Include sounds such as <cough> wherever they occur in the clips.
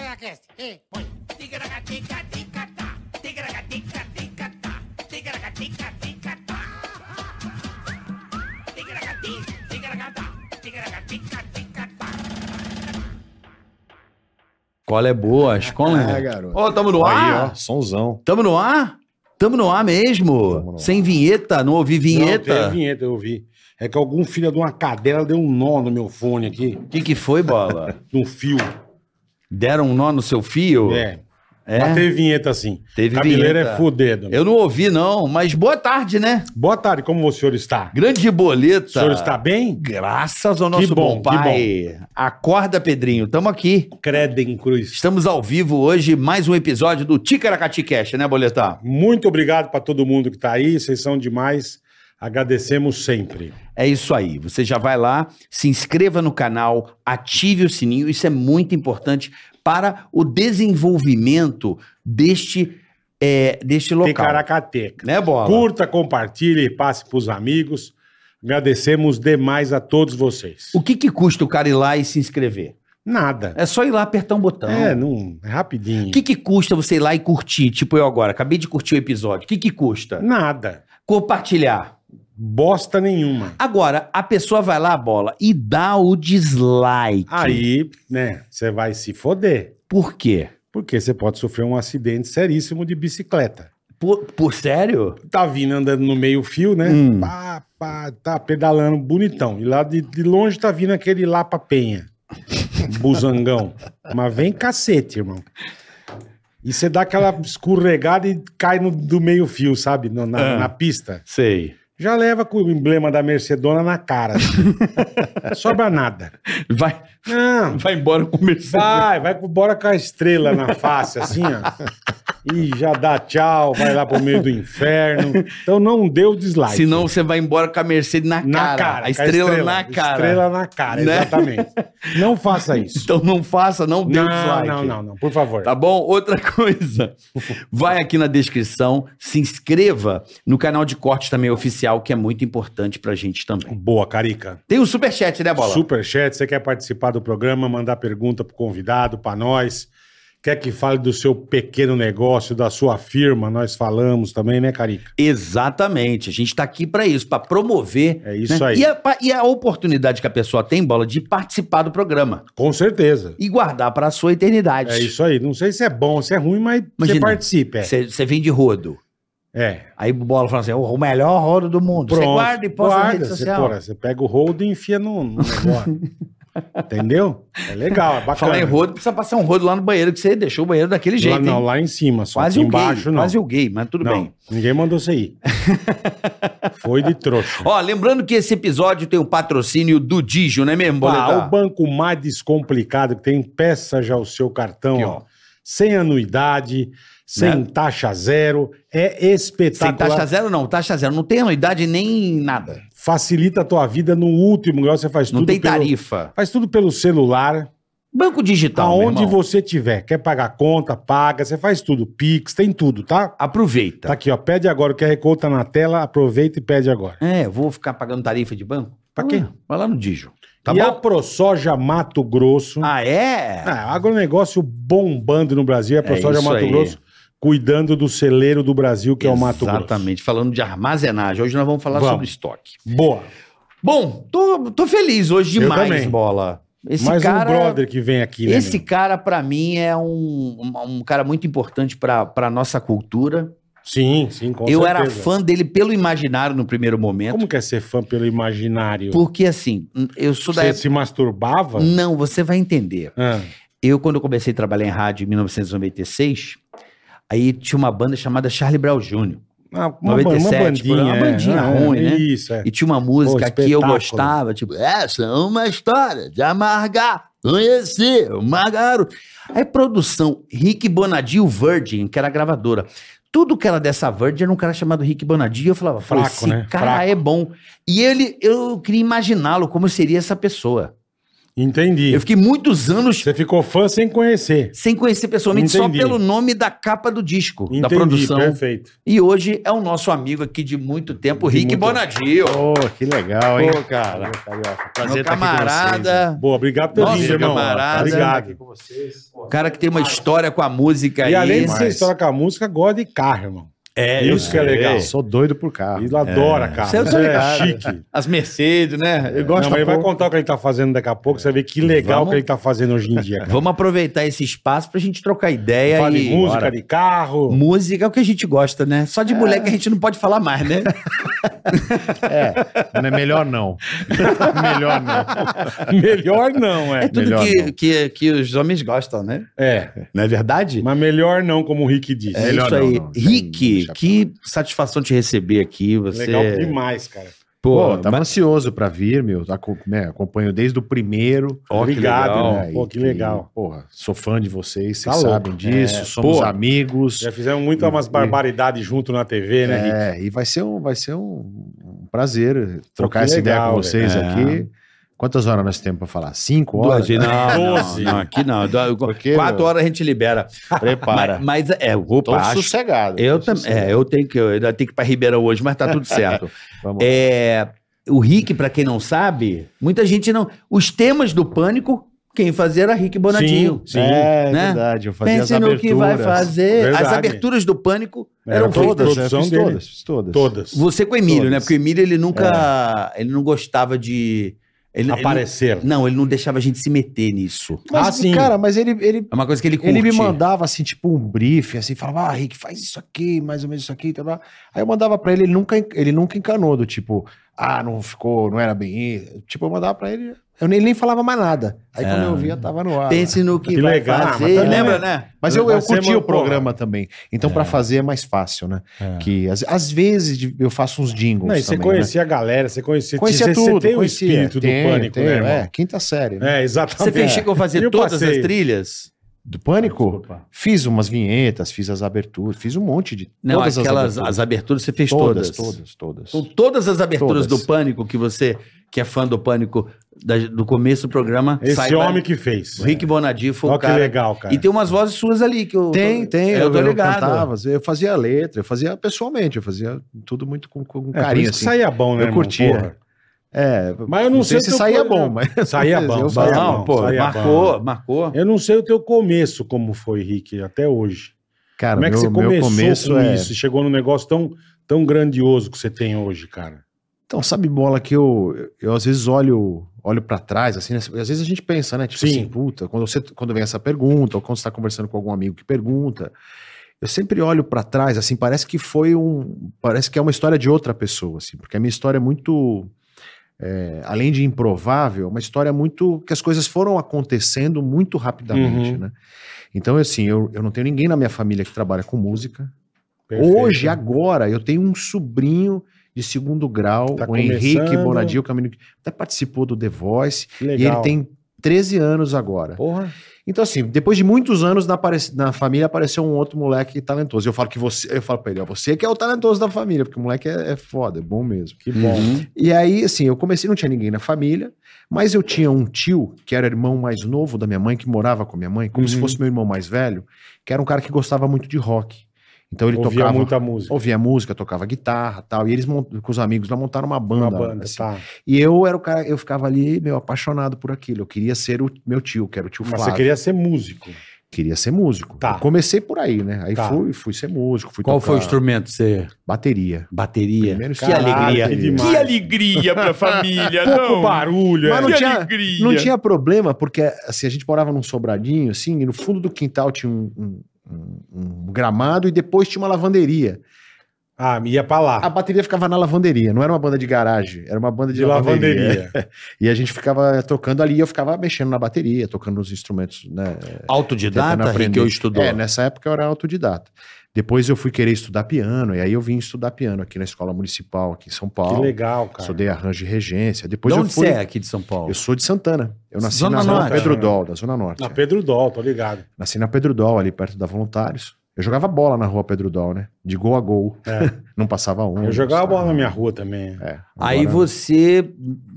Ticaracast, ei, põe. Ticaracatica-ticatá, ticaracatica-ticatá, ticaracatica-ticatá. Ticaracati, ticaracatá, ticaracatica-ticatá. Qual é boa? <laughs> Escola, É, né? garoto. Ó, tamo no Aí, ar? ó, somzão. Tamo no ar? Tamo no ar mesmo? Tamo no Sem vinheta? Não ouvi Não, vinheta? teve O vinheta, eu ouvi. É que algum filho de uma cadela deu um nó no meu fone aqui, que que foi, Bola? num fio. Deram um nó no seu fio? É. É? Mas teve vinheta assim. Teve Cabeleira vinheta. é fudedo. Eu não ouvi, não, mas boa tarde, né? Boa tarde, como o senhor está? Grande boleta. O senhor está bem? Graças ao nosso Que bom, bom, que pai. Acorda, Pedrinho. Tamo aqui. Credem Cruz. Estamos ao vivo hoje, mais um episódio do Ticaracati Cash, né, Boletar? Muito obrigado para todo mundo que está aí, vocês são demais. Agradecemos sempre. É isso aí. Você já vai lá, se inscreva no canal, ative o sininho. Isso é muito importante para o desenvolvimento deste, é, deste local. Ticaracateca. Né, Bola? Curta, compartilhe e passe para os amigos. Agradecemos demais a todos vocês. O que, que custa o cara ir lá e se inscrever? Nada. É só ir lá apertar um botão. É, não, é rapidinho. O que, que custa você ir lá e curtir? Tipo eu agora, acabei de curtir o episódio. O que, que custa? Nada. Compartilhar. Bosta nenhuma. Agora, a pessoa vai lá, bola, e dá o dislike. Aí, né, você vai se foder. Por quê? Porque você pode sofrer um acidente seríssimo de bicicleta. Por, por sério? Tá vindo andando no meio-fio, né? Hum. Pá, pá, tá pedalando bonitão. E lá de, de longe tá vindo aquele Lapa Penha. Buzangão. <laughs> Mas vem cacete, irmão. E você dá aquela escorregada e cai no, do meio-fio, sabe? No- na, Ah. na pista. Sei. Já leva com o emblema da Mercedona <laughs> na cara. assim. Sobra nada. Vai, <laughs> Não, vai embora com o Mercedes. Vai, vai embora com a estrela na face, assim, ó. <laughs> E já dá tchau, vai lá pro meio do inferno. Então não dê o dislike. Senão você vai embora com a Mercedes na, na cara, cara. A com estrela, na cara. Estrela na cara, Né? exatamente. Não faça isso. Então não faça, <laughs> não dê o Não, dislike. não, não, não, por favor. Tá bom? Outra <laughs> coisa. Vai aqui na descrição, se inscreva no canal de cortes também oficial, que é muito importante pra gente também. Boa, Carica. Tem o superchat, né, Bola? Superchat, você quer participar do programa, mandar pergunta pro convidado, pra nós. Quer que fale do seu pequeno negócio, da sua firma, nós falamos também, né, Carica? Exatamente. A gente tá aqui pra isso, pra promover. né? É isso aí. E a, pa- e a oportunidade que a pessoa tem, Bola, de participar do programa Com certeza. e guardar pra sua eternidade. É isso aí. Não sei se é bom, se é ruim, mas Imagina. você participa. É. Você você vem de rodo. É. Aí o Bola fala assim: "O- o melhor rodo do mundo. Você Pronto. guarda e posta na rede você, social. porra, você pega o rodo e enfia no, <laughs> no negócio. Entendeu? É legal, é bacana. Falar em rodo, precisa passar um rodo lá no banheiro, que você deixou o banheiro daquele jeito. lá, não, hein? lá em cima, só quase aqui o embaixo gay, não. quase um o gay, mas tudo não, bem. ninguém mandou <laughs> você ir. Foi de trouxa. Ó, lembrando que esse episódio tem o patrocínio do Digio, não é mesmo, Pá, Boletar? Ah, o banco mais descomplicado que tem, peça já o seu cartão, Aqui, ó. Né? ó. Sem anuidade, sem taxa zero, é espetacular. Sem taxa zero, não. Taxa zero. Não tem anuidade nem nada. Facilita a tua vida no último grau, você faz Não tudo tem pelo- tarifa. Faz tudo pelo celular, Banco digital. Tá, meu aonde irmão. você tiver. Quer pagar conta, paga, você faz tudo, Pix, tem tudo, tá? Aproveita. Tá aqui, ó, pede agora, o QR Code tá na tela, aproveita e pede agora. É, vou ficar pagando tarifa de banco? Pra Vai quê? lá, Vai lá no Digio. Tá e a bom? ProSoja Mato Grosso, ah. Ah, é? agronegócio bombando no Brasil, é a ProSoja isso Mato aí. Grosso cuidando do celeiro do Brasil, que é o Mato Grosso. Exatamente. Falando de armazenagem. Hoje nós vamos falar Vamos. sobre estoque. Boa. Bom, tô, tô feliz hoje Eu demais, também. bola. Esse Mais cara, um brother que vem aqui, né? esse meu? cara para mim é um, um, um cara muito importante pra pra nossa cultura. Sim, sim, com Eu certeza. era fã dele pelo imaginário no primeiro momento, Como que é ser fã pelo imaginário? porque assim, eu sou da Você época. se masturbava? Não, você vai entender. Ah, Eu quando eu comecei a trabalhar em rádio em 1996, aí tinha uma banda chamada Charlie Brown Jr. Uma, uma, 97, bandinha. uma é. bandinha ruim, né? Isso, é. E tinha uma música Pô, que eu espetáculo. gostava, tipo, essa é uma história de amargar, conhecer, uma garota. Aí produção, Rick Bonadio Virgin, que era a gravadora. Tudo que era dessa Virgin era um cara chamado Rick Bonadio. Eu falava, pô, Fraco, esse né? cara Fraco. é bom. E ele, eu queria imaginá-lo como seria essa pessoa. Entendi. Eu fiquei muitos anos Você ficou fã sem conhecer. sem conhecer pessoalmente, só Entendi. pelo nome da capa do disco, Entendi, da produção. perfeito. E hoje é o nosso amigo aqui de muito tempo, De Rick muito- Bonadio. Pô, que legal, hein? Pô, cara. Carioca, Meu Prazer estar aqui com vocês, camarada, Boa, obrigado por ter Nossa, vindo, irmão. camarada. Prazer Obrigado. com vocês. o cara que tem uma história com a música E além aí. de ser mas- história com a música, gosta de carro, irmão. É, Isso que é legal. Eu sou doido por carro. Ele adora carro. Você é Isso obrigado. chique. As Mercedes, né? Eu gosto Não, mas ele vai pouco. contar o que ele tá fazendo daqui a pouco, você vê que legal Vamos. que ele tá fazendo hoje em dia. cara. Vamos aproveitar esse espaço pra gente trocar ideia Fala e de música, de <laughs> carro. música é o que a gente gosta, né? Só de mulher que a gente não pode falar mais, né? É, não é melhor não. melhor não. Melhor não, é. É tudo melhor que, não. que, que os homens gostam, né? É. Não é verdade? Mas melhor não, como o Rick disse. É Melhor isso não, aí. não. Tem- Rick, deixa que satisfação te receber aqui. Você... Legal demais, cara. Pô, tá Pô, eu tava ansioso pra vir, meu. Aco- né, acompanho desde o primeiro. É, Ó, que Obrigado, legal. né? Pô, que E legal. Porra, sou fã de vocês, Tá vocês louco. sabem disso. É, somos pô. amigos. Já fizemos muitas umas barbaridades junto na TV, né, Rick? Hum. É, e vai ser um, vai ser um, um prazer trocar que essa ideia legal, com vocês velho. aqui. Quantas horas nós temos pra falar? Cinco Duas horas? vezes, não, não, Doze. não, aqui não. Do- Porque, Quatro meu, horas a gente libera. Prepara. Mas, mas, é, Tô opa, acho, sossegado. eu tô também. sossegado. É, eu tenho que. Eu ainda tenho que ir pra Ribeirão hoje, mas tá tudo certo. Vamos lá. é, o Rick, pra quem não sabe, muita gente não. Os temas do pânico, quem fazia era Rick Bonadinho. Sim, é né? verdade. Eu fazia Pense as no que vai aberturas. fazer. As Verdade. aberturas do pânico Era eram todo- feitas. Todas, né? Produção Fiz dele. todas, fiz todas. Todas. Você com o Emílio, Todas. né? Porque o Emílio ele nunca. Ele não gostava de. Ele, ele Apareceram. não, não, ele não deixava a gente se meter nisso. Mas, Ah, sim. cara, mas ele, ele, É uma coisa que ele curte. ele me mandava, assim, tipo um briefing, assim, falava, ah, Rick, faz isso aqui, mais ou menos isso aqui, tá lá. Aí eu mandava pra ele, ele nunca, ele nunca encanou, do tipo, ah, não ficou, não era bem isso. Tipo, eu mandava pra ele, eu nem, ele nem falava mais nada. Aí quando É. eu via, tava no ar. né? Pense no que, Que vai legal, mas fazer. também- Lembra, né? Mas eu, eu Você curti mandou, o programa também. Então, pra fazer é mais fácil, né? É. Que às, às vezes de- eu faço uns jingles. Não, também, e você né? conhecia a galera, você conhecia, Conhecia você, tudo. você tem conhecia. o espírito Tem, do pânico, tem, né, irmão? É, quinta série. Né? É, exatamente. Você fez, chegou a fazer Eu todas passei. as trilhas? Do pânico? Desculpa. Fiz umas vinhetas, fiz as aberturas, fiz um monte de. Não, todas aquelas as aberturas. as você fez aberturas. todas. Todas, todas, Com todas. todas as aberturas Todas. do Pânico que você, que é fã do Pânico, da- do começo do programa, Esse saiba- homem que fez. O Rick Bonadio foi Olha o que cara. legal, cara. E tem umas vozes suas ali que eu. Tem, tem. Eu tô ligado. cantava, eu fazia letra, eu fazia pessoalmente, eu fazia tudo muito com, com É, por carinho. isso que Assim. saía bom, né, Eu irmão? curtia. Porra. É, Mas eu não, sei, se o teu saía co- bom, mas. Saía bom, <laughs> Eu saía falava, Não, bom, pô, saía marcou, bom. marcou. Eu não sei o teu começo como foi, Rick, até hoje. Cara, Como é que meu, você meu começou começo com é. isso? e Chegou num negócio tão, tão grandioso que você tem hoje, cara. Então, sabe bola que eu, eu às vezes olho, olho para trás, assim, né? às vezes a gente pensa, né? Tipo Sim. assim, puta, quando, você, quando vem essa pergunta, ou quando você tá conversando com algum amigo que pergunta, eu sempre olho para trás, assim, parece que foi um, parece que é uma história de outra pessoa, assim, porque a minha história é muito, é, além de improvável, é uma história muito, que as coisas foram acontecendo muito rapidamente, Uhum. né? Então, assim, eu, eu não tenho ninguém na minha família que trabalha com música, Perfeito. Hoje, agora, eu tenho um sobrinho de segundo grau, Tá o Henrique começando. Bonadio, que é um menino que até participou do The Voice, Que legal. e ele tem 13 anos agora. Porra. Então, assim, depois de muitos anos, na, apare- na família apareceu um outro moleque talentoso. Eu falo que você, eu falo pra ele, ó, você que é o talentoso da família, porque o moleque é, é foda, é bom mesmo. Que bom. Uhum. E aí, assim, eu comecei, não tinha ninguém na família, mas eu tinha um tio, que era irmão mais novo da minha mãe, que morava com a minha mãe, como se Uhum. fosse meu irmão mais velho, que era um cara que gostava muito de rock. Então ele Ouvia tocava muita música. ouvia música, tocava guitarra tal. E eles, mont- com os amigos lá, montaram uma banda. Uma banda, assim. tá. E eu era o cara, eu ficava ali, meu, apaixonado por aquilo. Eu queria ser o meu tio, que era o tio Mas Flávio. você queria ser músico. Queria ser músico. Tá. Eu comecei por aí, né? Aí Tá. fui, fui ser músico, fui Qual tocar foi o instrumento? Você. bateria. Bateria. Primeiro que instrumento. alegria. que Que, demais. alegria pra família. Pouco não. barulho, Mas é. não Que tinha- alegria. Não tinha problema, porque assim, a gente morava num sobradinho, assim, e no fundo do quintal tinha um, um- um- um gramado e depois tinha uma lavanderia. Ah, ia pra lá. A bateria ficava na lavanderia, não era uma banda de garagem, era uma banda de, de <laughs> lavanderia. E a gente ficava tocando ali, eu ficava mexendo na bateria, tocando nos instrumentos, né? Tentando Autodidata, Rick, aprender. eu estudou. É, nessa época eu era autodidata. Depois eu fui querer estudar piano, e aí eu vim estudar piano aqui na escola municipal, aqui em São Que Paulo. legal, cara. Estudei arranjo e regência. Depois De eu onde fui. você é aqui de São Paulo? Eu sou de Santana. Eu nasci Zona na Norte. Pedro Dol, da Zona Norte. Na é. Pedro Dol, tô ligado. Nasci na Pedro Dol, ali perto da Voluntários. Eu jogava bola na rua Pedro Dol, né? De gol a gol. É. <laughs> Não passava um. Eu jogava bola na minha rua também. É, Aí agora- você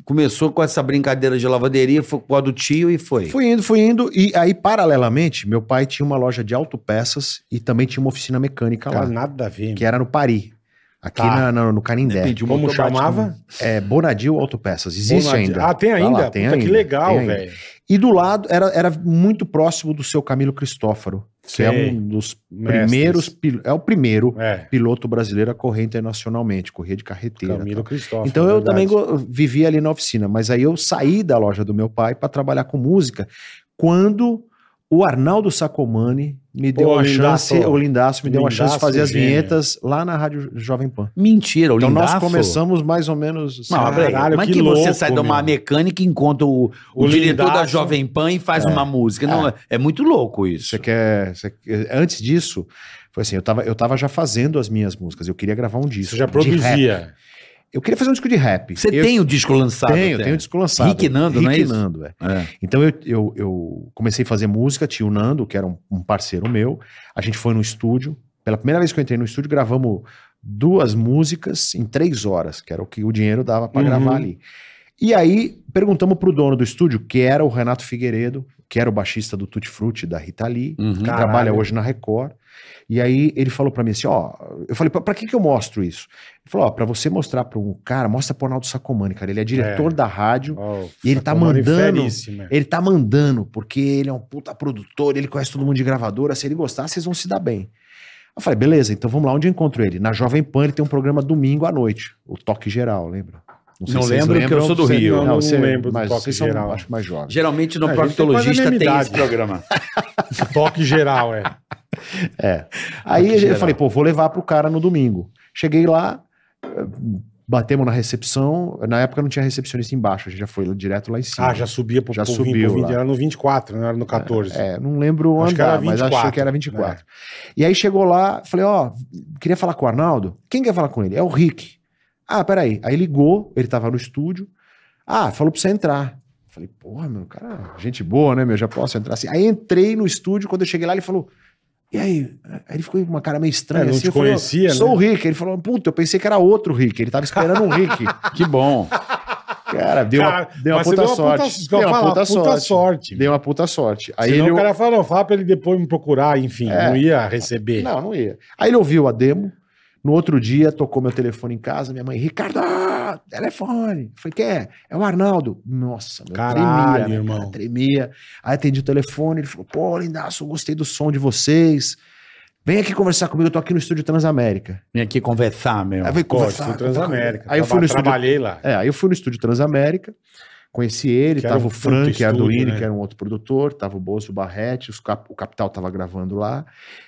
começou com essa brincadeira de lavanderia, foi com a do tio e foi. Fui indo, fui indo. E aí, paralelamente, meu pai tinha uma loja de autopeças e também tinha uma oficina mecânica Cara, lá, nada a ver. que era no Paris. Aqui Tá. na- na- no Canindé. Entendi, um Como automático, chamava? né? É Bonadil Autopeças. Existe Bonatti. ainda. Ah, tem Tá ainda? lá, tem Puta, que ainda, legal, tem ainda. velho. E do lado, era, era muito próximo do seu Camilo Cristóforo, que é Sei. um dos Mestres. primeiros. pil- É o primeiro É, piloto brasileiro a correr internacionalmente, correr de carreteira. Camilo tal. Cristóvão. Então eu verdade. também go- vivia ali na oficina, mas aí eu saí da loja do meu pai para trabalhar com música quando o Arnaldo Sacomani me deu Ô, uma Lindaço. chance, o Lindaço me deu uma Lindaço, chance de fazer as gênio. vinhetas lá na Rádio Jovem Pan. Mentira, o Então nós Lindafo? começamos mais ou menos assim, Não, Caralho, Caralho, mas é que, que você louco, sai de uma meu. mecânica e encontra o, o, O diretor da Lindaço. Jovem Pan e faz uma música. Não, é. é muito louco isso. Você quer, você quer- Antes disso, foi assim, eu tava, eu tava já fazendo as minhas músicas, eu queria gravar um disco. Você já de rap. produzia. Eu queria fazer um disco de rap. Você eu tem o disco lançado? tenho, até? tenho disco lançado. Rick Nando, não é isso? Nando, é. É. Então eu, eu, eu comecei a fazer música, tinha o Nando, que era um, um parceiro meu. A gente foi no estúdio. Pela primeira vez que eu entrei no estúdio, gravamos duas músicas em três horas, que era o que o dinheiro dava pra Uhum. gravar ali. E aí perguntamos pro dono do estúdio, que era o Renato Figueiredo, que era o baixista do Tutti Frutti, da Rita Lee, Uhum. que Caralho. trabalha hoje na Record. E aí ele falou pra mim assim, ó, eu falei, pra pra que que eu mostro isso? Ele falou, ó, pra você mostrar pra um cara, mostra pro Arnaldo Sacomani, cara, ele é diretor da rádio, Ó, e ele tá Sacomani mandando. <laughs> feríssimo, é. Ele tá mandando, porque ele é um puta produtor, ele conhece todo mundo de gravadora. Se ele gostar, vocês vão se dar bem. Eu falei, beleza, então vamos lá onde eu encontro ele. Na Jovem Pan, ele tem um programa domingo à noite, o Toque Geral, lembra? Não se vocês lembro, porque eu sou do você- Rio. Não, Não, não você, lembro do mas Toque vocês são, Geral. acho que mais jovens. Geralmente no É, a gente tem quase a proctologista mesma tem idade. esse programa. Toque geral, é. Aí Toque eu Geral. falei, pô, vou levar pro cara no domingo. Cheguei lá, eh, batemos na recepção. Na época não tinha recepcionista embaixo, a gente já foi lá- direto lá em cima. Ah, já subia pro, Já pro, subiu pro 20, lá. era no 24, não era no 14. É, não lembro o Acho que era andar, mas 24, achei que era 24. E é. aí chegou lá, falei, ó, queria falar com o Arnaldo. Quem quer falar com ele? É o Rick. Ah, peraí. Aí ligou, ele tava no estúdio. Ah, falou pra você entrar. Falei, porra, meu, cara, gente boa, né, meu? Já posso entrar assim. Aí entrei no estúdio, quando eu cheguei lá, ele falou. E aí? Aí ele ficou com uma cara meio estranha. É, não assim, te eu falei, ó, conhecia, Sou né? o Rick. Ele falou, puta, eu pensei que era outro Rick. Ele tava esperando um <laughs> Rick. Que bom. Cara, deu uma, Cara, deu uma mas você puta deu uma puta- sorte. isso que eu ia falar, puta sorte. sorte. Deu uma puta sorte. Aí Senão ele, o cara fala, não, fala pra ele depois me procurar, enfim, É. não ia receber. Não, não ia. Aí ele ouviu a demo. No outro dia, tocou meu telefone em casa. Minha mãe, Ricardo, ah, telefone. Eu falei, quem é? É o Arnaldo. Nossa, meu, Caralho, tremia, né, irmão. cara, tremia. Aí atendi o telefone, ele falou, pô, lindaço, eu gostei do som de vocês. Vem aqui conversar comigo, eu tô aqui no estúdio Transamérica. Vim aqui conversar, meu. Aí eu fui Pô, conversar. fui conversar com ele. Transamérica. Aí eu fui no Traba- estúdio Trabalhei lá. é, aí eu fui no estúdio Transamérica, conheci ele, Que era tava um o puta Frank estúdio, Arduini, né? que era um outro produtor, tava o Bozo Barrete, os cap- o Capital tava gravando lá.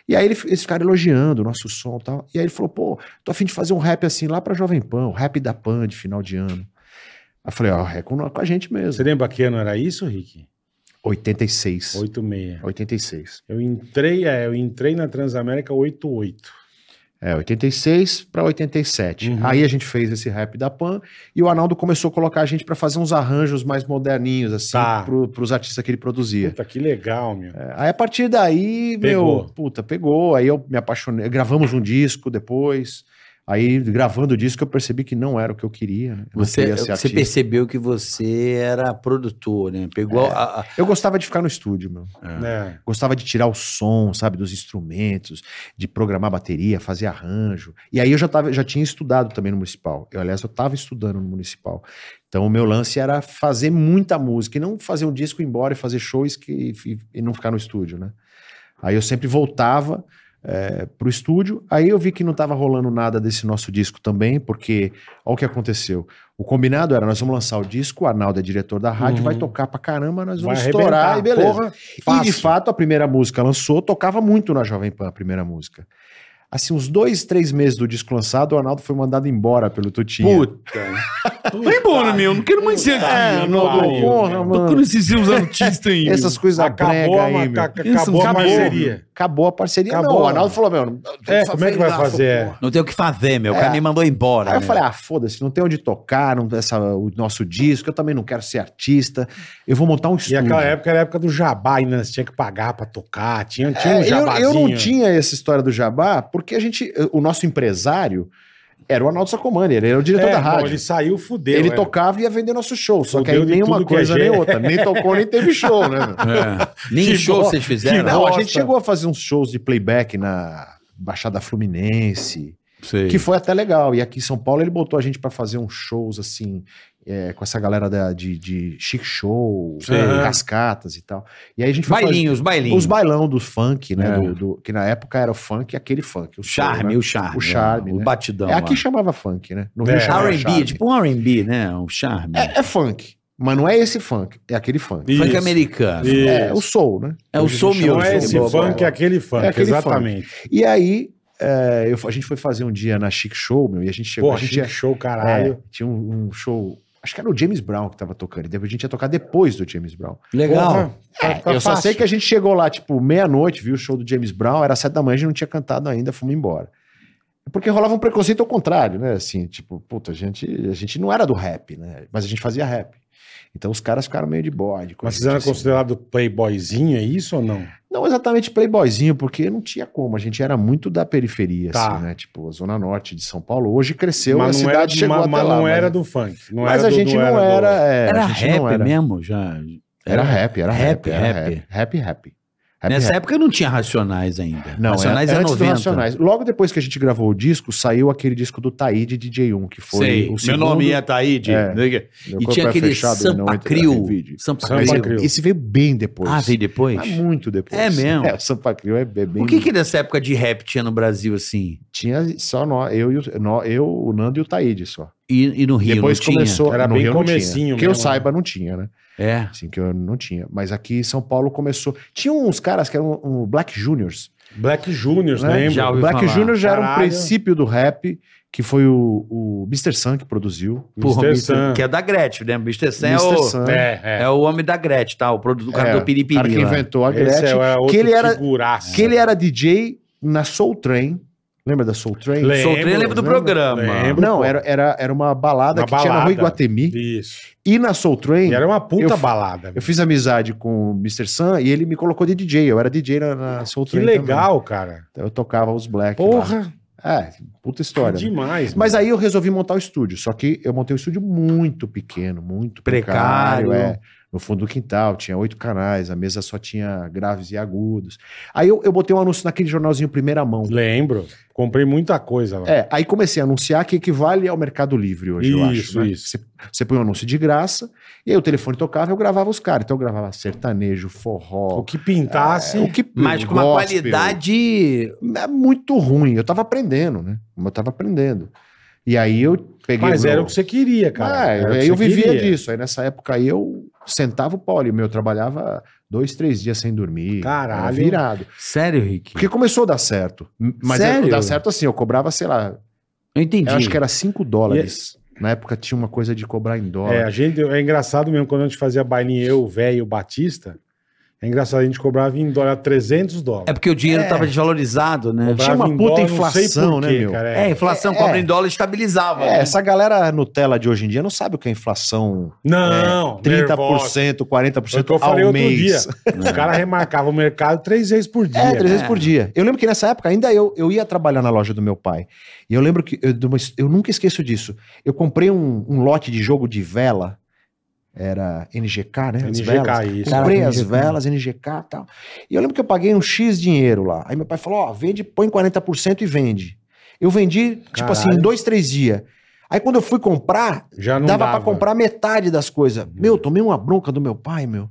E aí ele, eles ficaram elogiando o nosso som e tal. E aí ele falou, pô, tô afim de fazer um rap assim lá pra Jovem Pan, o rap da Pan de final de ano. Aí eu falei, ó, é com, com a gente Você mesmo. lembra que ano era isso, Rick? 86. 86. 86. Eu entrei, é, eu entrei na Transamérica 88. É, 86 pra 87. Uhum. Aí a gente fez esse rap da Pan e o Arnaldo começou a colocar a gente pra fazer uns arranjos mais moderninhos, assim, Tá. pro, pros artistas que ele produzia. Puta, que legal, meu. É, Aí a partir daí, Pegou. meu, puta, pegou. Aí eu me apaixonei. Gravamos um disco depois. Aí, gravando o disco, eu percebi que não era o que eu queria. né? Eu não Você, é, queria ser você artista. percebeu que você era produtor, né? Pegou a, a- Eu gostava de ficar no estúdio, meu. É. Gostava de tirar o som, sabe, dos instrumentos, de programar bateria, fazer arranjo. E aí eu já, tava, já tinha estudado também no municipal. Eu, aliás, eu estava estudando no municipal. Então o meu lance era fazer muita música e não fazer um disco ir embora e fazer shows que, e, e não ficar no estúdio, né? Aí eu sempre voltava é, pro estúdio. Aí eu vi que não estava rolando nada desse nosso disco também, porque olha o que aconteceu. O combinado era: nós vamos lançar o disco, o Arnaldo é diretor da rádio, Uhum. vai tocar pra caramba, nós Vai vamos estourar arrebentar, e beleza. porra, E de fácil. fato, a primeira música lançou, tocava muito na Jovem Pan, a primeira música. Assim, uns dois, três meses do disco lançado, o Arnaldo foi mandado embora pelo Tutinha. Puta. Tá, Vai embora, meu. Não quero mais ser aqui. É, meu. não, Vai, não, meu. porra, Tô mano. com esses seus <laughs> artistas aí. meu. Essas coisas Acabou, brega a, aí, meu. maca- acabou a Acabou. parceria. Acabou a parceria. Acabou, não, o Arnaldo mano. falou, meu... não- É, só como é que fez vai lá, fazer? essa porra. Não tem o que fazer, meu. O cara É. me mandou embora. Aí eu meu. falei, ah, foda-se, não tem onde tocar, não, essa, o nosso disco, eu também não quero ser artista, eu vou montar um E estúdio. aquela época era a época do jabá, ainda você tinha que pagar pra tocar, tinha, tinha um É, eu, jabazinho. eu não tinha essa história do Jabá, porque a gente, o nosso empresário era o Arnaldo Sacomani, ele era o diretor É, da bom, rádio. ele saiu, fudeu. ele é. tocava e ia vender nosso show, só que Fudeu aí de nem tudo uma que é coisa nem jeito. outra, nem tocou nem teve show, né? meu? É. <laughs> Nem Que show bo- vocês fizeram. não, a gente chegou a fazer uns shows de playback na Baixada Fluminense, Sei. que foi até legal. E aqui em São Paulo ele botou a gente pra fazer uns shows assim, é, com essa galera da- de, de chic show, Sim. cascatas e tal. E aí a gente foi fazer Bailinhos, bailinhos. os bailão do funk, né? É. do- do- que na época era o funk, aquele funk. O O charme, Né? o charme. O charme, O né? batidão. é, aqui ó. chamava funk, né? No É. chamava R&B, charme. tipo um R&B, né? Um charme. É, é funk, mas não é esse funk, é aquele funk. Isso, Funk americano. isso. É, o soul, né? É o Hoje a gente soul chama music. Não é esse Boa, boa, funk, é boa. aquele funk, É aquele exatamente. E aí, é, eu- a gente foi fazer um dia na Chic Show, meu, e a gente chegou. Pô, tipo, a gente Chic show, ia- caralho. é, tinha um, um show. Acho que era o James Brown que tava tocando. E depois a gente ia tocar depois do James Brown. Legal. É, eu só sei que a gente chegou lá, tipo, meia-noite, viu o show do James Brown, era sete da manhã, a gente não tinha cantado ainda, fomos embora. Porque rolava um preconceito ao contrário, né? Assim, tipo, puta, a gente, a gente não era do rap, né? Mas a gente fazia rap. Então os caras ficaram meio de bode. com a Mas vocês gente, eram assim. considerados playboyzinho, é isso ou não? Não exatamente playboyzinho, porque não tinha como. A gente era muito da periferia, Tá. assim, né? Tipo, a zona norte de São Paulo. Hoje cresceu, mas a não cidade era, chegou mas, até mas lá. não mas- é. era do funk. Não mas era a do- gente não do- era... é, Era a gente rap não era. mesmo, já. Era rap, era Rap, rap. Era rap. rap, rap, rap. Rap, Nessa rap. época não tinha Racionais ainda. Não, Racionais é, é, antes do 90. Racionais. Logo depois que a gente gravou o disco, saiu aquele disco do Taí de DJ1, que foi Sei. o Meu segundo. nome é Taíde. É. E Meu corpo tinha é aquele fechado, não Sampa entra em Crio. vídeo. Sampa Sampa Esse- Crio. Crio. Esse veio bem depois. Ah, veio depois? Mas muito depois. É mesmo? <laughs> É, o Sampa Crio é, é bem... O que que nessa época de rap tinha no Brasil, assim? Tinha só nós, eu, e o- nó- eu, o Nando e o Taíde só. E, e no Rio depois não tinha? começou... Era no bem Rio não tinha. comecinho Que eu mesmo, né? saiba, não tinha, né? É. Assim, que eu não tinha. Mas aqui em São Paulo começou... Tinha uns caras que eram um Black Juniors. Black Juniors, Né? lembra? Já ouvi Black falar. Junior já era um Caralho. princípio do rap, que foi o, o Mr. Sun que produziu. Porra, Mr. Mr. Sam. que é da Gretchen, né? Mr. Sam é Mr. o, Sun. É, é. é o homem da Gretchen, tá? O, produ- o cara É, do Piripiri. cara que lá. inventou a Esse Gretchen. é outro que, ele era, figuraça. que ele era DJ na Soul Train. Lembra da Soul Train? Lembro, Sou trem, lembro do lembro, programa. lembro. Não, era, era, era uma balada Uma que tinha na Rua balada. Iguatemi. Isso. E na Soul Train, E era uma puta Eu- balada. eu fiz amizade com o Mr. Sun e ele me colocou de DJ. Eu era DJ na, na Soul Ah, Que Train. legal, cara. também. Eu tocava os Black. lá. Porra, É, puta história. né? demais. Mas mano. aí eu resolvi montar o estúdio. Só que eu montei um estúdio muito pequeno, muito Precário. precário. é. No fundo do quintal, tinha oito canais, a mesa só tinha graves e agudos. Aí eu, eu botei um anúncio naquele jornalzinho Primeira Mão. Lembro. Comprei muita coisa lá. É, aí comecei a anunciar que equivale ao Mercado Livre hoje, eu acho. Isso, né? isso. Você, você põe um anúncio de graça, e aí o telefone tocava e eu gravava os caras. Então eu gravava sertanejo, O forró. que pintasse. é, o que, Mas com uma gospel. qualidade. É muito ruim. Eu tava aprendendo, né? Eu tava aprendendo. E aí eu peguei. Mas o meu- era o que você queria, cara. é, Era o que aí eu você vivia queria. disso. Aí nessa época aí eu sentava o pau ali, meu, eu trabalhava dois, três dias sem dormir. Caralho. Era Virado. Sério, Rick? Porque começou a dar certo. Mas Sério? Sério? dar certo assim, eu cobrava, sei lá, Eu entendi. eu acho que era 5 dólares. Na época tinha uma coisa de cobrar em É, dólar. a gente, é engraçado mesmo, quando a gente fazia bailinho, eu, o velho e o Batista, é engraçado, a gente cobrava em dólar 300 É dólares. porque o dinheiro estava desvalorizado, né? Cobrava É, tinha uma em puta dólar, não sei inflação, por né, quê, meu? cara, É, a é. inflação É. cobra em dólar estabilizava. É, né? essa galera Nutella de hoje em dia não sabe o que é inflação. Não, 30%, nervosa. 40% Foi o que eu ao falei outro mês. dia. O cara remarcava o mercado três vezes por dia. né? né? É, três vezes É. por dia. Eu lembro que nessa época ainda eu, eu ia trabalhar na loja do meu pai. E eu lembro que. Eu, de uma his- eu nunca esqueço disso. Eu comprei um, um lote de jogo de vela. Era NGK, né? As NGK, velas. isso. Comprei Caraca, as NGK. velas, NGK e tal. E eu lembro que eu paguei um X dinheiro lá. Aí meu pai falou: ó, vende, põe 40% e vende. Eu vendi, tipo assim, em Caralho. dois, três dias. Aí quando eu fui comprar, Já não dava, dava. pra comprar metade das coisas. Meu, tomei uma bronca do meu pai, meu.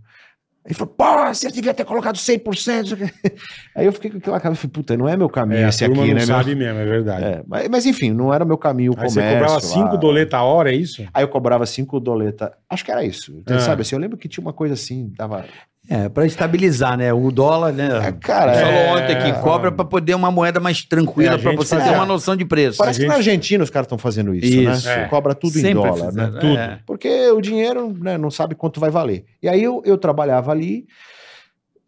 Ele falou, pô, você devia ter colocado 100%. isso aqui." <laughs> Aí eu fiquei com aquela cara, eu falei, puta, não é meu caminho É, esse a turma aqui, não né, meu? sabe mesmo, é verdade. É, mas, mas enfim, não era meu caminho o Aí comércio. você cobrava lá. cinco doleta a hora, é isso? Aí eu cobrava cinco doleta. Acho que era isso. Então, Ah. Sabe assim, eu lembro que tinha uma coisa assim, dava É, pra estabilizar, né? O dólar, Ah. né? É, cara, Ele é- falou ontem que cobra pra poder uma moeda mais tranquila, É, a pra gente você faz- ter é. uma noção de preço. Parece gente- que na Argentina os caras estão fazendo isso, Isso, né? é. Cobra tudo em dólar, né? fizeram, Tudo. é. Porque o dinheiro né, não sabe quanto vai valer. E aí eu, eu trabalhava ali,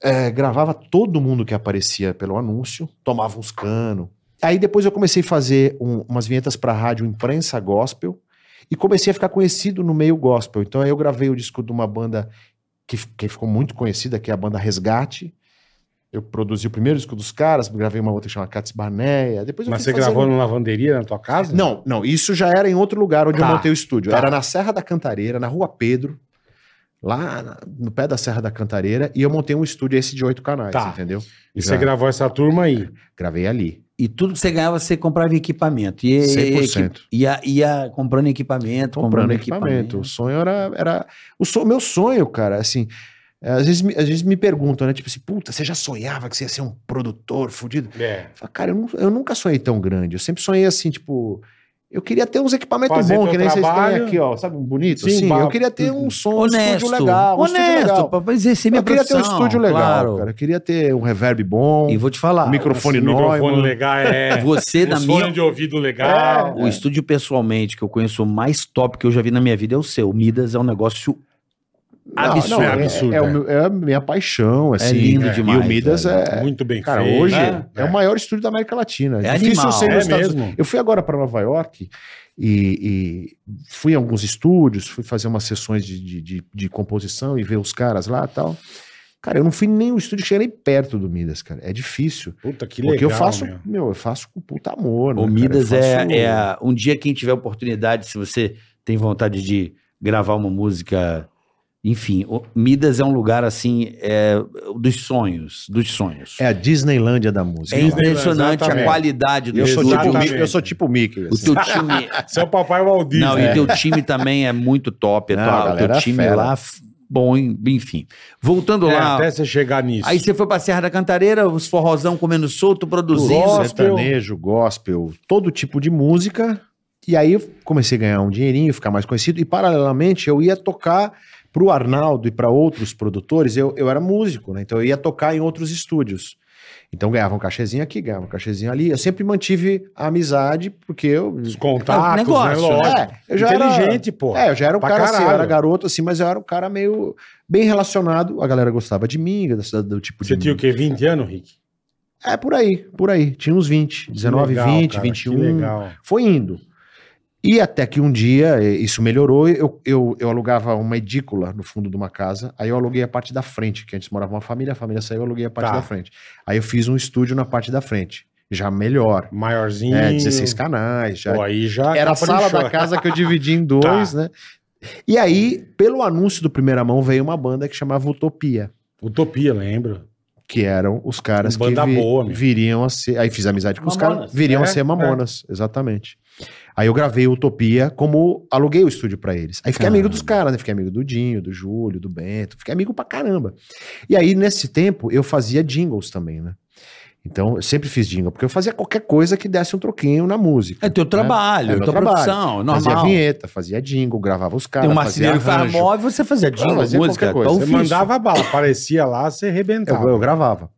eh, gravava todo mundo que aparecia pelo anúncio, tomava uns canos. Aí depois eu comecei a fazer um- umas vinhetas para rádio imprensa gospel e comecei a ficar conhecido no meio gospel. Então aí eu gravei o disco de uma banda que, f- que ficou muito conhecida, que é a banda Resgate. Eu produzi o primeiro disco dos caras, gravei uma outra que chama Cats Barneia. Depois eu Mas fui você fazendo- gravou na lavanderia na tua casa? não, não, isso já era em outro lugar onde Tá, eu montei o estúdio. tá. Era na Serra da Cantareira, na Rua Pedro, lá na- no pé da Serra da Cantareira, e eu montei um estúdio esse de oito canais, Tá. entendeu? E Já. você gravou essa turma aí. Gravei ali. E tudo que você ganhava, você comprava em equipamento. E, 100%. E ia, ia comprando equipamento, Comprando equipamento. O sonho era. era o, so- o meu sonho, cara, assim. é, Às vezes, me- às vezes me perguntam, né? Tipo assim, puta, você já sonhava que você ia ser um produtor fudido? É. Eu falo, Cara, eu, nu- eu nunca sonhei tão grande. Eu sempre sonhei assim, tipo. Eu queria ter uns equipamentos Fazer bons, teu que nem vocês trabalho. têm aqui, ó, sabe? Bonito. Sim, assim. ba- Eu queria ter um som, um Honesto. estúdio legal. Um estúdio legal. honesto, pra exercer minha Eu queria ter um profissão, estúdio legal, claro. cara. Eu queria ter um reverb bom, E vou te falar, um microfone Esse Neumann. microfone legal, <laughs> é. você, na Um minha, fone de ouvido É, legal. O estúdio pessoalmente que eu conheço mais top que eu já vi na minha vida é o seu. O Midas é um negócio Não, absurdo. não, é absurdo, É, o é. meu- é a minha paixão, assim. lindo é. demais, E o Midas velho. é... Muito bem Cara, feito. hoje né? é o maior estúdio da América Latina. É Difícil animal. ser nos É Estados mesmo. Unidos. Eu fui agora para Nova York e, e fui em alguns estúdios, fui fazer umas sessões de, de, de- de composição e ver os caras lá e tal. Cara, eu não fui em nenhum estúdio que cheguei nem perto do Midas, cara. É difícil. Puta, que legal. porque eu faço, meu. meu. eu faço com puta amor. né, O cara? Eu Midas é, faço- é a- um dia quem tiver oportunidade, se você tem vontade de gravar uma música, enfim, o Midas é um lugar assim é, dos sonhos, dos sonhos. É É, a Disneylândia da música. cara. impressionante a Exatamente. qualidade do Eu sou, tipo, o <laughs> Exatamente. Mi- eu sou tipo o Mickey. O assim. teu time, Você é o papai Waldir. não, e né? o teu time também é muito top, é Não, tua- a o teu galera é time fera. lá f- bom, hein? enfim. Voltando É, lá, até você chegar nisso. Aí você foi pra Serra da Cantareira, os forrozão comendo solto, produzindo. Gospel. sertanejo, gospel, todo tipo de música. E aí eu comecei a ganhar um dinheirinho, ficar mais conhecido. E paralelamente eu ia tocar pro Arnaldo e para outros produtores. Eu, eu era músico, né? Então eu ia tocar em outros estúdios. Então ganhava um cachezinho aqui, ganhava um cachezinho ali. Eu sempre mantive a amizade, porque eu. Os contatos, Negócio, né? Lógico. É, eu já era- Inteligente, pô. É, eu já era um pra cara assim, eu caralho. era garoto assim, mas eu era um cara meio bem relacionado. A galera gostava de mim, do, do tipo Você de. tinha o quê? 20 anos, Rick? É, por aí, por aí. Tinha uns 20, 19, legal, 20, cara, 21. Que legal. Foi indo. E até que um dia eh, isso melhorou, eu, eu, eu alugava uma edícula no fundo de uma casa, aí eu aluguei a parte da frente, que antes morava uma família, a família saiu, eu aluguei a parte Tá. da frente. Aí eu fiz um estúdio na parte da frente, já melhor. Maiorzinho. É, 16 canais, já. Pô, aí já Era a caprichou. sala da casa que eu dividi <laughs> Tá. em dois, né? E aí, pelo anúncio do Primeira Mão, veio uma banda que chamava Utopia Utopia, lembro. que eram os caras Banda que vi- boa, meu. viriam a ser. Aí fiz amizade com os Mamonas. caras, viriam É, a ser Mamonas, exatamente. Aí eu gravei Utopia como aluguei o estúdio pra eles. Aí fiquei amigo dos caras, né? Fiquei amigo do Dinho, do Júlio, do Bento, fiquei amigo pra caramba. E aí nesse tempo eu fazia jingles também, né? Então eu sempre fiz jingle, porque eu fazia qualquer coisa que desse um troquinho na música. É teu trabalho, É meu tua trabalho. profissão, Fazia normal. vinheta, fazia jingle, gravava os caras, Tem um fazia marceneiro que faz arranjo. móvel, você fazia Ah, jingle, fazia música, qualquer coisa. tua Você ofício. mandava bala, aparecia lá, você arrebentava. Eu, eu gravava.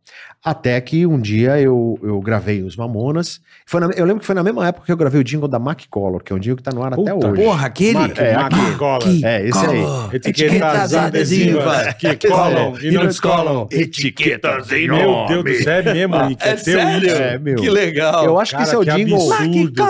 Até que um dia eu, eu gravei os Mamonas. Foi na- eu lembro que foi na mesma época que eu gravei o jingle da Mac Color, que é um jingle que tá no ar até Puta hoje. Porra, aquele? Marca, é, marca, cola. É, esse aí. né? Etiquetas adesivas que colam e não descolam. Etiquetas em Meu Deus do céu, <laughs> é mesmo, Nick. É, teu isso. É, meu. Que legal. Eu acho que esse é o jingle. absurdo.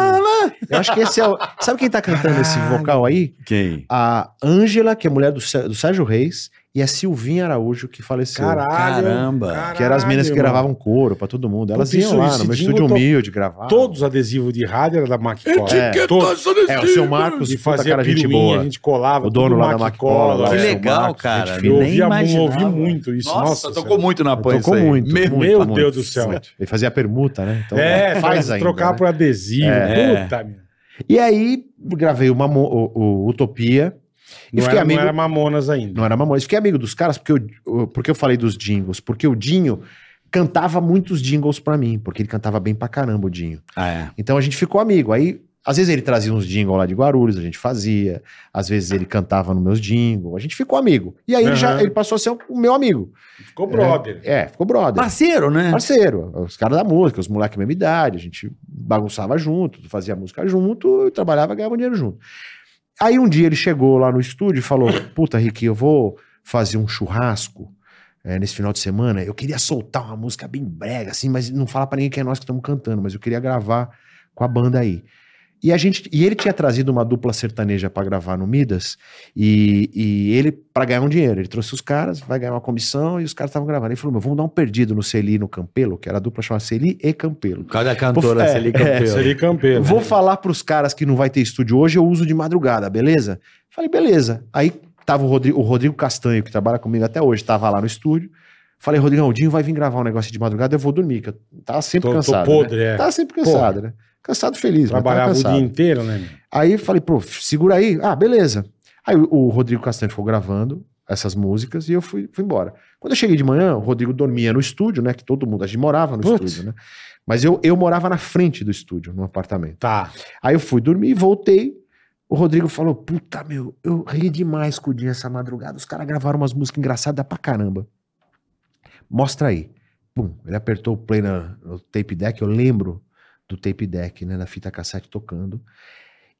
Eu acho que esse é o. Sabe quem tá cantando esse vocal aí? Quem? A Ângela, que é mulher do, Sé- do Sérgio Reis, e a Silvinha Araújo, que faleceu. Caramba. Que eram as meninas que Caralho, gravavam couro pra todo mundo. Elas Puta, iam isso- lá esse no meu jingle estúdio to- humilde gravar. mano. Todos os adesivos de rádio era da Maquicola. Etiquetas Todos. É, o seu Marcos, tá E puta fazia cara, gente piruinha, boa. a gente colava. O dono tudo lá da Maquicola, lá, Que É, é. legal, Marcos, cara. gente Eu fina. Nem ouvia, mu- imaginava. ouvi muito isso. Nossa, tocou senhora. muito na Tocou pan isso aí. Então, muito, Meu muito, Meu muito. Deus do céu. Ele fazia permuta, né? Então, É, faz ainda. trocar né? por adesivo. É. Puta, meu. E aí, gravei uma, o, o Utopia. E Não fiquei era, amigo. não era Mamonas ainda. Não era mamões. Fiquei amigo dos caras porque eu, porque eu falei dos jingles. Porque o Dinho cantava muitos jingles pra mim. Porque ele cantava bem pra caramba o Dinho. Ah, é. Então a gente ficou amigo. Aí Às vezes ele trazia uns jingles lá de Guarulhos, a gente fazia. Às vezes ele cantava nos meus jingles, a gente ficou amigo. E aí ele, já, Aham. ele passou a ser o meu amigo. Ficou brother. É, ficou brother. Parceiro, né? Parceiro, os caras da música, os moleques da mesma idade, a gente bagunçava junto, fazia música junto, trabalhava, ganhava dinheiro junto. Aí um dia ele chegou lá no estúdio e falou: Puta, Rick, eu vou fazer um churrasco eh, nesse final de semana. Eu queria soltar uma música bem brega, assim, mas não falar pra ninguém que é nós que estamos cantando, mas eu queria gravar com a banda aí. E, a gente, e ele tinha trazido uma dupla sertaneja pra gravar no Midas, e, e ele, pra ganhar um dinheiro, ele trouxe os caras, vai ganhar uma comissão, e os caras estavam gravando. Ele falou: meu, vamos dar um perdido no Celi e no Campelo, que era a dupla chamada Celi e Campelo. Cada cantora, É, se ele campeão. Seria campeiro. Vou falar pros caras que não vai ter estúdio hoje, eu uso de madrugada, beleza? Falei, beleza. Aí tava o Rodrigo, o Rodrigo Castanho, que trabalha comigo até hoje, tava lá no estúdio. Falei, Rodrigão, o Dinho vai vir gravar um negócio de madrugada, eu vou dormir, que eu tava sempre Tô- tô cansado. podre, né? é. Tava sempre cansado, né? Cansado feliz, mas tava Trabalhava o cansado. dia inteiro, né? meu? Aí falei, pô, segura aí. Ah, beleza. Aí o- o Rodrigo Castanho ficou gravando essas músicas e eu fui, fui embora. Quando eu cheguei de manhã, o Rodrigo dormia no estúdio, né? Que todo mundo, a gente morava no Putz. estúdio, né? Mas eu, eu morava na frente do estúdio, num apartamento. Tá. Aí eu fui dormir, voltei. O Rodrigo falou: Puta, meu, eu ri demais com o dia essa madrugada. Os caras gravaram umas músicas engraçadas pra caramba. Mostra aí. Pum, ele apertou o play na- no tape deck. Eu lembro do tape deck, né? Na fita cassete tocando.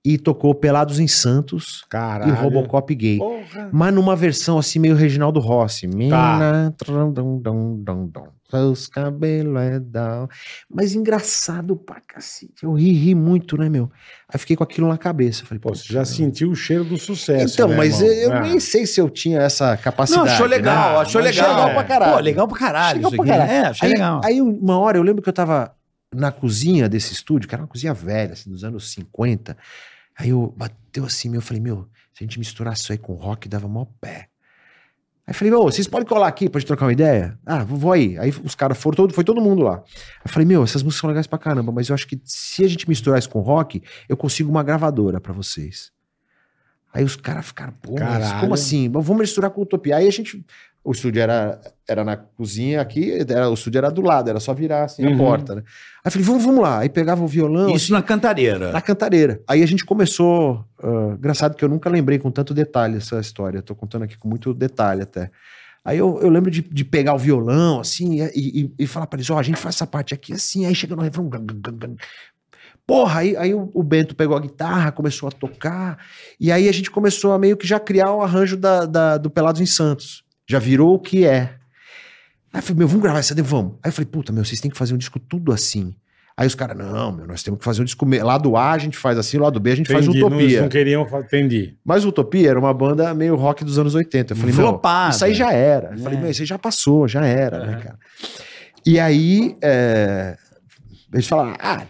E tocou Pelados em Santos Caralho. e Robocop Gay. Porra. Mas numa versão assim, meio Reginaldo Rossi. Tá. Mina, trum, dum, dum, dum, dum. Seus cabelos é down. Mas engraçado pra cacete. Eu ri, ri muito, né, meu? Aí fiquei com aquilo na cabeça. Falei, Pô, pô, você já sentiu o cheiro do sucesso. Então, né, mas irmão? eu, eu Ah. nem sei se eu tinha essa capacidade. né? Mas Legal é. pra caralho. Pô, legal pra caralho. Legal isso pra aqui. caralho. É, achei aí, legal. aí uma hora eu lembro que eu tava na cozinha desse estúdio, que era uma cozinha velha, assim, dos anos 50. Aí eu bateu assim, meu, eu falei, meu, se a gente misturasse isso aí com rock, dava mó pé. Aí eu falei, meu, vocês podem colar aqui pra gente trocar uma ideia? Ah, vou vou aí. Aí os caras foram, todo, foi todo mundo lá. Eu falei, meu, essas músicas são legais pra caramba, mas eu acho que se a gente misturar isso com rock, eu consigo uma gravadora pra vocês. Aí os caras ficaram, pô, mas Caralho. como assim? Mas Vamos misturar com Utopia. Aí a gente. O estúdio era, era na cozinha aqui, era, o estúdio era do lado, era só virar assim a Uhum. porta, né? Aí eu falei, vamos, vamos lá. Aí pegava o violão Isso na assim, cantareira. na cantareira. Aí a gente começou. ah, engraçado que eu nunca lembrei com tanto detalhe essa história. Eu tô contando aqui com muito detalhe até. Aí eu, eu lembro de, de pegar o violão, assim, e, e- e falar pra eles, ó, a gente faz essa parte aqui assim, aí chega no refrão. gan, gan, gan, gan. Porra, aí, aí o, o Bento pegou a guitarra, começou a tocar, e aí a gente começou a meio que já criar o arranjo da- da- do Pelados em Santos. Já virou o que é. Aí eu falei, meu, vamos gravar essa, daí, vamos. Aí eu falei, puta, meu, vocês têm que fazer um disco tudo assim. Aí os caras, não, meu, nós temos que fazer um disco. me- Lado A a gente faz assim, lado B a gente faz Ah, Entendi, não- Utopia. Eles não queriam fazer. Entendi. Mas Utopia era uma banda meio rock dos anos 80. Eu falei, meu, é Ah, Flopada. isso aí né? já era. Eu É. falei, meu, isso aí já passou, já era, né, cara? E aí, é, eles falaram, ah,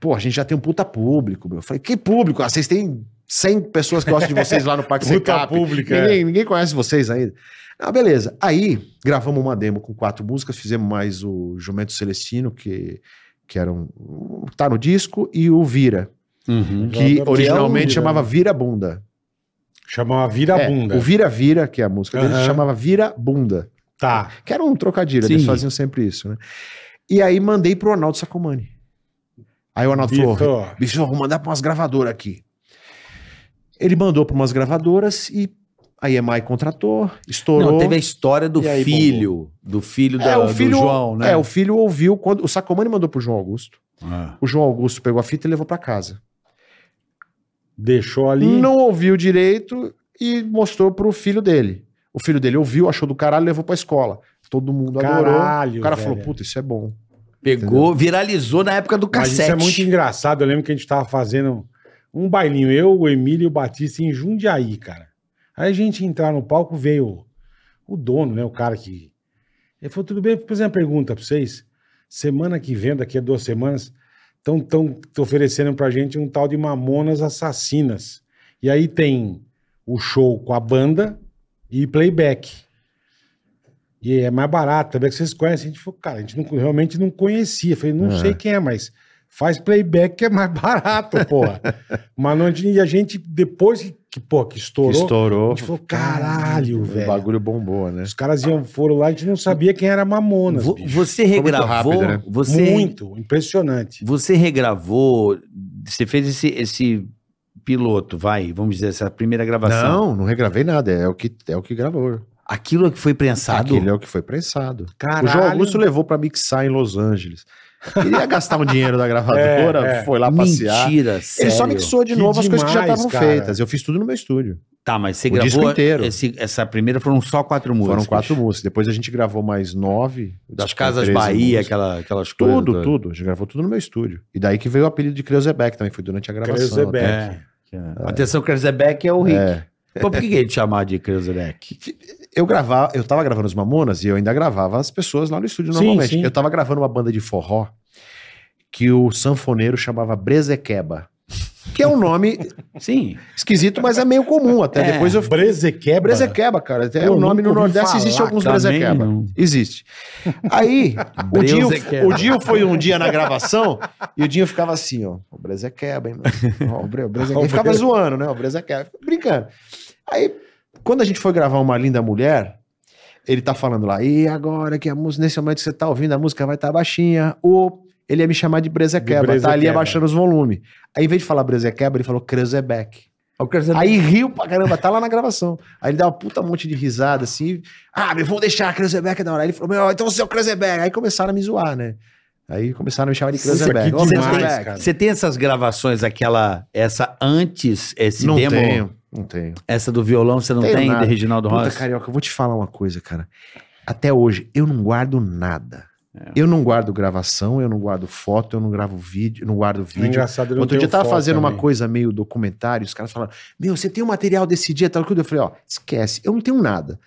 pô, a gente já tem um puta público, meu. Eu falei, que público? Ah, vocês têm 100 pessoas que gostam de vocês lá no Parque <laughs> Puta Secap. pública, é. Ninguém, ninguém conhece vocês ainda. Ah, beleza. Aí, gravamos uma demo com quatro músicas, fizemos mais o Jumento Celestino, que, que era um, um- tá no disco, e o Vira, Uhum. que Exatamente. originalmente um Vira. né? chamava Vira Bunda. Chamava É, vira-bunda. o Vira Vira, que é a música dele, Aham. chamava Vira Bunda. Tá. Que era um trocadilho, Ah, Sim. eles faziam sempre isso, né? E aí mandei pro Arnaldo Sacomani. Aí o Arnaldo falou: Vitor. bicho, eu vou mandar pra umas gravadoras aqui. Ele mandou pra umas gravadoras e a EMI contratou, estourou. Não, teve a história do E aí, filho. Do filho, da, É, o filho, do João, né? é, o filho ouviu quando o Sacomani mandou pro João Augusto. Ah. O João Augusto pegou a fita e levou pra casa. Deixou ali. Não ouviu direito e mostrou pro filho dele. O filho dele ouviu, achou do caralho, levou pra escola. Todo mundo adorou. Caralho. O cara velho. falou, puta, isso é bom. Pegou, viralizou na época do Mas cassete. Isso é muito engraçado. Eu lembro que a gente tava fazendo um bailinho, eu, o Emílio e o Batista em Jundiaí, cara. Aí a gente entrar no palco, veio o dono, né? O cara que. Ele falou: tudo bem, vou fazer uma pergunta pra vocês. Semana que vem, daqui a duas semanas, estão tão, tão oferecendo pra gente um tal de Mamonas Assassinas. E aí tem o show com a banda e playback. E é mais barato, também que vocês conhecem. A gente falou, cara, a gente não- realmente não conhecia. Falei, não É. sei quem é, mas faz playback que é mais <laughs> barato, porra. mas não, e a gente, depois que, que, pô, que estourou, a estourou. gente falou, caralho, velho. O bagulho bombou, né? Os caras iam, foram lá, a gente não sabia quem era Mamonas, Vo- bicho. Você Foi muito regravou. rápido, né? Você Muito, impressionante. Você regravou Você fez esse, esse piloto, vai, vamos dizer, essa primeira gravação. Não, não regravei nada. É o que, é o que gravou. Aquilo é que foi prensado. Aquele é o que foi prensado. Caralho. O João Augusto levou pra mixar em Los Angeles. Queria gastar um dinheiro <laughs> da gravadora, É, é. foi lá passear. Mentira, sério. Ele só mixou de Que novo as coisas que já demais, estavam cara. feitas. Eu fiz tudo no meu estúdio. Tá, mas você o gravou disco inteiro. esse- essa primeira foram só quatro músicas. Foram quatro músicas. Depois a gente gravou mais nove. das acho que foram Casas 13 Bahia, é músicas. aquela, aquelas coisas. Tudo, todas. tudo. A gente gravou tudo no meu estúdio. E daí que veio o apelido de Creuzebeck também, foi durante a gravação. Creuzebeck. até. É. Atenção, Kreuzbeck é o Rick. É. Pô, por que que ele te chamava de Kreuzbeck? Eu gravava, eu tava gravando os Mamonas e eu ainda gravava as pessoas lá no estúdio Sim, normalmente. sim. Eu tava gravando uma banda de forró que o sanfoneiro chamava Brezequeba. Que é um <laughs> nome Sim. esquisito, mas é meio comum. Até É. depois eu fiquei. Brezequebra. Brezequeba, cara. É Eu um nome nunca no ouvi Nordeste, falar existe alguns é também, Brezequeba. não. Existe. <laughs> Aí, o Dinho, Brezequeba. o Dinho foi um dia na gravação e o Dinho ficava assim, ó. O Brezequeba, hein? mano? Ó, O Bre- o <laughs> Brezequeba. Ele ficava zoando, né? O Brezequeba. Brincando. Aí, quando a gente foi gravar Uma Linda Mulher, ele tá falando lá, e agora que a música, nesse momento que você tá ouvindo, a música vai estar baixinha. Ou ele ia me chamar de De Brezequeba, tá ali Brezequeba. abaixando os volumes. Aí, em vez de falar Brezequeba, ele falou Crezebeck. O Kreuzbeck. Aí riu pra caramba, tá lá na gravação. Aí ele dá uma puta monte de risada, assim. Ah, meu, vou deixar a Kreuzebeck da hora. Aí ele falou, meu, então você é o Kreuzebeck. Aí começaram a me zoar, né? Aí começaram a me chamar de Puta, que Kreuzebeck. Ô, demais, Kreuzebeck. cara. Você tem essas gravações, aquela, essa antes, esse Não demo, tenho, não tenho. essa do violão, você não Tenho tem, de nada. Reginaldo Puta, Rossi? Carioca, eu vou te falar uma coisa, cara. Até hoje, eu não guardo nada. É. Eu não guardo gravação, eu não guardo foto, eu não gravo vídeo, não guardo É vídeo. engraçado, ele não Outro tem dia eu o tava foco fazendo uma também. coisa meio documentário, os caras falaram: Meu, você tem o material desse dia, tal coisa. Eu falei: Ó, esquece, eu não tenho nada.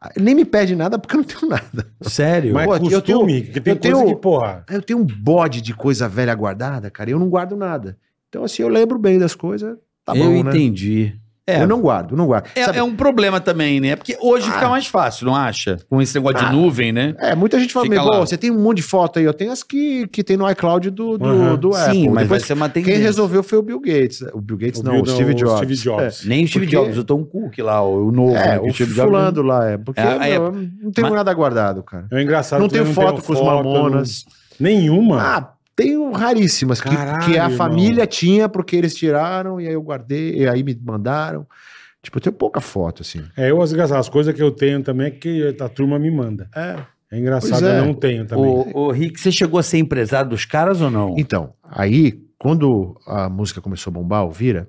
Ah, Nem me pede nada porque eu não tenho <laughs> nada. Sério? Mas Pô, é eu tenho- costume, que tem eu tenho- coisa que, porra... Aí Eu tenho um bode de coisa velha guardada, cara, e eu não guardo nada. Então, assim, eu lembro bem das coisas, tá eu bom, né? entendi. É, Eu não guardo, não guardo. é, Sabe, é um problema também, né? Porque hoje Ah. fica mais fácil, não acha? Com esse negócio Ah. de nuvem, né? é, muita gente fala, Fica meu, lá. você tem um monte de foto aí, eu tenho as que, que tem no iCloud do, do, Aham. do Apple. Depois, ser uma quem resolveu foi o Bill Gates. O Bill Gates não, o Bill- Steve Jobs. É, Steve Jobs. Nem o Steve Porque- Jobs, o Tom Cook lá, o novo. É, né, que o Steve Jobs- fulano lá, é. Porque É, é, meu, eu não tenho mas- nada guardado, cara. É engraçado. Não também, tenho foto com os foto, mamonas. não- Nenhuma. um né? Ah, tenho raríssimas, que, Caralho, que a irmão. família tinha, porque eles tiraram, e aí eu guardei, e aí me mandaram. Tipo, eu tenho pouca foto, assim. É, eu, as, as coisas que eu tenho também é que a turma me manda. É. É engraçado, Pois é. eu não tenho também. O, o Rick, você chegou a ser empresário dos caras ou não? Então, aí, quando a música começou a bombar, o Vira,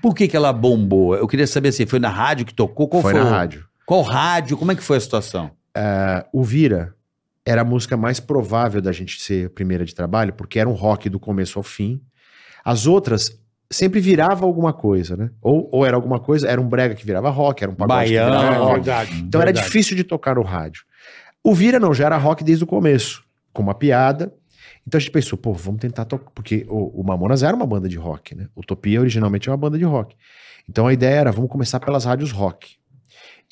Por que, que ela bombou? Eu queria saber assim, foi na rádio que tocou? Qual foi foi, na o- rádio. É, Qual rádio? Como é que foi a situação? o Vira era a música mais provável da gente ser a primeira de trabalho, porque era um rock do começo ao fim. As outras sempre virava alguma coisa, né? Ou, ou era alguma coisa, era um brega que virava rock, era um pagode Baiano. que virava é, rock. verdade. Então era verdade. difícil de tocar no rádio. O Vira não, já era rock desde o começo, com uma piada. Então a gente pensou, pô, vamos tentar tocar. Porque o, o Mamonas era uma banda de rock, né? Utopia originalmente é uma banda de rock. Então a ideia era, vamos começar pelas rádios rock.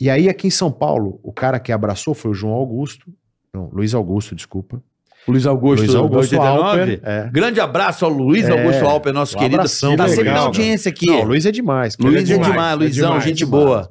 E aí aqui em São Paulo, o cara que abraçou foi o João Augusto. Não, Luiz Augusto, desculpa. Luiz Augusto, Luiz Augusto 89. Alper. É. Grande abraço ao Luiz É, Augusto Alper, nosso um querido. abração, tá que sempre legal, na audiência aqui. Não, o Luiz é demais. cara. Luiz é Ele demais, demais, Luizão, demais, gente demais. boa.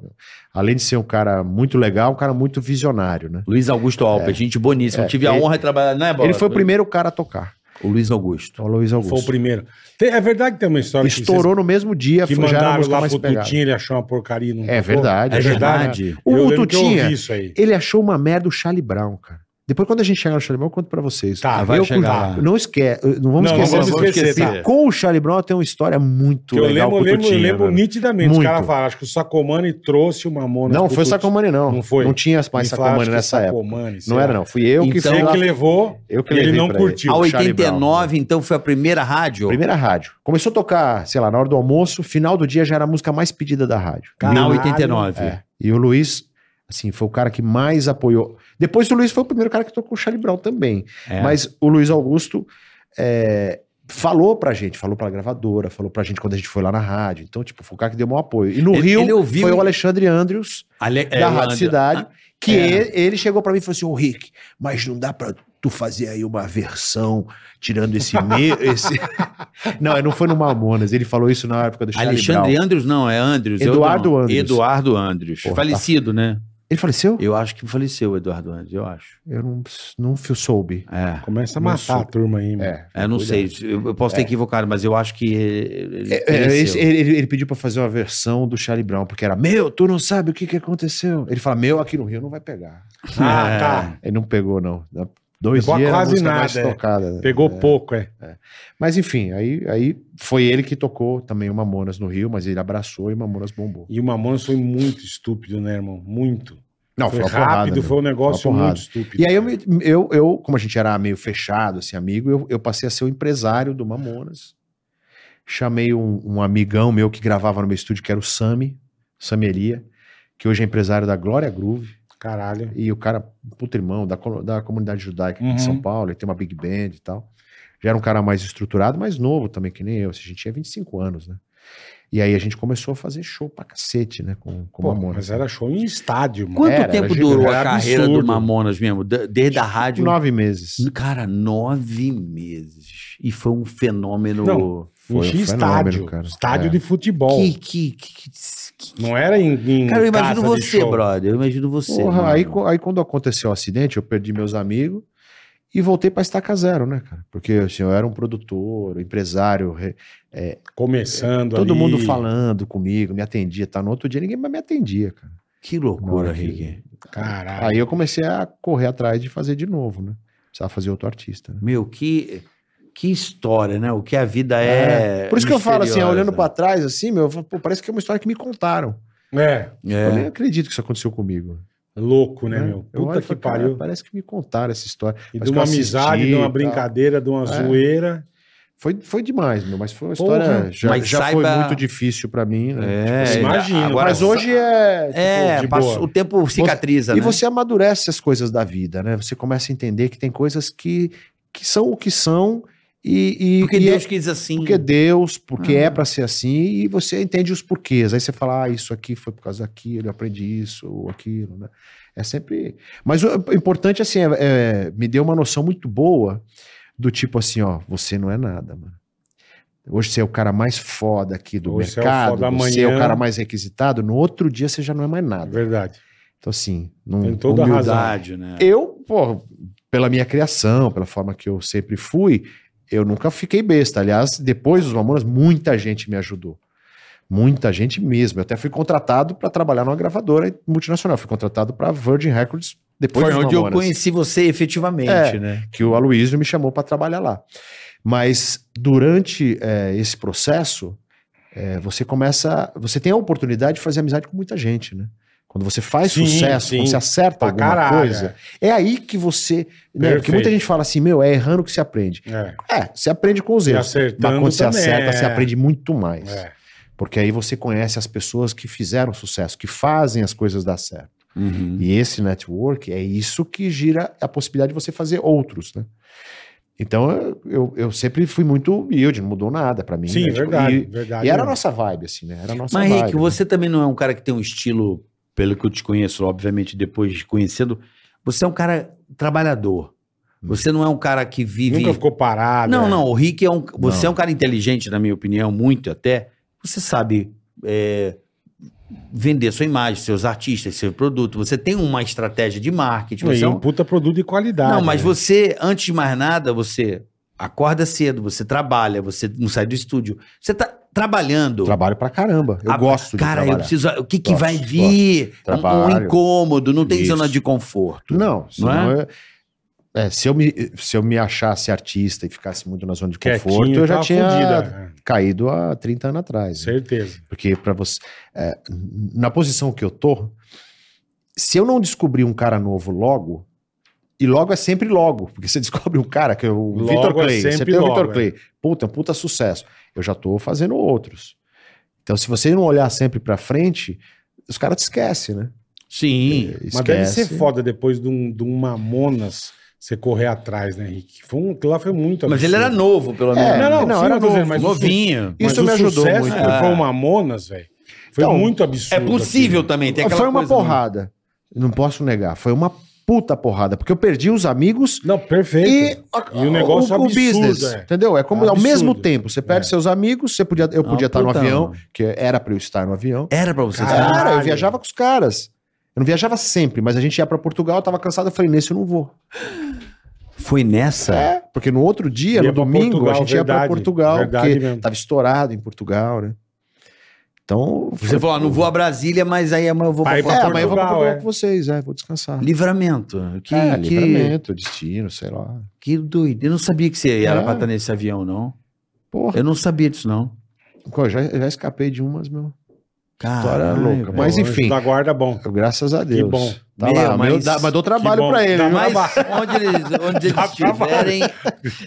Além de ser um cara muito legal, um cara muito visionário, né? Luiz Augusto Alper, gente boníssima. É, Tive a ele- honra de trabalhar, não é, Bola? Ele foi o primeiro cara a tocar. O Luiz Augusto. O Luiz Augusto. Foi o primeiro. Tem- é verdade que tem uma história Estourou no mesmo dia, que, vocês, que foi- já era a mandaram música lá mais pro pegada. Tutinha, ele achou uma porcaria. não É tocou? verdade, É é verdade. Eu O lembro que eu Tutinha, ouvi isso aí. ele achou uma merda o Charlie Brown, cara. Depois, quando a gente chegar no Charlie Brown, eu conto pra vocês. Tá, Eu Ah, vai curti- chegar lá. Não esquece. Não vamos Não, não esquecer. vamos vamos esquecer, esquecer. tá? Com o Charlie Brown tem uma história muito Que eu é legal lembro, eu com o né? lembro, eu Tutinha. lembro mano. nitidamente. Os Muito. caras falaram, acho que o Sacomani trouxe né, o Mamona. Não, foi o Sacomani, não. Não foi? Não tinha mais Sacomani nessa época. Não era, não. Fui eu que Então- fui Você lá- que levou, Eu que e ele levei não pra ele. curtiu. A o Charlie 89, então, foi a primeira rádio? Primeira rádio. Começou a tocar, sei lá, na hora do almoço, final do dia já era a música mais pedida da rádio. Na Caralho. 89. É. E o Luiz, assim, foi o cara que mais apoiou. Depois o Luiz foi o primeiro cara que tocou o Charlie Brown também. É. Mas o Luiz Augusto é, falou pra gente, falou pra gravadora, falou pra gente quando a gente foi lá na rádio. Então, tipo, foi o cara que deu o maior apoio. E no Ele- Rio ele ouviu- foi o Alexandre Andrews, Ale- é, da o Rádio André- Cidade, que é. ele, ele chegou pra mim e falou assim, ô Rick, mas não dá pra tu fazer aí uma versão tirando esse... <laughs> Me esse... <laughs> Não, ele não foi no Mamonas, ele falou isso na época do Charlie Brown. Alexandre Andrews, não, é Andrews. eu Eduardo não. Andrews. Eduardo Andrews. Porra, tá Falecido, né? Ele faleceu? Eu acho que faleceu, Eduardo Andes, eu acho. Eu não, não fi- soube. É. Começa a Não matar sou. a turma aí, mano. É. Eu não sei, eu eu posso ter equivocado, mas eu acho que. Ele, É, é, esse- ele, ele- ele pediu pra fazer uma versão do Charlie Brown, porque era meu, tu não sabe o que, que aconteceu. Ele fala, meu, aqui no Rio não vai pegar. É. Ah, tá. Ele não pegou, não. Dá Dois Pegou dias era a quase música nada, mais é. tocada. né? Pegou pouco, é. Mas enfim, aí, aí foi ele que tocou também o Mamonas no Rio, mas ele abraçou e o Mamonas bombou. E o Mamonas foi muito estúpido, né, irmão? Muito. Não, foi foi, uma porrada, rápido, meu. foi um negócio Foi uma porrada. muito estúpido. E aí eu, me- eu, eu, como a gente era meio fechado, assim, amigo, eu, eu passei a ser o empresário do Mamonas. Chamei um, um amigão meu que gravava no meu estúdio, que era o Sami, Samelia, que hoje é empresário da Glória Groove. Caralho. E o cara, puta irmão, da, colo- da comunidade judaica aqui Uhum. de São Paulo, ele tem uma big band e tal. Já era um cara mais estruturado, mais novo também, que nem eu. assim, A gente tinha 25 anos, né? E aí a gente começou a fazer show pra cacete, né? Com, com Pô, Mamonas. mas era show em estádio, mano. Quanto Era, era tempo gigante. durou a Era carreira do absurdo. Mamonas mesmo? De- Desde a rádio. Nove meses. Cara, nove meses. E foi um fenômeno. Não, Foi um Enchia fenômeno, estádio. cara. Estádio É. de futebol. Que, que, que, que- que- Não era em. em Um Cara, eu imagino casa de você, show. brother. Eu imagino você. Porra, mano. aí, co- aí quando aconteceu o acidente, eu perdi meus amigos e voltei pra estaca zero, né, cara? Porque assim, eu era um produtor, empresário, re- é, Começando todo ali. mundo falando comigo, me atendia, tá? No outro dia ninguém mais me atendia, cara. Que loucura, Não, que- Rick. Caralho. Aí eu comecei a correr atrás de fazer de novo, né? Precisava fazer outro artista. né? Meu, que, que história, né? O que a vida é. Por isso que eu falo assim, misteriosa. olhando pra trás, assim, meu, eu falo, pô, parece que é uma história que me contaram. É, Eu nem É. acredito que isso aconteceu comigo. louco, né, né? meu? Eu Puta olho e que falo, cara, pariu. Parece que me contaram essa história. E mas de que eu uma assisti amizade, de e uma tal. brincadeira, de uma É. zoeira. Foi, foi demais, meu, mas foi uma Porra. história. Já, Mas já saiba- foi muito difícil pra mim. Né? É, Imagino. Agora, mas hoje é. tipo, É, de passa- boa. o tempo cicatriza, e né? você amadurece as coisas da vida, né? Você começa a entender que tem coisas que, que são o que são e. e Porque e Deus é, quis assim. porque Deus, porque é pra ser assim, e você entende os porquês. Aí você fala, ah, isso aqui foi por causa daquilo, eu aprendi isso ou aquilo, né? É sempre. Mas o o importante, assim, é- é- me deu uma noção muito boa do tipo assim, ó, você não é nada, mano. Hoje você é o cara mais foda aqui do Hoje você é o mercado, foda você é o amanhã. cara mais requisitado, no outro dia você já não é mais É nada. verdade. Então, assim, não. Tem toda a assim. razão. Humildade, né? Eu, pô, pela minha criação, pela forma que eu sempre fui, eu nunca fiquei besta. Aliás, depois dos Mamonas, muita gente me ajudou. Muita gente mesmo. Eu até fui contratado para trabalhar numa gravadora multinacional. Eu fui contratado para Virgin Records depois Foi dos onde eu Mamonas, conheci você efetivamente, É. né? que o Aloysio me chamou para trabalhar lá. Mas durante é, esse processo, é, você começa, você tem a oportunidade de fazer amizade com muita gente, né? Quando você faz Sim, sucesso, sim. quando você acerta Pra alguma caralho. coisa, é aí que você. Né? Porque Perfeito. muita gente fala assim, meu, é errando que se aprende. É. É, você aprende com os E erros. Mas acertando quando você também, acerta, é. você aprende muito mais. É. Porque aí você conhece as pessoas que fizeram sucesso, que fazem as coisas dar certo. E esse network é isso que gira a possibilidade de você fazer outros, né? Então eu, eu, eu sempre fui muito humilde, não mudou nada pra mim. Sim, é né? Tipo, verdade, E, verdade. e era a mesmo. nossa vibe, assim, né? Era a nossa Mas, vibe. Rick, você também não é um cara que tem um estilo, pelo que eu te conheço, obviamente, depois de conhecendo. Você é um cara trabalhador. Você não é um cara que vive. Nunca ficou parado. Não, é. não. O Rick é um. Você Não. é um cara inteligente, na minha opinião, muito até. Você sabe é, vender sua imagem, seus artistas, seu produto. Você tem uma estratégia de marketing. E tipo assim, Você é um- um puta produto de qualidade. Não, é. mas né? você, antes de mais nada, você acorda cedo, você trabalha, você não sai do estúdio. Você tá trabalhando. Trabalho pra caramba. Eu Ah, gosto de Cara, eu trabalhar. preciso. O que, que Gosto, vai vir? Um- Um, Trabalho. incômodo, não tem Isso. zona de conforto. Não, senão Não eu- é, se, eu me, se eu me achasse artista e ficasse muito na zona de Quietinho, conforto, eu já tava tinha fudido, é. caído há 30 anos atrás. né? Certeza. Porque para você, é, na posição que eu tô, se eu não descobrir um cara novo logo, e logo é sempre logo, porque você <laughs> descobre um cara que é o Logo Vitor é Clay, você sempre tem o logo, Vitor é. Clay, puta, é um puta sucesso. Eu já tô fazendo outros. Então, se você não olhar sempre pra frente, os caras te esquecem, né? Sim. Esquece. Mas deve ser foda depois de um, de um Mamonas você correr atrás, né, Rick? Foi um, aquilo lá foi muito Mas ele era absurdo. novo, pelo menos. Então, É, Não, não, não, sim, era eu tô dizendo, novo, mas o su- Novinho. mas Isso o me ajudou sucesso muito. né? que foi o Mamonas, velho. Foi Então, tá- muito absurdo. É possível aquilo. também. Tem aquela Foi uma coisa, né? porrada. Não posso negar. Foi uma puta porrada, porque eu perdi os amigos Não, perfeito. E, E o negócio absurdo, é. entendeu? É como É ao absurdo. mesmo tempo, você perde É. seus amigos, você podia, eu Ah, podia estar no putão. avião, que era pra eu estar no avião. Era pra você. Caralho. Cara, eu viajava com os caras. Eu não viajava sempre, mas a gente ia pra Portugal, eu tava cansado, eu falei, nesse eu não vou. Foi nessa? É, porque no outro dia, Ia no pra domingo, a Portugal, gente ia pra verdade, Portugal, verdade porque mesmo. tava estourado em Portugal, né? Então, Você falou, ah, não vou a Brasília, mas aí amanhã eu vou pra Vai é, Portugal. amanhã eu vou pra Portugal, Portugal é. com vocês, é, vou descansar. Livramento. Que, é, que, livramento, destino, sei lá. que doido. Eu não sabia que você era É. pra estar nesse avião, não. Porra, Eu não sabia disso, não. eu já, eu já escapei de umas, meu. Cara, louca, mas Bom, enfim. Da guarda, bom. Graças a Deus. bom. Tá Meu, lá, mas- meu, dá- mas dou trabalho bom. pra ele. Dá viu? Mas onde eles, onde eles Dá trabalho. estiverem,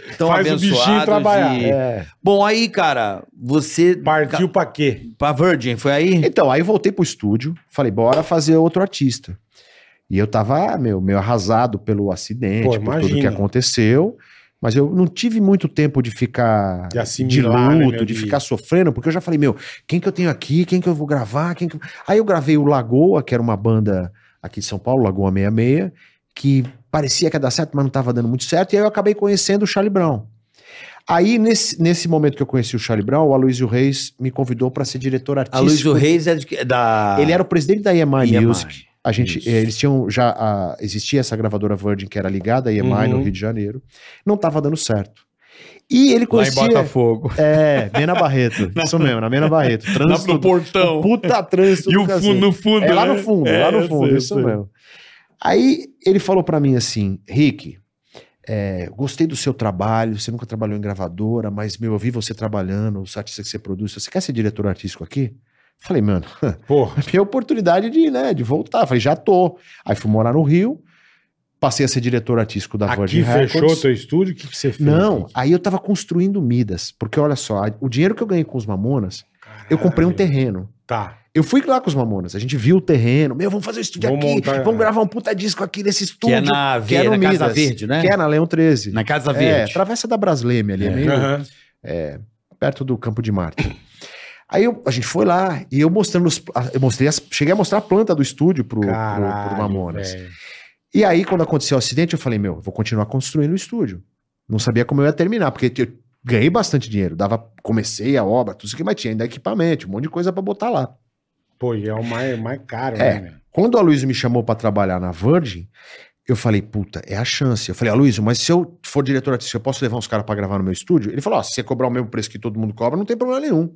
estão Faz o abençoados. bichinho trabalhar. e- É. Bom, aí, cara, você... Partiu pra quê? Pra Virgin, foi aí? Então, aí voltei pro estúdio, falei, bora fazer outro artista. E eu tava, ah, meu, meio arrasado pelo acidente, Pô, por tudo imagina. que aconteceu. Mas eu não tive muito tempo de ficar De assimilar, né, luto, meu, de de- ficar sofrendo, porque eu já falei, meu, quem que eu tenho aqui, quem que eu vou gravar, quem que... eu- Aí eu gravei o Lagoa, que era uma banda aqui de São Paulo, Lagoa 66, que parecia que ia dar certo, mas não tava dando muito certo, e aí eu acabei conhecendo o Charlie Brown. Aí, nesse, nesse momento que eu conheci o Charlie Brown, o Aloysio Reis me convidou para ser diretor A artístico Luiz Reis é de- é da... ele era o presidente da EMI EMI. Music. A gente, Isso. eh, eles tinham já a- existia essa gravadora Virgin que era ligada à EMI no Uhum. Rio de Janeiro. Não estava dando certo. E ele conhecia Botafogo. é Mena <laughs> Barreto, isso mesmo, na Mena Barreto, Lá no trânsito, portão. puta trânsito, E do o cacete. fundo, no fundo. É lá no né? fundo, É, lá no eu fundo, sei, eu isso sei. mesmo. Aí ele falou pra mim assim, Rick, é, gostei do seu trabalho, você nunca trabalhou em gravadora, mas meu, eu vi você trabalhando, os artistas que você produz, você quer ser diretor artístico aqui? Falei, mano, Porra, minha oportunidade de, né, de voltar. Falei, já tô. Aí fui morar no Rio, passei a ser diretor artístico da aqui Virgin fechou Records. teu estúdio? O que, que você fez? Não, Rick? aí eu tava construindo Midas, porque olha só, a- o dinheiro que eu ganhei com os Mamonas, eu comprei um Caralho. terreno. Tá. Eu fui lá com os Mamonas, a gente viu o terreno. Meu, vamos fazer o estúdio Vamos aqui, montar- é. vamos gravar um puta disco aqui nesse Que estúdio. é na, que é no na Casa Midas. Verde, né? Que é na Leão 13. Na Casa é, Verde. travessa da Brasleme ali, É. é, meio Aham. perto do Campo de Marte. Aí eu- a gente foi lá e eu mostrando os, a- eu mostrei as- cheguei a mostrar a planta do estúdio pro, pro, pro Mamonas. velho. E aí, quando aconteceu o acidente, eu falei, meu, eu vou continuar construindo o estúdio. Não sabia como eu ia terminar, porque eu ganhei bastante dinheiro. Dava, comecei a obra, tudo isso que mas tinha ainda equipamento, um monte de coisa pra botar lá. Pô, e é o mais, mais caro, É. né? meu? Quando a Luiz me chamou pra trabalhar na Virgin, eu falei, puta, é a chance. Eu falei, Aloysio, mas se eu for diretor artístico, eu posso levar uns caras pra gravar no meu estúdio? Ele falou, ó, se você cobrar o mesmo preço que todo mundo cobra, não tem problema nenhum.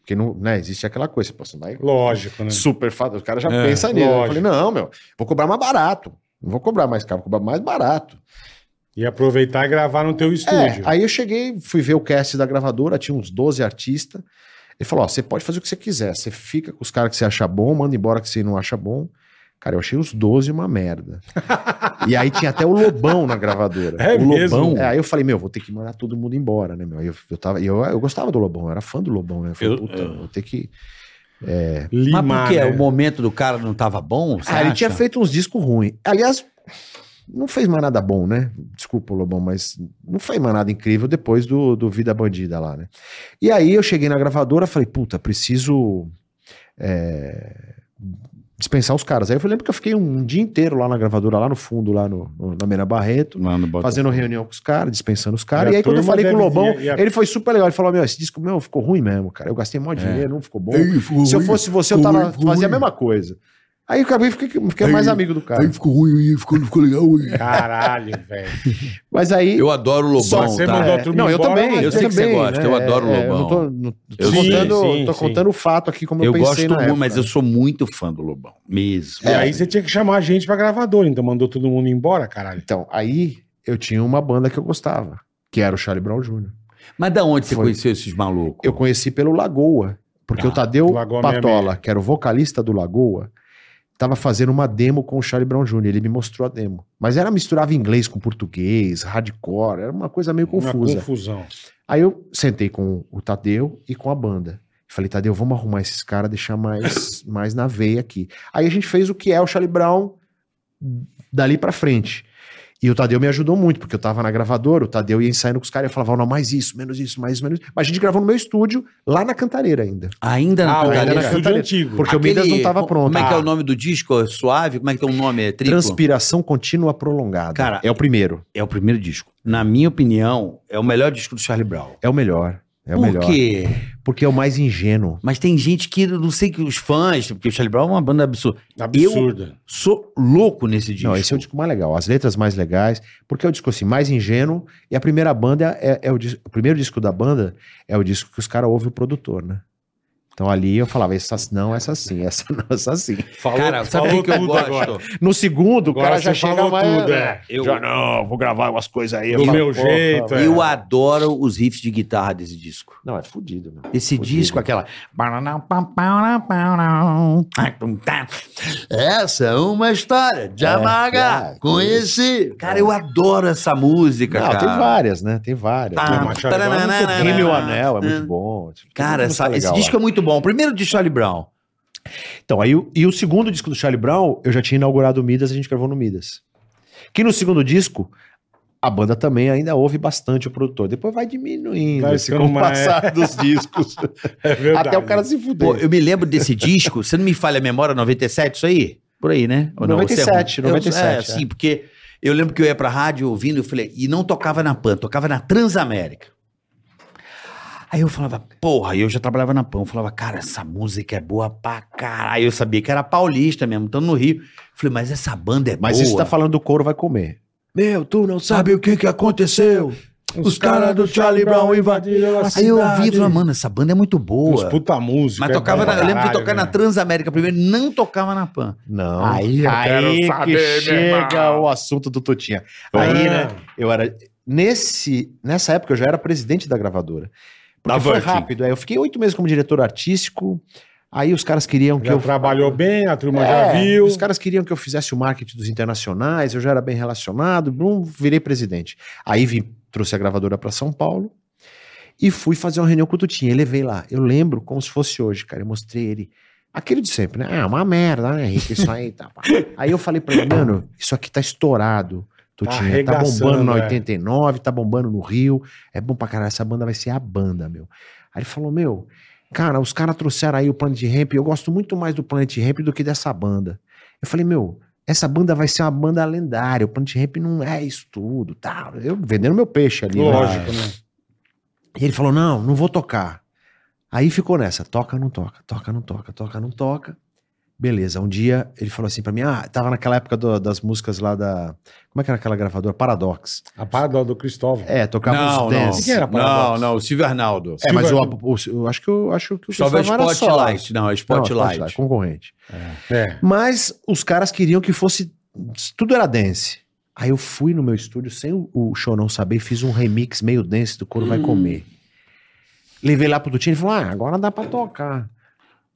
Porque não, né, existe aquela coisa, você pode vai Lógico, né? super fato, o cara já É, pensa nisso. Eu lógico. falei, não, meu, vou cobrar mais barato. Não vou cobrar mais caro, vou cobrar mais barato. E aproveitar e gravar no teu É, estúdio. aí eu cheguei, fui ver o cast da gravadora, tinha uns 12 artistas. Ele falou: ó, você pode fazer o que você quiser. Você fica com os caras que você acha bom, manda embora que você não acha bom. Cara, eu achei os 12 uma merda. e aí tinha até o Lobão na gravadora. É o mesmo? Lobão. É, aí eu falei, meu, vou ter que mandar todo mundo embora, né, meu? Aí Eu, eu, tava, e eu, eu gostava do Lobão, eu era fã do Lobão, né? Eu falei, Eu- é. puta, eu- vou ter que. Limar, Mas por quê? é né? é O momento do cara não tava bom? você Ah, ele tinha acha? feito uns discos ruins. Aliás, não fez mais nada bom, né? Desculpa, Lobão, mas não fez mais nada incrível depois do, do Vida Bandida lá, né? E aí eu cheguei na gravadora falei, puta, preciso é, dispensar os caras. Aí eu lembro que eu fiquei um dia inteiro lá na gravadora, lá no fundo, lá no, no- na Mena Barreto, Lá no Botafogo. fazendo reunião com os caras, dispensando os caras. E E, a aí quando eu turma falei com o deve- Lobão, e a- É. ele foi super legal. Ele falou, meu, esse disco meu ficou ruim mesmo, cara. Eu gastei mó dinheiro, não ficou bom. Se eu fosse você, eu Ficou tava, ruim, ficou fazia a ruim. mesma coisa. Aí eu acabei fiquei, fiquei mais Aí- amigo do cara. Aí ficou ruim, aí ficou, não ficou legal. Aí. Caralho, <laughs> velho. Mas aí. Eu adoro o Só Lobão, que você tá? mandou É, a turma não, eu embora, também. mas- Eu sei que você também, gosta, eu adoro É, Lobão. não tô, não- tô Eu sei. contando, Sim, tô sim. contando o fato aqui como eu, Eu pensei gosto na muito, época. mas eu sou muito fã do Lobão. É. Mesmo. E aí você tinha que chamar a gente pra gravadora, então mandou todo mundo embora, caralho. Então, aí eu tinha uma banda que eu gostava, que era o Charlie Brown Jr. Mas da onde você Foi. conheceu esses malucos? Eu conheci pelo Lagoa, porque Ah, o Tadeu Lagoa Patola, 66. que era o vocalista do Lagoa, tava fazendo uma demo com o Charlie Brown Jr. Ele me mostrou a demo. Mas era misturava inglês com português, hardcore, era uma coisa meio Uma confusa. confusão. Aí eu sentei com o Tadeu e com a banda. Falei, Tadeu, vamos arrumar esses caras, <coughs> deixar mais, mais na veia aqui. Aí a gente fez o que é o Charlie Brown dali pra frente. E o Tadeu me ajudou muito, porque eu tava na gravadora, o Tadeu ia ensaiando com os caras e eu falava, não, mais isso, menos isso, mais isso, menos isso. Mas a gente gravou no meu estúdio, lá na Cantareira ainda. Ainda não Ah, o Cantareira. era Ainda na estúdio Cantareira. antigo. Porque o Midas não tava pronto. Como é que é o Ah, nome do disco? É Suave? Como é que é o nome? É triplo? Transpiração contínua prolongada. Cara, é o primeiro. É o primeiro disco. Na minha opinião, é o melhor disco do Charlie Brown. É o melhor. É o Por melhor. quê? Porque é o mais ingênuo. Mas tem gente que, eu não sei, que os fãs, porque o Charlie Brown é uma banda absurda. Absurda. Sou louco nesse disco. Não, esse é o disco mais legal. As letras mais legais. Porque é o disco assim, mais ingênuo. E a primeira banda é, é o, dis- o primeiro disco da banda é o disco que os caras ouvem o produtor, né? Então ali eu falava, essa não, essa sim, <laughs> essa não, essa sim. Falou, Cara, sabe o que eu gosto? No segundo, o Agora cara já né? você chega falou mais... tudo, é. Eu, Já não, vou gravar umas coisas aí. eu Do falo, meu porra, jeito. é. eu adoro os riffs de guitarra desse disco. Não, é fudido, meu. Esse Fudido. disco, aquela. tá. Essa é uma história de amargar. é. Conheci. Cara, eu adoro essa música, Não, cara. tem várias, né? Tem várias. Tá, Não, mas Charlie Brown é muito taranana, Tem Rímel Anel, é muito bom. Cara, essa- Tem muita música esse legal disco é muito bom. O primeiro de Charlie Brown. Então, aí, o- e o segundo disco do Charlie Brown, eu já tinha inaugurado o Midas, a gente gravou no Midas. Que no segundo disco, a banda também ainda ouve bastante o produtor. Depois vai diminuindo Vai assim, ficando com o mais- passar <laughs> dos discos. É verdade. Até o cara se fuder. Pô, eu me lembro desse disco, você não me falha a memória, 97, isso aí? Por aí, né? Ou não, 97, você é ruim? 97, Eu, é, é. sim, porque eu lembro que eu ia pra rádio ouvindo, eu falei, e não tocava na PAN, tocava na Transamérica. Aí eu falava, porra, e eu já trabalhava na PAN, eu falava, cara, essa música é boa pra caralho. Eu sabia que era paulista mesmo, estando no Rio. Eu falei, mas essa banda é Mas boa. isso tá falando do couro vai comer. Meu, tu não sabe o que que aconteceu. Os caras do Charlie Brown invadiram a Aí eu cidade. ouvi e falei, mano, essa banda é muito Os boa. puta música. Mas é tocava, na, bom eu lembro de caralho, tocar na né? Transamérica primeiro, não tocava na PAN. Não. Aí eu Aí que chega o assunto do Totinha. Aí, né? Eu era. Nesse, nessa época eu já era presidente da gravadora. Porque Da foi Virgin. rápido. é. Eu fiquei oito meses como diretor artístico. Aí os caras queriam que Já eu. trabalhou bem, a turma já É, viu. Os caras queriam que eu fizesse o marketing dos internacionais, eu já era bem relacionado, blum, virei presidente. Aí vim, trouxe a gravadora para São Paulo e fui fazer uma reunião com o Tutinha. Eu levei lá. Eu lembro como se fosse hoje, cara. Eu mostrei ele. Aquilo de sempre, né? Ah, uma merda, né, Henrique? Isso aí tá. pá. <laughs> aí eu falei pra ele, mano, isso aqui tá estourado. Tutinha, tá, arregaçando, bombando na é. 89, tá bombando no Rio. É bom pra caralho, essa banda vai ser a banda, meu. Aí ele falou, meu, cara, os caras trouxeram aí o Planet Ramp, eu gosto muito mais do Planet Ramp do que dessa banda. Eu falei, meu, essa banda vai ser uma banda lendária, o Planet Ramp não é isso tudo, tá? Eu vendendo meu peixe ali. né? Lógico, né? E ele falou, não, não vou tocar. Aí ficou nessa, toca, não toca, toca, não toca, toca, não toca. Beleza, um dia ele falou assim pra mim, ah, tava naquela época do- das músicas lá da... Como é que era aquela gravadora? Paradox. A parada do Cristóvão. É, tocava Não, é? uns não. dance. O que era não, Paradox? não, o Silvio Arnaldo. É, mas eu, Silver- eu acho que eu acho que o Talvez Gustavo era só. Spotlight. Não, é Não, Spotlight. concorrente. É. Mas os caras queriam que fosse tudo era dance. Aí eu fui no meu estúdio sem o, o Chorão saber, e fiz um remix meio dance do Coro Vai Hum. Comer. Levei lá pro Dutinho e falou: "Ah, agora dá pra tocar".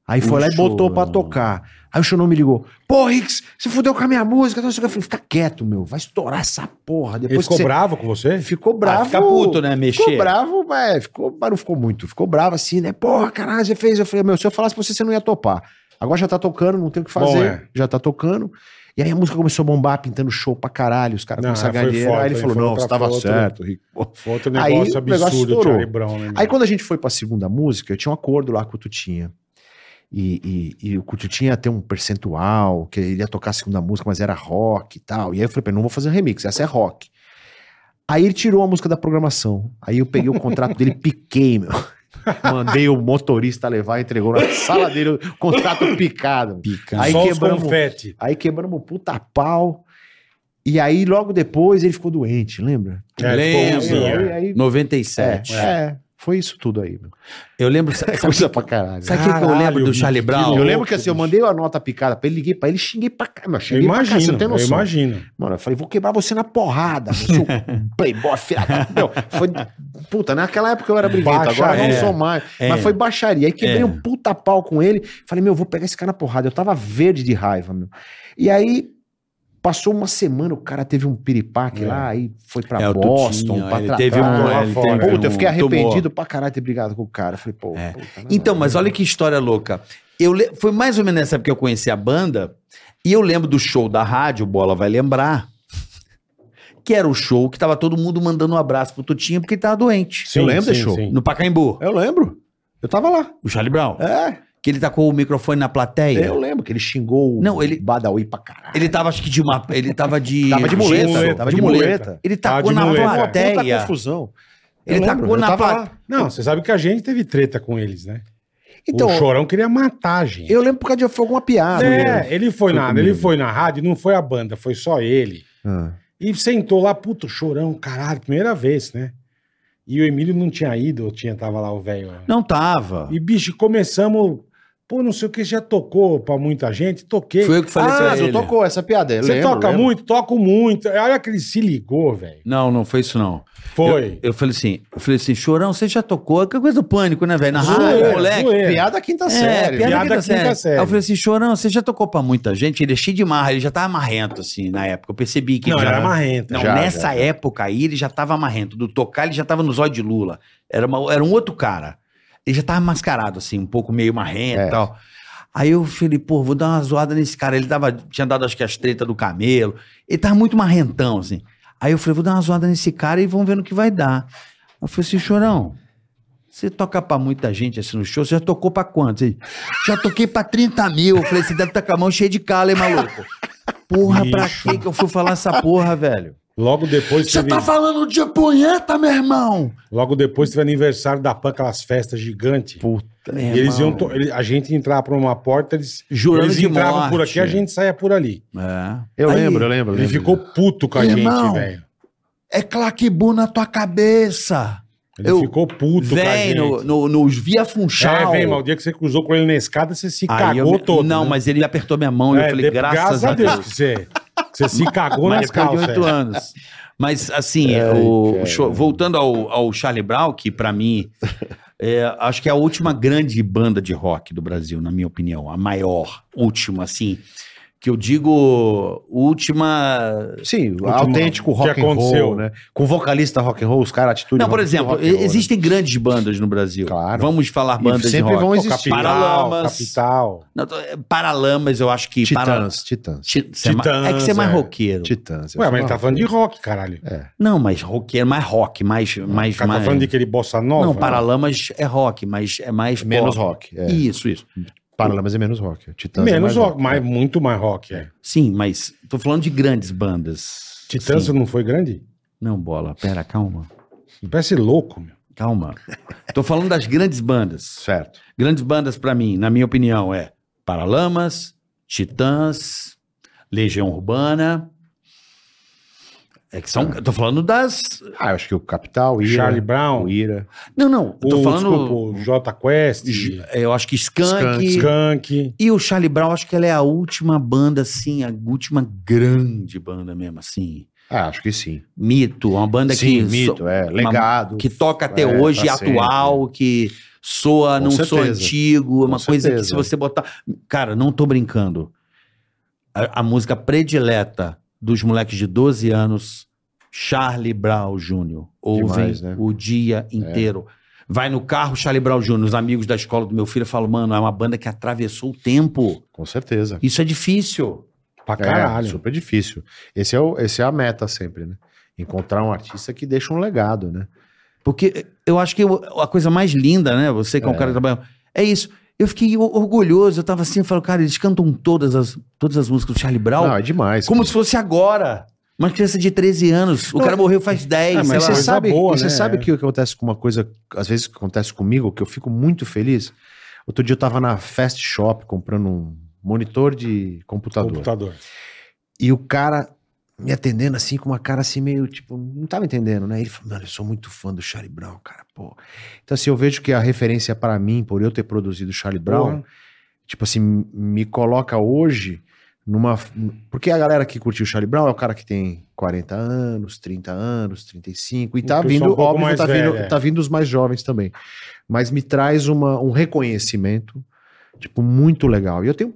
Aí foi lá e botou pra tocar. Aí o Chorão me ligou: "Pô, Rix, você fudeu com a minha música". não sei o que. Eu falei: "Fica quieto, meu, vai estourar essa porra". Ele Depois ficou que você- bravo com você? Ficou bravo. Ah, fica puto, né? Mexer. Ficou bravo, mas, é, ficou, mas não ficou muito. Ficou bravo assim, né? Porra, caralho, você fez. Eu falei, meu, se eu falasse pra você, você não ia topar. Agora já tá tocando, não tem o que fazer. Bom, é. Já tá tocando. E aí a música começou a bombar, pintando show pra caralho. Os caras Não, começaram a ganhar foi dinheiro. foda, aí ele hein? falou, Foi não, pra- você tava foi outro- certo, Rico. Foi outro Aí negócio o negócio absurdo, o estourou. Charlie Brown, né? Aí quando a gente foi pra segunda música, eu tinha um acordo lá com o Tutinha. E, e- e o Tutinha ia ter um percentual, que ele ia tocar a segunda música, mas era rock e tal. E aí eu falei, pra ele, não vou fazer remix, essa é rock. Aí ele tirou a música da programação. Aí eu peguei o contrato dele, piquei, meu. <laughs> Mandei o motorista levar, entregou na sala dele o contrato picado. Pica. Aí Só os quebramos- confete. Aí quebramos o puta pau. E aí logo depois ele ficou doente, lembra? É, Lembro. ficou ruimzinho, Aí, é. aí- 97. né? é, é, foi isso tudo aí, meu. Eu lembro. Sabe, É sabe, coisa pra caralho. sabe o Ah, que que eu lembro Caralho, do Charlie que Brown? Eu louco, lembro que assim, eu bicho. mandei a nota picada pra ele, liguei pra ele, xinguei pra caramba. Eu Xinguei pra caralho, você não imagino, tem eu noção. imagino. Mano, eu falei, vou quebrar você na porrada, <laughs> meu, seu playboy, filha da... Não, foi... <laughs> Puta, naquela época eu era briguento, Baixa- agora eu não é. sou mais. É. Mas foi baixaria. Aí quebrei É. um puta pau com ele. Falei, meu, eu vou pegar esse cara na porrada. Eu tava verde de raiva, meu. E aí... Passou uma semana, o cara teve um piripaque É. lá, aí foi pra É, o Boston, Tutinho, pra ele tratar. teve um- ele teve Puta, eu um tumor. fiquei arrependido pra caralho de ter brigado com o cara. Eu Falei, pô... É. puta, né, não, Então, não. mas olha que história louca. Eu le- Foi mais ou menos nessa época que eu conheci a banda. E eu lembro do show da rádio, o Bola vai lembrar. Que era o show que tava todo mundo mandando um abraço pro Tutinha porque ele tava doente. Sim, lembro sim, desse show. sim. No Pacaembu. Eu lembro. Eu tava lá. O Charlie Brown. É, Que ele tacou o microfone na plateia. Eu lembro que ele xingou Não, o ele- Badawi pra caralho. Ele tava, acho que de uma. Ele tava de. Tava de muleta. muleta, muleta, tava de de muleta. muleta. Ele Tava tacou de na muleta. Puta plateia. confusão. Ele Eu lembro, tacou eu na tava pá- lá. Não, você sabe que a gente teve treta com eles, né? Então, o Chorão queria matar a gente. eu lembro por causa de foi alguma piada. É, ele foi, Foi na, comigo. ele foi na rádio, não foi a banda, foi só ele. Ah. E sentou lá, puto, chorão, caralho, primeira vez, né? E o Emílio não tinha ido, ou tinha, tava lá o velho. né? Não tava. E, bicho, começamos. Pô, não sei o que, já tocou pra muita gente, toquei. Foi eu que falei ah, pra você ele. tocou essa piada. eu Você lembro, toca lembro. muito? Toco muito. Olha que ele se ligou, velho. Não, não foi isso não. Foi. Eu, eu falei assim, eu falei assim, chorão, você já tocou? Que coisa do pânico, né, velho? Na rádio, Zoeira, moleque. zoeira. Piada quinta É, série. piada, Piada quinta quinta série. série. Aí eu falei assim, chorão, você já tocou pra muita gente? Ele é cheio de marra, ele já tava marrento, assim, na época. Eu percebi que não, ele já... era marrento. Não, Já, nessa já. época aí ele já tava amarrento. Do tocar, ele já tava no zóio de Lula. Era, uma- era um outro cara. Ele já tava mascarado, assim, um pouco meio marrento e É. tal. Aí eu falei, pô, vou dar uma zoada nesse cara. Ele tava, tinha dado acho que as tretas do camelo. Ele tava muito marrentão, assim. Aí eu falei, vou dar uma zoada nesse cara e vamos ver no que vai dar. Eu falei assim, chorão, você toca pra muita gente assim no show, você já tocou pra quantos? Ele, já toquei pra 30 mil. Eu falei, você deve estar com a mão cheia de cala, hein, maluco? Porra, pra Bicho. que que eu fui falar essa porra, velho? Logo depois Você teve, tá falando de punheta, meu irmão? logo depois teve aniversário da PAN, aquelas festas gigantes. Meu E eles iam. to- ele- A gente entrava por uma porta, eles, Jurando eles de entravam por morte. aqui, a gente saia por ali. É. Eu Aí, lembro, eu lembro. eu Ele lembro. ficou puto com a Irmão, gente, velho. É claquebu na tua cabeça. Ele eu- ficou puto com a Vem gente. no, no, nos via funchal. É, vem, mas o dia que você cruzou com ele na escada, você se Aí cagou eu me- todo. Não, né? mas ele apertou minha mão e eu É, falei, de- graças, a Deus. que você, que você se cagou Mas nas depois de calças. é. oito anos. Mas, assim, o, o show- voltando ao, ao Charlie Brown, que pra mim, é, acho que é a última grande banda de rock do Brasil, na minha opinião. A maior, última, assim. Que eu digo, última Sim, Último autêntico que rock and aconteceu. roll, né? Com vocalista rock and roll, os caras atitude. Não, por rock- exemplo, rock and roll, né? existem grandes bandas no Brasil. Claro. Vamos falar E bandas de sempre rock. vão Pô, existir. capital, Paralamas. capital. Não, tô- é, Paralamas, eu acho que... para- Titãs, Titãs. Ti- você é ma- Titãs, é que você é mais é. roqueiro. Titãs. Ué, mas ele tá Essa- falando de rock, caralho. Não, mas roqueiro, mais rock, mais... mais, O cara mais... tá falando de aquele bossa nova. Não, Paralamas é rock, mas é mais né? Menos pop. rock. É. Isso, isso. Paralamas é menos rock. Titãs é mais Menos rock, mas muito mais rock, é. Sim, mas tô falando de grandes bandas. Titãs Sim. não foi grande? Não, bola, pera, calma. Parece louco, meu. Calma. Tô falando das grandes bandas. Certo. Grandes bandas pra mim, na minha opinião, é Paralamas, Titãs, Legião Urbana. É que são. eu Tô falando das. Ah, eu acho que o Capital, Ira, Charlie Brown. o Ira. Não, não. Eu tô o, desculpa, falando. o J Quest, J- Eu acho que Skank. Skank. E o Charlie Brown, acho que ela é a última banda, assim, a última grande banda mesmo, assim. Ah, acho que sim. Mito, é uma banda sim, que. mito, so- é. Legado. que toca até É, hoje, pra atual, que soa, Com não soa certeza. antigo, é uma Com coisa que certeza. se você botar. Cara, não tô brincando. A, a música predileta dos moleques de 12 anos, Charlie Brown Jr. Ouvem Demais, né? o dia inteiro. Vai no carro, Charlie Brown Jr., os amigos da escola do meu filho falam, mano, é uma banda que atravessou o tempo. Com certeza. Isso é difícil. Pra Caralho. caralho. super difícil. Esse é, o, esse é a meta sempre, né? Encontrar um artista que deixa um legado, né? Porque eu acho que eu- a coisa mais linda, né? Você que é um É. cara que trabalha. É isso. Eu fiquei o- orgulhoso, eu tava assim, eu falo, cara, eles cantam todas as, todas as músicas do Charlie Brown Não, é demais. como cara. se fosse agora. Uma criança de 13 anos, o Não, é cara morreu faz 10, ah, sei mas Você lá. coisa sabe, boa, e você né? sabe que o que acontece com uma coisa, às vezes que acontece comigo, que eu fico muito feliz. Outro dia eu tava na Fast Shop comprando um monitor de computador. Computador. E o cara me atendendo assim, com uma cara assim meio, tipo, não tava entendendo, né? Ele falou, mano, eu sou muito fã do Charlie Brown, cara, pô. Então assim, eu vejo que a referência pra mim, por eu ter produzido Charlie Brown, Porra. tipo assim, me coloca hoje numa... Porque a galera que curtiu Charlie Brown é o cara que tem 40 anos, 30 anos, 35, e tá pessoal um vindo, pouco óbvio, mais tá vindo, velho, é. tá vindo os mais jovens também. Mas me traz uma, um reconhecimento, tipo, muito legal. E eu tenho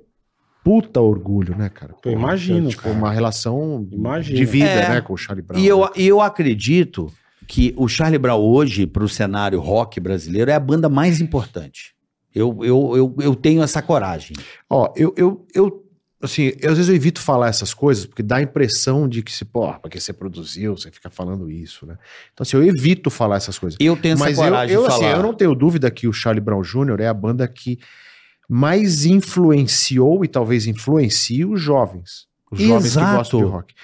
puta orgulho, né, cara? Eu imagino, Tipo, cara. uma relação Imagino. de vida, É. né, com o Charlie Brown. E eu, né? e eu acredito que o Charlie Brown hoje, pro cenário rock brasileiro, é a banda mais importante. Eu, eu, eu, eu tenho essa coragem. Ó, eu, eu, eu, assim, eu, às vezes eu evito falar essas coisas, porque dá a impressão de que, se, pô, porque você produziu, você fica falando isso, né? Então, assim, eu evito falar essas coisas. Eu tenho essa Mas eu, coragem eu, de assim, falar. eu não tenho dúvida que o Charlie Brown Jr. é a banda que mais influenciou e talvez influencie os jovens. Os jovens Exato. que gostam de rock.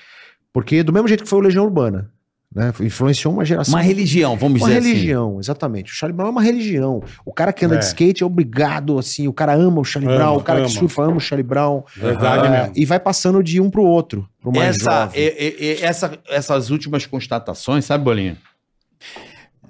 Porque do mesmo jeito que foi o Legião Urbana. né? Influenciou uma geração. Uma religião, vamos Uma dizer assim. religião, exatamente. O Charlie Brown é uma religião. O cara que anda de assim. É. skate é obrigado, assim, o cara ama o Charlie Ama, Brown, o cara ama. É. que surfa ama o Charlie Brown. Verdade Ah, mesmo. E vai passando de um pro outro, pro assim. mais Essa, jovem. e- e- e- essa- essas últimas constatações, sabe, Bolinha?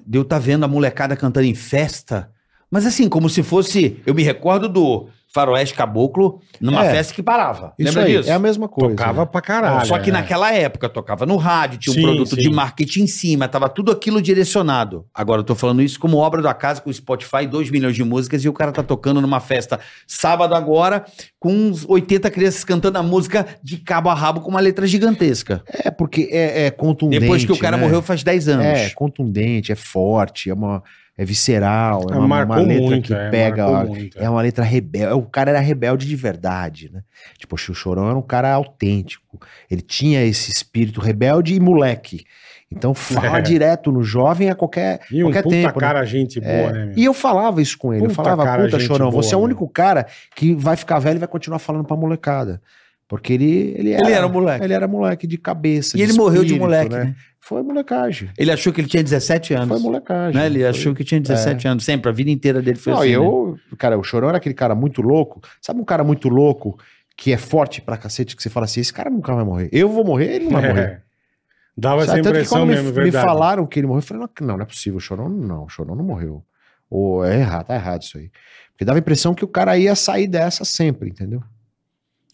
Deu tá vendo a molecada cantando em festa, mas assim, como se fosse. Eu me recordo do Faroeste Caboclo numa É. festa que parava. Isso Lembra aí, disso? é a mesma coisa. Tocava né? pra caralho. Só que é. naquela época tocava no rádio, tinha um Sim, produto sim. de marketing em cima, tava tudo aquilo direcionado. Agora eu tô falando isso como obra da casa com Spotify, 2 milhões de músicas e o cara tá tocando numa festa sábado agora com uns 80 crianças cantando a música de cabo a rabo com uma letra gigantesca. É, porque é, é contundente. Depois que o cara né? morreu faz 10 anos. É contundente, é forte, é uma é visceral, é Ah, uma, marcou uma letra muito, que é, pega. marcou ó, muito, é. é uma letra rebelde. O cara era rebelde de verdade, né? Tipo, o Chorão era um cara autêntico. Ele tinha esse espírito rebelde e moleque. Então fala <laughs> É. direto no jovem a qualquer, E um qualquer puta tempo. né? cara, gente boa, É, né, meu? E eu falava isso com ele. Puta eu falava, cara, puta, gente Chorão, boa, né?" você é o meu." único cara que vai ficar velho e vai continuar falando pra molecada. Porque ele, ele era. Ele era um moleque. Ele era moleque de cabeça. E ele morreu de espírito, moleque, né? Foi molecagem. Ele achou que ele tinha 17 Foi anos. molecagem. né? Ele Foi- É. achou que tinha 17 anos, sempre, a vida inteira dele foi Não, assim. né? eu, cara, o Chorão era aquele cara muito louco. Sabe um cara muito louco que é forte pra cacete, que você fala assim, esse cara nunca vai morrer. Eu vou morrer, ele não vai morrer. É. Dava Sabe, essa tanto que impressão quando me- mesmo, me, verdade. falaram que ele morreu, eu falei, não, não, não é possível, o Chorão não, o Chorão não morreu. Ou é errado, tá errado isso aí. Porque dava a impressão que o cara ia sair dessa sempre, entendeu?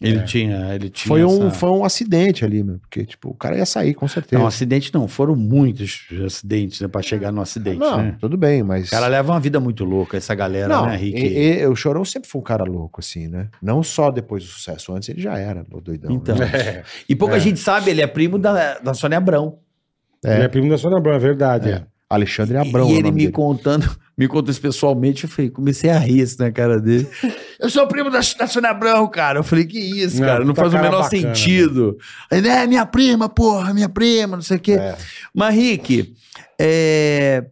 Ele É. tinha, ele tinha. Foi um, essa- É um foi um acidente ali, meu, porque tipo, o cara ia sair, com certeza. Não, acidente não, foram muitos acidentes, né, para chegar no acidente, não, né? tudo bem, mas... O cara leva uma vida muito louca, essa galera, Não, né, Rick? e- e- o Chorão sempre foi um cara louco, assim, né? Não só depois do sucesso, antes ele já era o doidão. Então. né? É. E pouca É. gente sabe, ele é primo da, da Sônia Abrão. É. Ele é primo da Sônia Abrão, é verdade. É. Alexandre Abrão. e é o ele nome me dele. contando, <laughs> me contou isso pessoalmente, eu falei, comecei a rir assim, na cara dele. <laughs> Eu sou primo da, da Sônia Abrão, cara. Eu falei, que isso, Não, cara, não puta faz o cara menor bacana, sentido. Ele, é, minha prima, porra, minha prima, não sei o quê. É. Mas, Rick, é,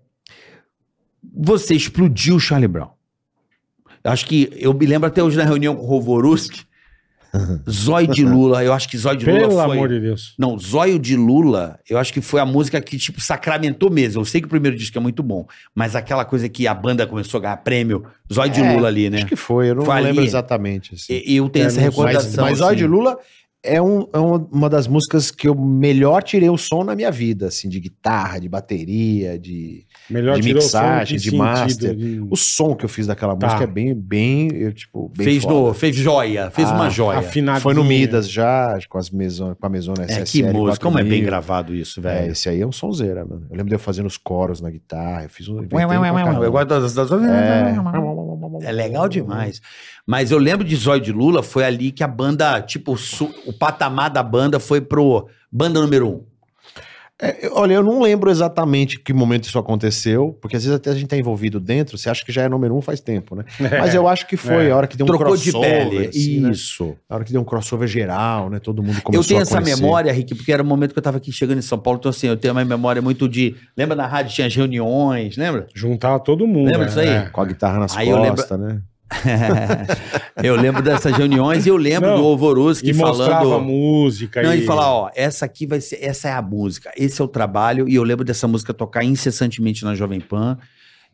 você explodiu o Charlie Brown. Acho que eu me lembro até hoje na reunião com o <laughs> Rovoruski, Zóio de Lula. Eu acho que Zóio de Lula Pelo foi. amor de Deus. Não, Zóio de Lula, eu acho que foi a música que, tipo, sacramentou mesmo. Eu sei que o primeiro disco é muito bom, mas aquela coisa que a banda começou a ganhar prêmio, Zóio de É, Lula ali, né? Acho que foi, eu não Foi ali. lembro exatamente. Assim. E- Eu tenho É, essa não- mas recordação. mas Zóio de assim. Lula é, um- é um- uma das músicas que eu melhor tirei o som na minha vida, assim, de guitarra, de bateria, de... Melhor De tirou o som, mixagem, que de sentido, master. de- O som que eu fiz daquela Tá. música é bem, bem, eu, tipo, bem fez, foda. no, fez joia, fez Ah, uma joia. afinadinho. Foi no Midas já, com, as meson, com a mesona É, SSL que música, como é bem 4000. gravado isso, É, velho. esse aí é um sonzeira, mano. Eu lembro de eu fazendo os coros na guitarra, eu fiz um... Ué, ué, ué, ué, ué. Eu gosto das- das- É. É legal demais. Mas eu lembro de Zóio de Lula, foi ali que a banda, tipo, su- o patamar da banda foi pro banda número um. É, eu- Olha, eu não lembro exatamente que momento isso aconteceu, porque às vezes até a gente tá envolvido dentro, você acha que já é número um faz tempo, né? Mas eu acho que foi É. a hora que deu um Trocou de crossover. pele. assim, né? Isso. A hora que deu um crossover geral, né? Todo mundo Eu começou tenho a essa conhecer. memória, Rick, porque era o momento que eu tava aqui chegando em São Paulo, então assim, eu tenho uma memória muito de. Lembra na rádio tinha as reuniões, <laughs> lembra? Juntava todo mundo. Lembra né? disso aí? É. Com a guitarra nas Aí eu costas, né? eu lembro dessas reuniões e eu lembro Não, do Ovoruski E mostrava falando. música. Não, e e falar, ó, essa aqui vai ser, essa é a música, esse é o trabalho, e eu lembro dessa música tocar incessantemente na Jovem Pan.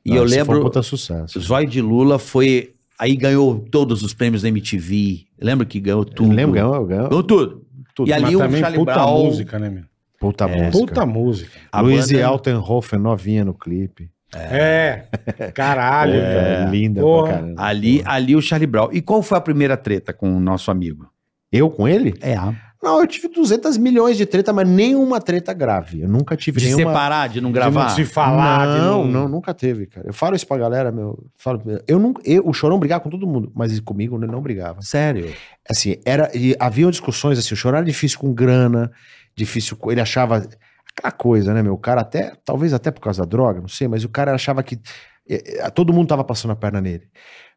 E Não, eu isso Foi um lembro, puta sucesso. Zóio de Lula foi, aí ganhou todos os prêmios da MTV. Lembra que ganhou tudo? Lembro, ganhou, ganhou Ganhou tudo. tudo. E ali mas o também Charlie puta Brown- música, né, meu? Puta música. Puta música. A Luiz banda- Altenhofer, novinha no clipe. É. Caralho, É, velho. linda Porra. pra caramba. Ali, ali o Charlie Brown. E qual foi a primeira treta com o nosso amigo? Eu com ele? É, Não, eu tive 200 milhões de treta, mas nenhuma treta grave. Eu nunca tive de nenhuma... separar, de não gravar. De não se falar. de Não, não, nunca teve, cara. Eu falo isso pra galera, meu. Falo, eu nunca, eu, o Chorão brigava com todo mundo, mas comigo ele não brigava. Sério. Assim, era, e haviam discussões, assim, o Chorão era difícil com grana, difícil, com- ele achava aquela coisa, né, meu, o cara até, talvez até por causa da droga, não sei, mas o cara achava que eh, eh, todo mundo tava passando a perna nele.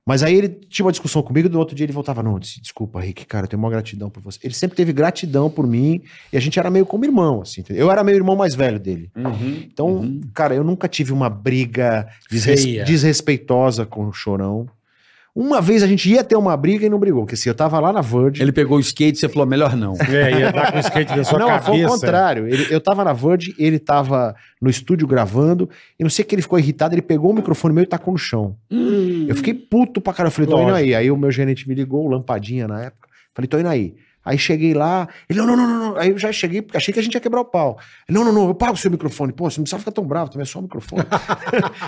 Mas aí ele tinha uma discussão comigo, do outro dia ele voltava, não, disse, desculpa, Rick, cara, eu tenho uma gratidão por você. Ele sempre teve gratidão por mim, e a gente era meio como irmão, assim, entendeu? eu era meio irmão mais velho dele. Uhum. Uhum, Então, cara, eu nunca tive uma briga desres- Feia. desrespeitosa com o Chorão. Uma vez a gente ia ter uma briga e não brigou, porque assim, eu tava lá na Verge. Ele pegou o skate e você falou, melhor não. É, ia dar com o skate na sua não, cabeça. foi o contrário. Ele- eu tava na Verge, ele tava no estúdio gravando, e não sei que ele ficou irritado, ele pegou o microfone meu e tacou no chão. Eu fiquei puto pra caralho. Eu falei, tô indo Lógico. aí. Aí o meu gerente me ligou, o Lampadinha na época. Falei, tô indo aí. Aí cheguei lá, ele, não, não, não, não, não. Aí eu já cheguei, porque achei que a gente ia quebrar o pau. Ele, não, não, não, eu pago o seu microfone. Pô, você não precisa ficar tão bravo, também é só o microfone. <laughs>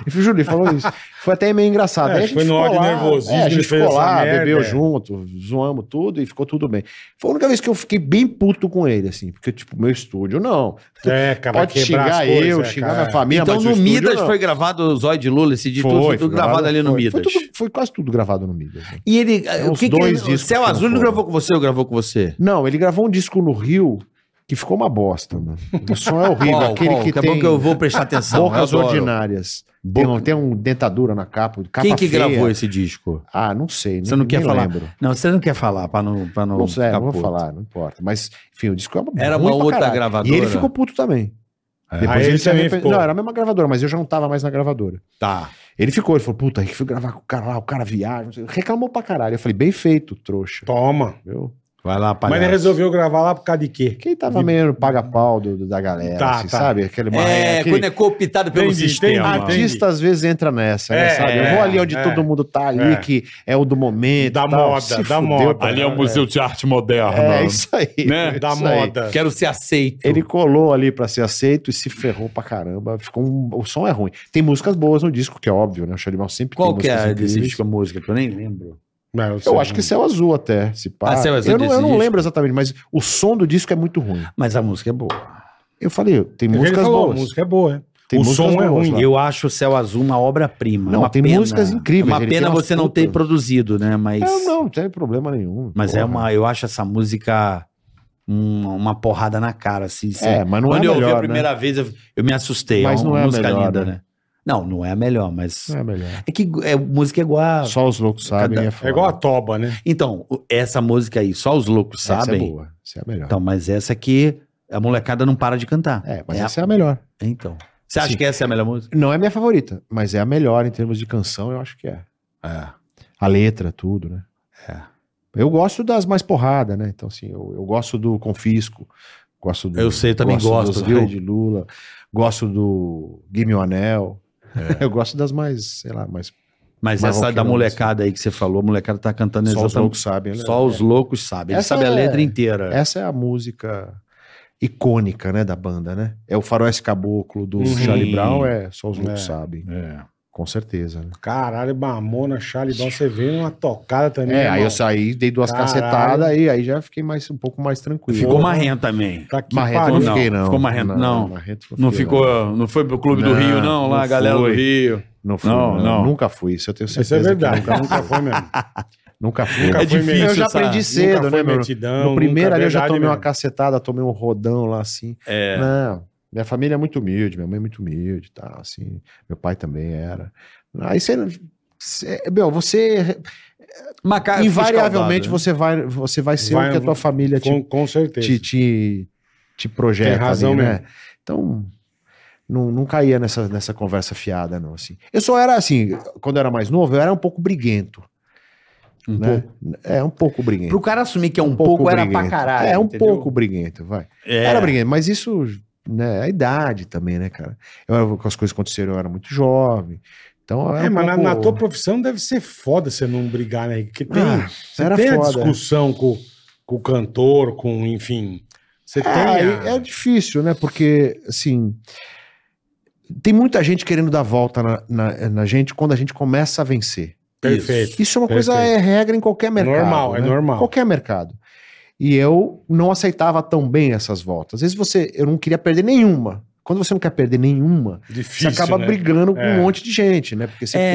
e o Júlio falou isso. Foi até meio engraçado. É, aí a gente foi no ficou ódio lá, nervosismo, é, a ele gente fez ficou essa lá, merda, bebeu é. junto, zoamos tudo e ficou tudo bem. Foi a única vez que eu fiquei bem puto com ele, assim, porque, tipo, meu estúdio, não. É, cara, vai Pode quebrar as xingar coisas, eu, é, xingar cara. minha família, então mas o no estúdio, Midas não. foi gravado o Zóio de Lula, esse de Foi, tudo, foi foi tudo gravado ali no foi. Midas. Foi, tudo- foi quase tudo gravado no Midas. né? E ele. eh, o uns que, que dois ele, o discos Céu que não Azul não foram. gravou com você ou gravou com você? Não, ele gravou um disco no Rio que ficou uma bosta, mano. O som é horrível. Qual, aquele qual? que é tem bom que eu vou prestar atenção. bocas eu adoro. ordinárias. Tem, um, tem um dentadura na capa. capa Quem que feia. gravou esse disco? Ah, não sei. Você não quer nem falar? Lembro. Não, você não quer falar pra não. Pra não, Não sei, ficar não vou puto. falar, não importa. Mas, enfim, o disco é uma Era ruim uma pra outra caralho. gravadora? E ele ficou puto também. Ah, ele se também arrepe- ficou. Não, era a mesma gravadora, mas eu já não tava mais na gravadora. Tá. Ele ficou, ele falou, puta, aí que fui gravar com o cara lá, o cara viaja, não sei, reclamou pra caralho. Eu falei, bem feito, trouxa. Toma. Entendeu? Vai lá, Mas palhaço. ele resolveu gravar lá por causa de quê? Quem tava meio no paga-pau do- do- da galera, Tá, assim, tá. sabe? Aquele É, aquele- quando é cooptado pelo Entendi, sistema. entendi. Artista às vezes entra nessa, né, É, sabe? Eu é, vou ali onde é. todo mundo tá ali, É. que é o do momento. Da tal. moda, Se da fudeu, moda. cara. Ali é o Museu de Arte Moderna. É isso aí. Né? é Da isso aí. moda. Quero ser aceito. Ele colou ali pra ser aceito e se ferrou pra caramba. Ficou um- O som é ruim. Tem músicas boas no disco, que é óbvio, né? O Xalimão sempre Qual tem que músicas é desse incríveis. disco a música? Que eu nem lembro. Não, sei Eu acho não. que Céu Azul até, se pá. Ah, Céu Azul eu não, desse eu não disco? lembro exatamente, mas o som do disco é muito ruim. Mas a música é boa. Eu falei, tem É o que ele músicas falou, boas. A música é boa, é. Tem o músicas som é boas ruim. lá. Eu acho o Céu Azul uma obra-prima. Não, É uma tem músicas incríveis, Uma ele pena tem umas você não putas. ter produzido, né? Mas, Não, não, não tem problema nenhum. mas é porra. uma. Eu acho essa música um- uma porrada na cara, assim. sabe? É, mas não Quando é eu a melhor, ouvi a né? primeira vez, eu, eu me assustei. Mas uma não é a música melhor, linda, né? né? Não, não é a melhor, mas. Não é a melhor. É que é, música é igual a. Só os loucos sabem. Cada- É, É foda. igual a toba, né? Então, o- essa música aí, só os loucos Essa é sabem. boa. Essa é a melhor. então, mas essa aqui, a molecada não para de cantar. é, mas a- essa é a melhor. Então. Você acha Sim. que essa é a melhor música? Não é minha favorita, mas é a melhor em termos de canção, eu acho que é. É. A letra, tudo, né? Eu gosto das mais porrada, né? Então, assim, eu, eu gosto do Confisco. Gosto do, Eu sei, também gosto, dos viu? Rio de Lula. Gosto do Guime o Anel. É. <laughs> Eu gosto das mais, sei lá, mais. Mas Mas essa da roqueirão, molecada aí que você falou, a molecada tá cantando é Só os exatamente. loucos sabem. né? Só os loucos sabem. Eles Essa sabem a é- letra inteira. Essa é a música icônica, né, da banda, né? É o Faróis Caboclo do Sim. Charlie Brown, é só os loucos É. sabem. É. Com certeza, né? Caralho, Mamona, Charlie Brown, você veio numa tocada também. É, irmão. aí eu saí, dei duas Caralho. cacetadas, aí, aí já fiquei mais, um pouco mais tranquilo. Ficou mais marrento também. Tá que marrento, pariu. não não? fiquei, não. Ficou marrento, não. marrento Não fiquei, ficou, não foi pro Clube do né? Não, Rio, não, lá, não a galera foi. do Rio. Não, fui, Não, não, não. Nunca fui, isso eu tenho Isso é certeza. que verdade, Nunca, <laughs> nunca, foi mesmo. nunca fui. Nunca É foi difícil, mesmo. eu já sabe? aprendi Nunca cedo, Nunca né, foi meu? metidão. No primeiro nunca- ali eu já verdade tomei uma mesmo. cacetada, tomei um rodão lá, assim. É. Não, minha família é muito humilde, minha mãe é muito humilde, tá, assim, meu pai também era. Aí você, você- meu, você Maca- fica escaldado, invariavelmente né? você vai, você vai ser Vai- um o que a tua família te, Com, com certeza. te, te, te projeta, Tem razão ali, né? mesmo. Então não, não caía nessa, nessa conversa fiada, não, assim. Eu só era assim, quando eu era mais novo, eu era um pouco briguento, Um né? pouco. É um pouco briguento. Pro cara assumir que é um, pouco, era pra briguento. caralho. É um entendeu? pouco briguento, vai. É. Era briguento, mas isso, né, a idade também, né, cara? Eu, era- quando as coisas aconteceram, eu era muito jovem. Então, eu era É, um mas na, pouco- na tua profissão deve ser foda você não brigar, né? Porque tem, Ah, você era tem a foda. discussão com, com o cantor, com, enfim. Você tem. Ah, a- é, é difícil, né? Porque, assim. Tem muita gente querendo dar volta na, na- na gente quando a gente começa a vencer. Perfeito. Isso é uma coisa, Perfeito. é regra em qualquer mercado. Normal, é né? normal. Qualquer mercado. E eu não aceitava tão bem essas voltas. Às vezes você, eu não queria perder nenhuma. Quando você não quer perder nenhuma, Difícil. você acaba né? brigando com É. um monte de gente, né? Porque você fica. né?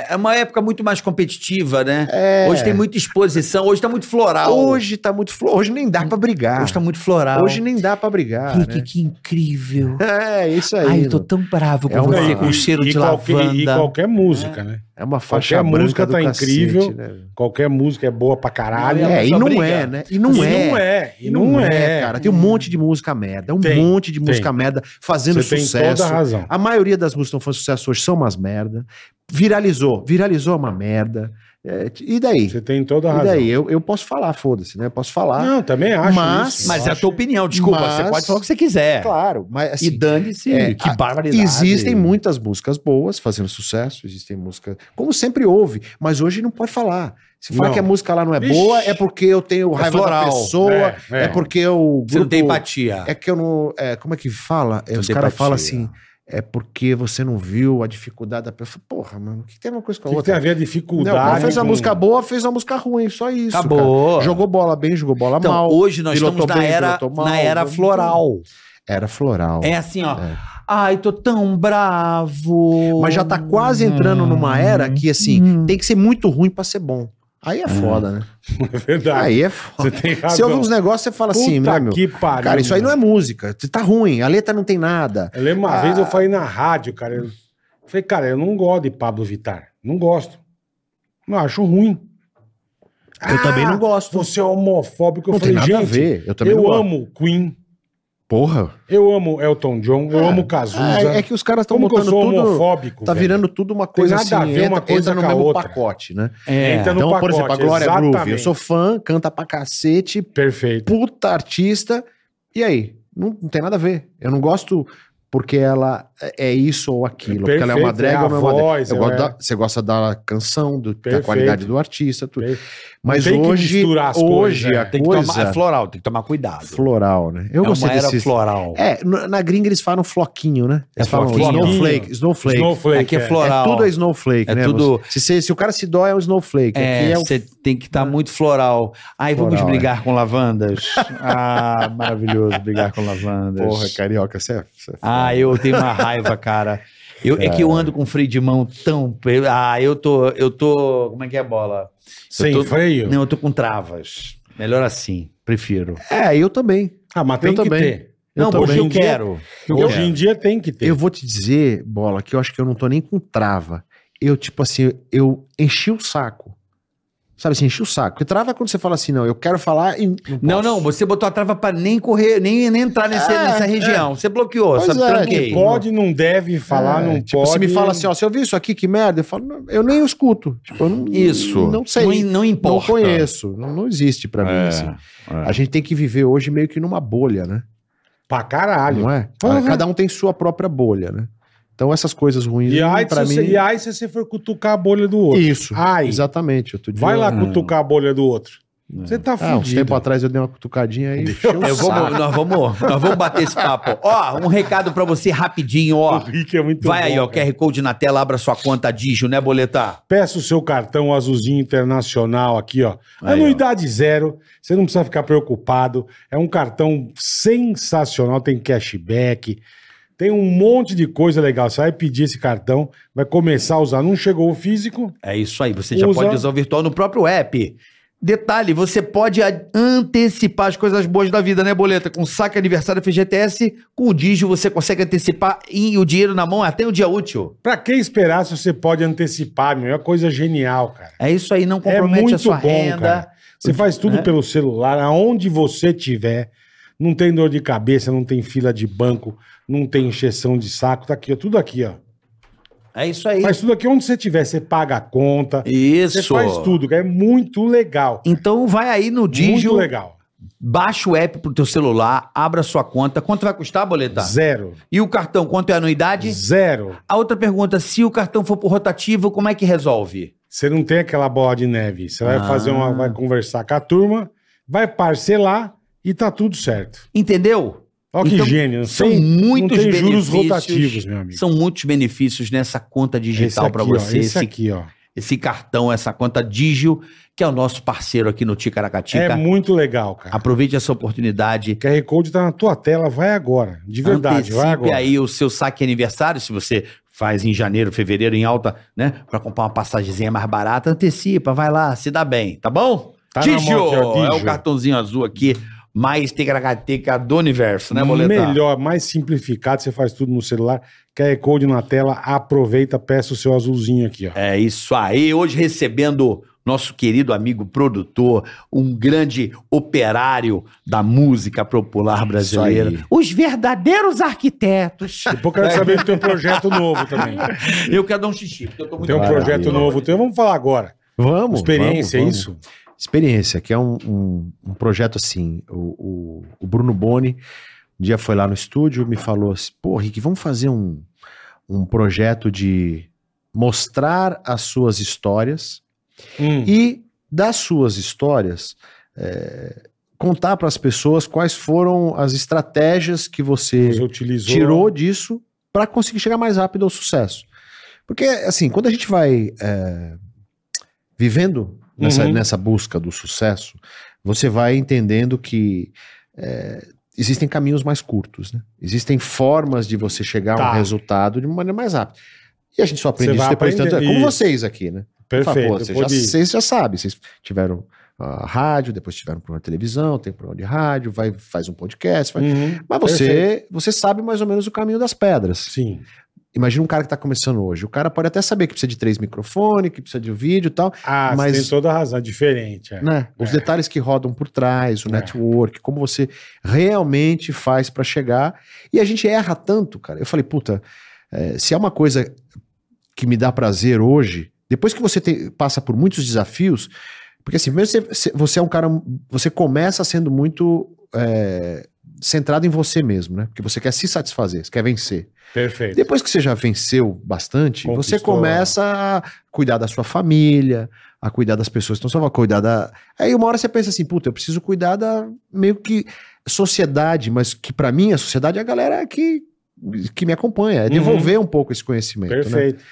É, é uma época muito mais competitiva, né? É. Hoje tem muita exposição, hoje tá muito floral. Hoje tá muito flor. Hoje nem dá pra brigar. hoje Ah. Hoje, tá muito floral. nem dá pra brigar. Rick, né? <laughs> que incrível. É, isso aí. Ai, eu tô mano. tão bravo com É uma- você, e- com o cheiro de qualquer, lavanda. E qualquer música, né? É uma faixa Qualquer branca música do tá cacete, incrível. né? Qualquer música é boa pra caralho. É, a e pessoa não briga. é, né? E não E é. não é. E não é, cara. Tem um monte de música merda. Um Tem, monte de música tem. merda fazendo Você tem sucesso. toda a razão. A maioria das músicas que estão fazendo sucesso hoje são umas merda. Viralizou. Viralizou é uma merda. É, e daí? Você tem toda a E razão. daí? Eu, eu posso falar, foda-se, né? Eu posso falar. Não, também acho. Mas- isso. Mas Eu é a tua opinião, desculpa. Mas- Você pode falar o que você é. quiser. Claro, mas assim, e dane-se, é, que a- barbaridade. Existem muitas músicas boas fazendo sucesso, existem músicas. Como sempre houve, mas hoje não pode falar. Se falar Não. que a música lá não é Vixe. boa, é porque eu tenho raiva floral. da pessoa, É, é, é. porque eu. Você não tem empatia. É que eu não. é, como é que fala? É, Não os tem caras empatia. falam assim. É porque você não viu a dificuldade da pessoa. Porra, mano, o que tem uma coisa com O a que que tem outra? a ver a não, dificuldade? o cara fez uma com- música boa, fez uma música ruim, só isso. Acabou. cara. Jogou bola bem, jogou bola Então, mal. hoje nós pilotou estamos na bem, era, pilotou mal, na era vamos- floral. Era floral. É assim, ó. É. Ai, tô tão bravo. Mas já tá quase entrando numa era que, assim, tem que ser muito ruim pra ser bom. Aí é foda, né? <laughs> É verdade. Aí é foda. Você tem razão. Você ouve uns negócios, você fala assim, né, meu? que pariu. Cara, isso aí não é música. Tá ruim, a letra não tem nada. Eu lembro uma Ah. vez eu falei na rádio, cara. Eu falei, cara, eu não gosto de Pablo Vittar. Não gosto. Não acho ruim. Eu também não gosto. Você é homofóbico. Eu não tem falei, nada a gente, ver. Eu também não eu gosto. amo Queen. Porra. Eu amo Elton John. Eu Ah. amo Cazuza. É, é que os caras estão Como que eu botando sou tudo. homofóbico? Tá velho? virando tudo uma coisa nada assim. a ver uma entra, coisa entra no com a mesmo outra. pacote, né? É. Entra no então, por pacote, exemplo, a Glória Groove. Eu exatamente. sou fã, canta pra cacete, Perfeito. puta artista. E aí? Não, não tem nada a ver. Eu não gosto porque ela é- é isso ou aquilo. porque ela é uma Perfeito, drag é ou a não é uma drag. voz, Eu é- gosto da- você gosta da canção, do- da Perfeito. qualidade do artista. tudo. Perfeito. Mas tem que hoje, misturar as hoje coisas, a é. Tem que coisa tomar, é floral, tem que tomar cuidado. floral, né? Eu é gostei uma era desse... floral. É, no- na gringa eles falam floquinho, né? Eles É falam floquinho. snowflake, snowflake. Snowflake. Aqui é é. É, floral. tudo é snowflake, É né? tudo- Se, se- se o cara se dói, é um snowflake. Aqui É, é o- você tem que estar muito floral. Ai, vamos Floral, é. brigar com <laughs> lavandas. Ah, maravilhoso brigar com lavandas. Porra, carioca, você é... você é Ah, eu tenho uma raiva, cara. Eu, é que eu ando com freio de mão tão. Ah, eu tô. Eu tô. Como é que é a bola? Sem Eu tô- freio. Não, eu tô com travas. Melhor assim, prefiro. É, eu também. Ah, mas tem Eu que também. ter. Eu não, também. porque eu Hoje em quero. Eu Hoje quero. em dia tem que ter. Eu vou te dizer, bola, que eu acho que eu não tô nem com trava. Eu, tipo assim, eu enchi o saco. Sabe assim, enchi o saco. Porque trava é quando você fala assim, não, eu quero falar e. Não, posso. não, você botou a trava pra nem correr, nem, nem entrar nesse- É, nessa é. região. Você bloqueou, Pois sabe? é, Tranquei. tipo, Pode, não deve falar, É, não tipo, pode. Se me fala assim, ó, você ouviu isso aqui, que merda? Eu falo, não, eu nem escuto. Tipo, eu não, Isso. Não sei. Não, Não, não importa. É, conheço. Não, não existe pra mim, assim. A gente tem que viver hoje meio que numa bolha, né? Pra caralho. Não é? Porra. Cada um tem sua própria bolha, né? Então essas coisas ruins E aí, pra se mim. você, e aí, se você for cutucar a bolha do outro. Isso. Ai, Exatamente. outro dia vai lá eu- cutucar a bolha do outro. Você tá Ah, uns fudido. tempo atrás eu dei uma cutucadinha <laughs> aí. encheu o Eu vou- saco. nós, vamos, nós vamos bater esse papo. Ó, um recado pra você rapidinho, O ó. Rick é muito Vai bom, aí, ó, cara. QR Code na tela, abra sua conta Digio, né, Boletar? Peça o seu cartão azulzinho internacional aqui, ó. Aí, É Anuidade zero, você não precisa ficar preocupado. É um cartão sensacional, tem cashback, tem um monte de coisa legal. Você vai pedir esse cartão, vai começar a usar. Não chegou o físico, É isso aí, você já Usa- pode usar o virtual no próprio app. Detalhe, você pode a- antecipar as coisas boas da vida, né, Boleta? Com saque aniversário FGTS, com o Digio você consegue antecipar e o dinheiro na mão até o dia útil. Pra que esperar se você pode antecipar, meu? É uma coisa genial, cara. É isso aí, não É compromete muito a sua bom, renda. cara. Você faz tudo né? pelo celular, aonde você tiver. Não tem dor de cabeça, não tem fila de banco, não tem encheção de saco. Tá aqui, ó. Tudo aqui, ó. É isso aí. Faz tudo aqui onde você tiver. Você paga a conta. Isso. Você faz tudo, cara. É muito legal. Então vai aí no Muito Digio, legal. baixa o app pro teu celular, abra sua conta. Quanto vai custar, Boleta? Zero. E o cartão, quanto é a anuidade? Zero. A outra pergunta, se o cartão for por rotativo, como é que resolve? Você não tem aquela bola de neve. Você vai Ah. fazer uma. Vai conversar com a turma, vai parcelar e tá tudo certo. Entendeu? Olha que Então, gênio. Não São tem- muitos não tem juros benefícios. rotativos, meu amigo. São muitos benefícios nessa conta digital Esse para aqui, ó, você, esse esse, aqui, ó. esse cartão, essa conta Digio, que é o nosso parceiro aqui no Ticaracatica. É muito legal, cara. Aproveite essa oportunidade. O QR Code tá na tua tela, vai agora. De verdade, vai Antecipe agora. aí o seu saque aniversário, se você faz em janeiro, fevereiro, em alta, né? Para comprar uma passagemzinha mais barata, antecipa, vai lá, se dá bem, tá bom? Tá na mão Digio! aqui, ó, É Digio. o cartãozinho azul aqui, mais Ticaracatica do universo, né, Boletar? Melhor, mais simplificado, você faz tudo no celular. QR Code na tela, aproveita, peça o seu azulzinho aqui, ó. É isso aí. Hoje recebendo nosso querido amigo produtor, um grande operário da música popular aí. brasileira. Os verdadeiros <laughs> arquitetos. Depois quero saber do teu projeto <laughs> novo também. eu quero dar um xixi, porque eu tô muito Tem um Maravilha. projeto novo teu, vamos falar agora. Vamos. Experiência, vamos, é isso? Experiência, que é um, um, um projeto assim. O, o, o Bruno Boni um dia foi lá no estúdio me falou assim: pô, Rick, vamos fazer um, um projeto de mostrar as suas histórias Hum. e das suas histórias. eh, contar para as pessoas quais foram as estratégias que você Você utilizou. tirou disso para conseguir chegar mais rápido ao sucesso. Porque, assim, quando a gente vai é, vivendo nessa, Uhum. nessa busca do sucesso, você vai entendendo que é, existem caminhos mais curtos, né? Existem formas de você chegar a Tá. um resultado de uma maneira mais rápida. E a gente só aprende Você isso vai depois de tanto tempo. aprendendo. Como Isso. vocês aqui, né? Perfeito. Fala, Pô, vocês, já, pode ir. vocês já sabem, vocês tiveram ah, rádio, depois tiveram programa de televisão, tem programa de rádio, vai, faz um podcast, faz Uhum. mas você, Perfeito. você sabe mais ou menos o caminho das pedras. Sim. Imagina um cara que está começando hoje. O cara pode até saber que precisa de três microfones, que precisa de um vídeo e tal, Ah, você Mas- tem toda a razão. É diferente. É. né? Os É. detalhes que rodam por trás, o É. network, como você realmente faz para chegar. E a gente erra tanto, cara. Eu falei, puta, eh, se é uma coisa que me dá prazer hoje, depois que você te- passa por muitos desafios, porque assim, primeiro você- você, você é um cara, você começa sendo muito eh, centrado em você mesmo, né? Porque você quer se satisfazer, você quer vencer. Perfeito. Depois que você já venceu bastante, Conquistou. você começa a cuidar da sua família, a cuidar das pessoas que estão só vai cuidar da. Aí uma hora você pensa assim, puta, eu preciso cuidar da meio que sociedade, mas que pra mim a sociedade é a galera que, que me acompanha, é devolver um pouco esse conhecimento. né? Uhum. Perfeito.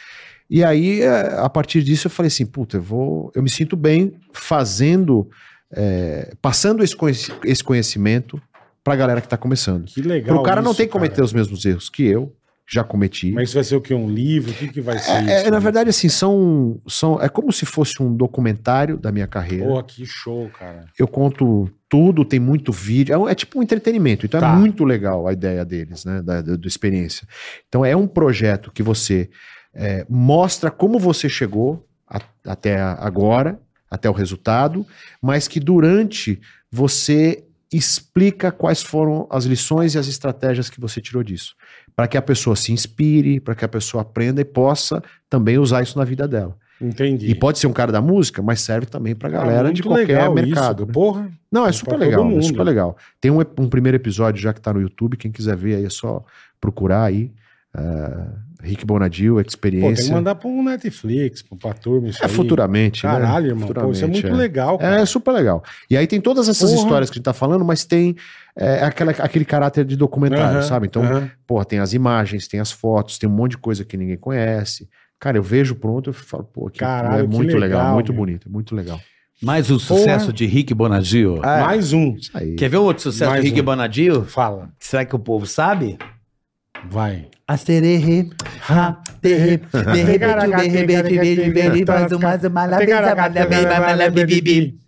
E aí, eh, a partir disso, eu falei assim, puta, eu vou. Eu me sinto bem fazendo, eh, passando esse, conheci- esse conhecimento pra galera que tá começando. Que legal. Pro cara não isso, tem que cometer os mesmos erros que eu já cometi. Mas isso vai ser o quê? Um livro? O que, que vai ser É, isso? é, na né? verdade, assim, são, são. É como se fosse um documentário da minha carreira. Porra, que show, cara. Eu conto tudo, tem muito vídeo. É, um- é tipo um entretenimento. Então Tá. é muito legal a ideia deles, né? Da, do- do experiência. Então é um projeto que você é, mostra como você chegou a- até a- agora, até o resultado, mas que durante você explica quais foram as lições e as estratégias que você tirou disso, para que a pessoa se inspire, para que a pessoa aprenda e possa também usar isso na vida dela. Entendi. E pode ser um cara da música, mas serve também para galera de Ah, muito qualquer legal mercado. Isso, porra. Não, é Pra super todo legal, é mundo. super legal. Tem um, ep- um primeiro episódio já que tá no YouTube, quem quiser ver aí é só procurar aí. ah, Rick Bonadil, Pô, tem que Experiência. mandar pra um Netflix, pra- pra turma isso é aí. futuramente, né? Caralho, irmão. Pô, Futuramente, isso é muito legal, É, cara. super legal. E aí tem todas essas Porra. histórias que a gente tá falando, mas tem é, aquela- aquele caráter de documentário, Aham, sabe? Então, aham. porra, tem as imagens, tem as fotos, tem um monte de coisa que ninguém conhece. Cara, eu vejo pronto, eu falo, pô, que Caralho, é que muito legal, legal, muito meu. bonito, muito legal. Mais um sucesso de Rick Bonadio. é. Mais um. Isso aí. Quer ver É. um outro sucesso Mais de Rick um. Bonadio? Fala. Será que o povo sabe? Vai. Astererê, ha, <laughs> terre, terre, berre, berre, berre, berre, faz um mais um, uma labisa, malabi, né? malabibibi.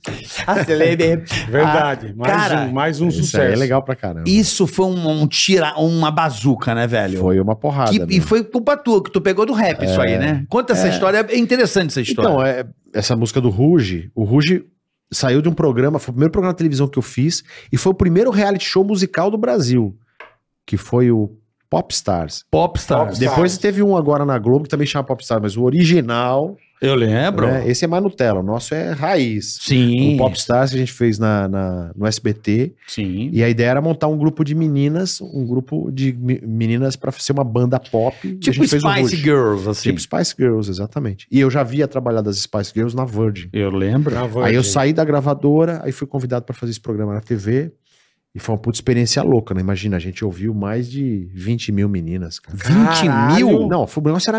Astererê. Verdade. Ah, mais cara, um, mais um Isso sucesso. aí é legal pra caramba. Isso foi um, um tira, uma bazuca, né, velho? Foi uma porrada. né? Que- e mesmo. foi culpa tua, que tu pegou do rap isso aí, né? Conta essa história, é interessante essa história. Então, é, essa música do Ruge, o Ruge saiu de um programa, foi o primeiro programa de televisão que eu fiz e foi o primeiro reality show musical do Brasil, que foi o Popstars. Popstar. Popstar. Depois teve um agora na Globo que também chama Popstars, mas o original, Eu lembro. né, esse é mais Nutella, o nosso é raiz. Tá Sim. O Popstars que a gente fez na, na- no SBT Sim. e a ideia era montar um grupo de meninas, um grupo de me- meninas pra ser uma banda pop. e a Tipo gente fez o Spice Ruge. Girls, assim. Tipo Spice Girls, exatamente. E eu já havia trabalhado as Spice Girls na Virgin. Eu lembro. Na Aí Virgin. eu saí da gravadora, aí fui convidado para fazer esse programa na TV. E foi uma puta experiência louca, né? Imagina, a gente ouviu mais de 20 mil meninas, cara. 20 mil? Não, o negócio era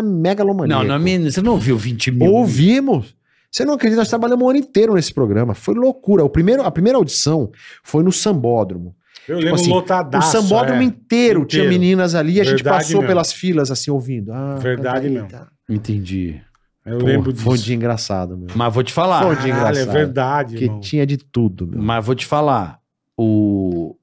Não, megalomaníaco. é não, menino, você não ouviu 20 mil. Ouvimos. Você não acredita, nós trabalhamos o ano inteiro nesse programa. Foi loucura. O primeiro, a primeira audição foi no Sambódromo. Eu lembro assim, O lotadaço. Sambódromo é. inteiro, tinha Inteiro. meninas ali. A gente Verdade passou mesmo. pelas filas, assim, ouvindo. Ah, Verdade canta aí, mesmo. tá. Entendi. Eu Pô, lembro disso. Foi um dia engraçado, meu. Mas vou te falar. Foi um dia Caralho, é engraçado. verdade, Porque irmão. tinha de tudo, meu. Mas vou te falar. O...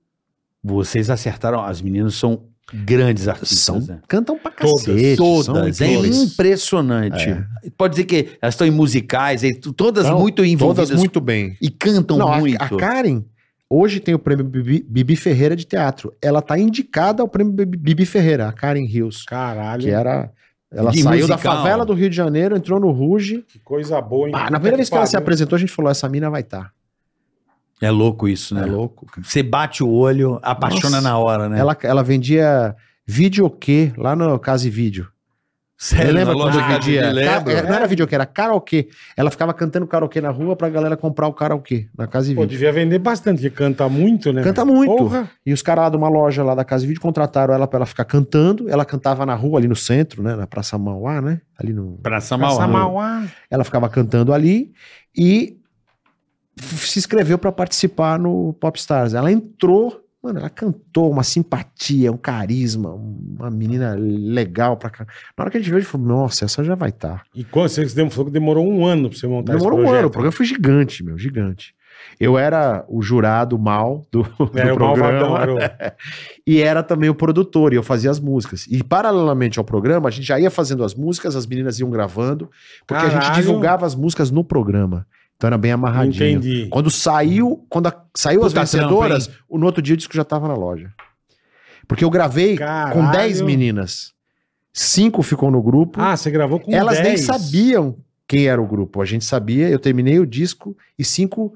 Vocês acertaram. As meninas são Grandes artistas. São, né? Então, cantam pra Todas, cacete. são Todas, é incríveis. É. impressionante. Pode dizer que elas estão em musicais, e tu- todas Não, muito envolvidas Todas muito bem. e cantam Não, a- muito. A, Karen hoje tem o prêmio Bibi, Bibi Ferreira de teatro. Ela tá indicada ao prêmio Bibi, Bibi Ferreira, a Karen Hills, Caralho, que é. era ela De saiu da musical. favela do Rio de Janeiro, entrou no Ruge. que coisa boa, hein? Ah, na primeira vez que ela né? se pariu. apresentou, a gente falou: essa mina vai tá." estar. É louco isso, É. né? louco. cara. Você bate o olho, apaixona Nossa. na hora, né? Ela, ela vendia videokê lá no Casa e Vídeo. Sério, Você lembra na quando loja de vendia? Cadillac, Ca- é- lembro. era- Não era videokê, era karaokê. Ela ficava cantando karaokê na rua pra galera comprar o karaokê na Casa e Pô, Vídeo. devia vender bastante, porque canta muito, né? Canta meu? muito. Porra. E os caras lá de uma loja lá da Casa e Vídeo contrataram ela pra ela ficar cantando. Ela cantava na rua, ali no centro, né? Na Praça Mauá, né? Ali no. Praça Praça Mauá. Mauá. Ela ficava cantando ali e f- se inscreveu pra participar no Popstars. Ela entrou, mano, ela cantou uma simpatia, um carisma, uma menina legal pra caramba. Na hora que a gente viu, a gente falou, nossa, essa já vai estar. E quando você você falou que demorou um ano pra você montar Demorou um ano, esse o projeto? programa foi gigante, meu, gigante. Eu era o jurado mal do, do Era É, o malvadão. né? programa Era o... e era também o produtor, e eu fazia as músicas. E paralelamente ao programa, a gente já ia fazendo as músicas, as meninas iam gravando, porque a gente Caralho. divulgava as músicas no programa. Então era bem amarradinho. Entendi. tá Quando saiu, quando a- saiu Puta as vencedoras, o no outro dia o disco já estava na loja. Porque eu gravei com Caralho. 10 meninas. Cinco ficou no grupo. Ah, você gravou com Elas 10. nem sabiam quem era o grupo. A gente sabia, eu terminei o disco e cinco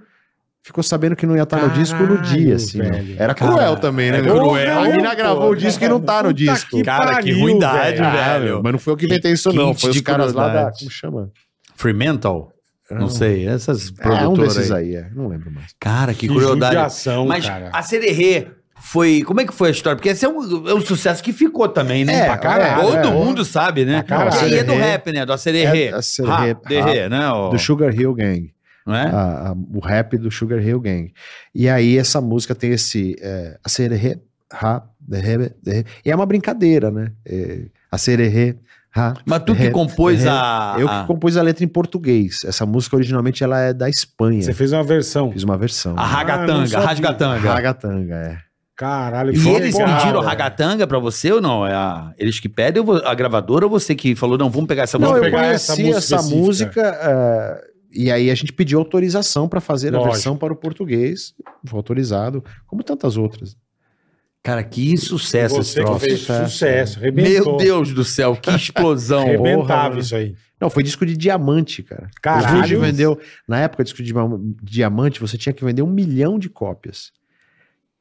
ficou sabendo que não ia estar no Caralho, disco no dia, assim. né? velho. Era cruel Cara, também, né? é meu? cruel, A menina pô. gravou o disco e não tá no Puta disco. que Cara, que pariu, ruindade, velho. Ah, velho. Mas não foi eu que inventei isso, Que não. Foi os de caras lá da. crueldade. Como chama? Fremantle? Não sei, essas um É, um produtoras desses aí. aí, é. Não lembro mais. Cara, que, Que crueldade. judiação, Mas cara. a Sererê foi... Como é que foi a história? Porque esse é um, é um sucesso que ficou também, né? É, Pra é, Todo é. mundo sabe, né? Pra caralho. E aí é do Sererê. rap, né? Do Sererê. É, a Sererê, Rap, Derê, né? ó. Do Sugar Hill Gang. Não é? a- a- o rap do Sugar Hill Gang. E aí essa música tem esse. É, a sererê, ha, derrê, derrê. E é uma brincadeira, né? É, a sererê, ha. Mas tu que Ah. derrê, compôs derrê. a... Eu a- que compus a letra em português. Essa música originalmente ela é da Espanha. Você fez uma versão. Fiz uma versão. A Ah, não ragatanga, sabia. rasgatanga. Ragatanga, é. Caralho. E foi eles legal, pediram velho. ragatanga pra você ou não? É a- eles que pedem, ou vo- a gravadora ou você que falou, não, vamos pegar essa Não, música? eu pegar essa conheci essa música específica. música, eh, e aí a gente pediu autorização para fazer Lógico. a versão para o português. Foi autorizado, como tantas outras. Cara, que sucesso esse Você que troço. fez Sucesso. sucesso. Meu arrebentou. Deus do céu, <laughs> que explosão. Arrebentava Porra, isso aí. Não, foi disco de diamante, cara. Caralho. O Ruge vendeu. Na época, disco de diam- diamante, você tinha que vender um milhão de cópias.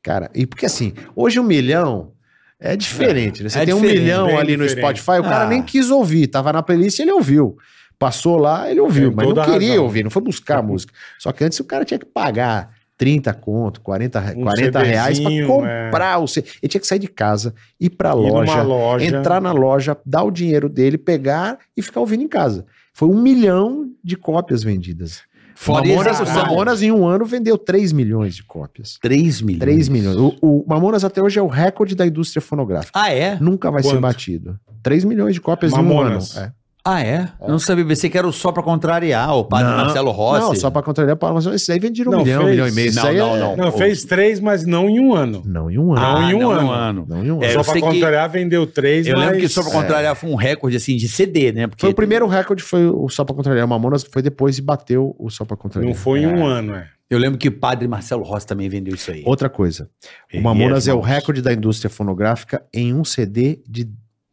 Cara, e porque assim, hoje um milhão é diferente, né? Você É tem um diferente, milhão bem ali no diferente. Spotify, o cara Ah. nem quis ouvir, tava na playlist e ele ouviu. Passou lá, ele ouviu, Tem mas não É, toda a queria razão. Uhum. ouvir, não foi buscar a música. Só que antes o cara tinha que pagar 30 conto, 40, re- Um 40 reais pra CDzinho, é. comprar o CD. Ele tinha que sair de casa, ir pra Ir numa loja, loja. entrar na loja, dar o dinheiro dele, pegar e ficar ouvindo em casa. Foi um milhão de cópias vendidas. Fora Mamonas, execução. Mamonas, em um ano, vendeu 3 milhões de cópias. 3 milhões. 3 milhões. O, o Mamonas até hoje é o recorde da indústria fonográfica. Ah, é? Nunca vai ser Quanto? batido. 3 milhões de cópias Mamonas. em um ano. É. Ah, é? Não sabia, pensei que era o só pra contrariar o padre Não. Marcelo Rossi. Não, só pra contrariar, Paulo, mas esse aí vendiram um Não, milhão, um fez. milhão e meio. Isso Não, aí não, é- não. Não, fez três, mas não em um ano. Não, em um ano. Ah, Não, em um não, ano. um ano. Não, em um ano. É, eu só sei pra que- contrariar, vendeu três, Eu mas... lembro que só pra contrariar foi um recorde, assim, de CD, né? Porque Foi o primeiro recorde, foi o Só Pra Contrariar. O Mamonas foi depois e bateu o Só Pra Contrariar. Não foi em um ano, é. eu lembro que o padre Marcelo Rossi também vendeu isso aí. Outra coisa, o E Mamonas as é o mãos. recorde da indústria fonográfica em um CD de,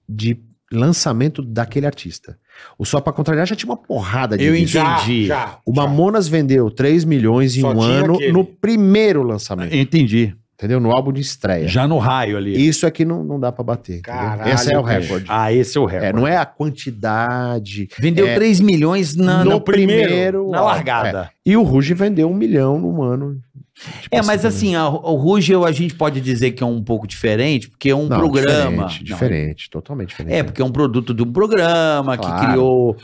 de lançamento daquele artista. O Só Pra Contrariar já tinha uma porrada de Eu disco. entendi. Entendi. Já, já, O já. Mamonas vendeu 3 milhões em Só um tinha ano aquele. no primeiro lançamento, Entendi. entendeu? No álbum de estreia. Ah, Já no raio ali. Isso é que não, não dá pra bater. entendeu? Caralho, Esse é o bicho. recorde. Ah, esse é o recorde. É, não é a quantidade. Vendeu É. 3 milhões na, no na- primeiro, na álbum. É. largada. E o Ruge vendeu um milhão num ano. Tipo É, mas assim, a, o Rugel a gente pode dizer que é um pouco diferente, porque é um Não, programa. Diferente, Não, diferente, totalmente diferente. É, porque é um produto de um programa que Claro. criou.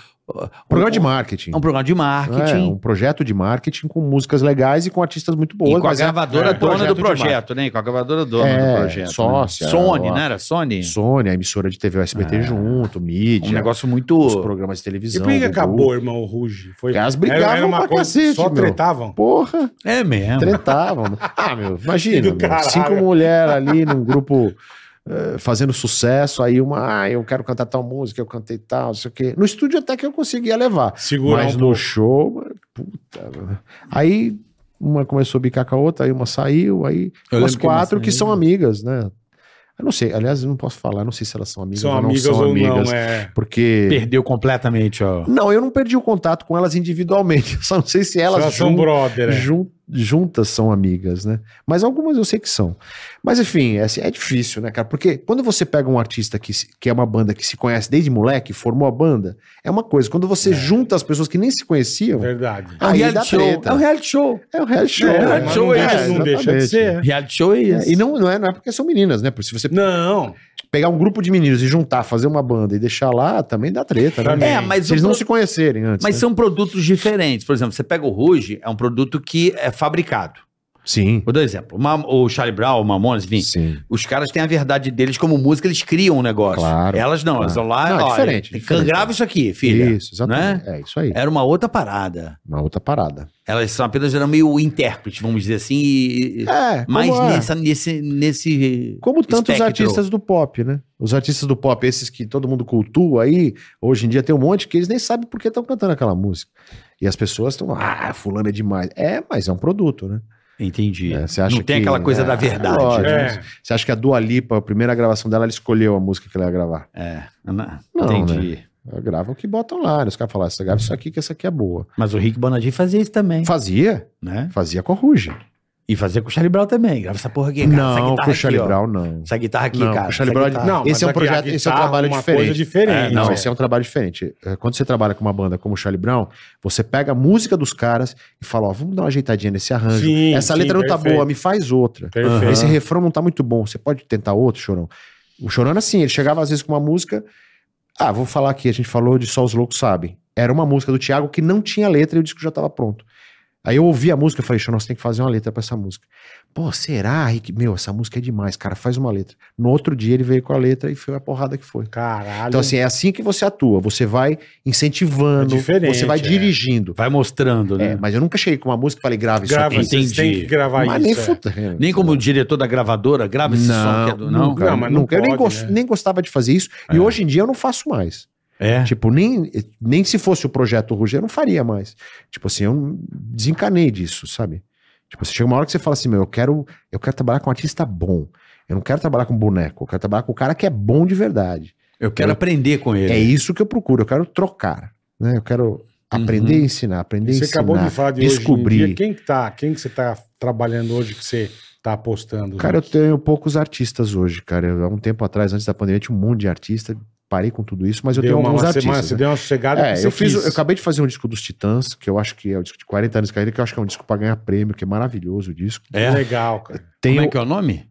Programa de marketing. marketing. É um programa de É, marketing. um projeto de marketing com músicas legais e com artistas muito boas. e com a mas é- gravadora é, dona do de marketing. projeto, né? Com a gravadora dona É, do projeto. né? sócia, Sony, ó. né? Era Sony? Sony, a emissora de TV SBT É. junto, Um mídia, negócio os muito. programas de E televisão. por que que Gugu. acabou, irmão, o Ruge? Foi... Elas brigavam pra cacete, Só meu. tretavam? Porra, É mesmo. <laughs> tretavam. ah, meu, imagina, Que do meu, caralho. cinco mulheres ali num grupo eh, fazendo sucesso, aí uma, ah, eu quero cantar tal música, eu cantei tal, não sei o quê. No estúdio até que eu conseguia levar. Segurar mas um no pouco. show, mano, puta. mano. Aí uma começou a bicar com a outra, aí uma saiu, aí Eu as lembro que uma quatro que, saiu. são amigas, né? Eu não sei, aliás, eu não posso falar, eu não sei se elas são amigas São ou não amigas são ou amigas. não, é. Porque. Perdeu completamente, ó. Não, eu não perdi o contato com elas individualmente. <laughs> Eu só não sei se Elas, elas, são jun- brother, é. jun- juntas são amigas, né? Mas algumas eu sei que são. Mas enfim, é, assim, é difícil, né, cara? Porque quando você pega um artista que, se- que é uma banda que se conhece desde moleque, formou a banda, é uma coisa. Quando você junta as pessoas que nem se conheciam, Verdade. aí dá treta. É um reality show. É o reality show. É, né? mas show não, é deixa, esse, não deixa de exatamente. ser. Reality show é isso. É, e não, não, é, não é porque são meninas, né? Porque se você Não, pegar um grupo de meninos e juntar, fazer uma banda e deixar lá, também dá treta, né? Também. É, mas Se eles o não pro- se conhecerem antes. Mas né? são produtos diferentes. Por exemplo, você pega o Ruge, é um produto que é fabricado. Sim. Vou dar um exemplo. Ma- o Charlie Brown, o Mamones, enfim, Sim. os caras têm a verdade deles como música, eles criam um negócio. Claro, Elas não, elas vão lá Não, é ó, diferente, tem- diferente. Grava isso aqui, filha. né? Isso, exatamente. É isso aí. Era uma outra parada. Uma outra parada. Elas são apenas eram meio intérprete, vamos dizer assim, e, e- É, mas como é. nessa, nesse, nesse. Como tantos espectro. artistas do pop, né? Os artistas do pop, esses que todo mundo cultua aí, hoje em dia tem um monte que eles nem sabem por que estão cantando aquela música. E as pessoas estão, ah, fulano é demais. É, mas é um produto, né? Entendi. É, você acha não tem que- aquela coisa é, da verdade. lógico. né? é. Você acha que a Dua Lipa, a primeira gravação dela, ela escolheu a música que ela ia gravar? É. Ana- Não, né? Entendi. Ela grava o que botam lá, né? Os caras falam, "Ah, você grava isso aqui, que essa aqui é boa. Mas o Rick Bonadinho fazia isso também, Fazia, né? fazia com a Ruge. E fazia com o Charlie Brown também. Grava essa porra aqui, cara. essa Não, guitarra com o Charlie aqui, ó. Brown, não. Essa guitarra aqui, Não, cara. com o Charlie essa Brown, guitarra. Não, Esse mas é um aqui a projeto- esse é um guitarra trabalho uma diferente. coisa diferente. Não, esse é um trabalho diferente. É, Quando você trabalha com uma banda como o Charlie Brown, você pega a música dos caras e fala, ó, vamos dar uma ajeitadinha nesse arranjo. Sim, Essa sim, letra não tá perfeito. boa, me faz outra. Perfeito. Esse refrão não tá muito bom, você pode tentar outro, Chorão? O Chorão era assim, ele chegava às vezes com uma música... Ah, vou falar aqui, a gente falou de Só os Loucos Sabem. Era uma música do Thiago que não tinha letra e o disco já tava pronto. Aí eu ouvi a música e falei, Chorão, você tem que fazer uma letra pra essa música. Pô, será, Rick? Meu, essa música é demais, cara, faz uma letra. No outro dia ele veio com a letra e foi a porrada que foi. Caralho. Então, assim, é assim que você atua. Você vai incentivando, É diferente, você vai é. dirigindo. Vai mostrando, né? É, mas eu nunca cheguei com uma música e falei, grave isso grava, aqui. vocês entendi. têm que gravar Mas nem isso. é. futa. Nem como o diretor da gravadora, grava esse som Não, que é do. Não. nunca, Não, mas não nunca. eu nem, pode, gos- né? nem gostava de fazer isso. E É. hoje em dia eu não faço mais. É. Tipo, nem, nem se fosse o projeto Ruger, eu não faria mais. Tipo assim, eu desencanei disso, sabe? Tipo, você chega uma hora que você fala assim, meu, eu quero, eu quero trabalhar com um artista bom. Eu não quero trabalhar com um boneco, eu quero trabalhar com o cara que é bom de verdade. Eu quero aprender com ele. É isso que eu procuro, eu quero trocar, né? Eu Uhum. quero aprender e ensinar, aprender e Você ensinar. acabou de falar de descobrir. hoje em dia. Quem que tá? Quem que você tá trabalhando hoje que você tá apostando? Uhum. Cara, eu tenho poucos artistas hoje, cara. Eu, há um tempo atrás, antes da pandemia, eu tinha um monte de artista, parei com tudo isso, mas eu deu tenho uma, alguns uma artistas. semana, você né? deu uma sossegada que É, você eu, fiz, quis. eu acabei de fazer um disco dos Titãs, que eu acho que é o disco de 40 anos de carreira, que eu acho que é um disco pra ganhar prêmio, que é maravilhoso o disco. Que É. Legal, cara. Tem Como o é que é o nome?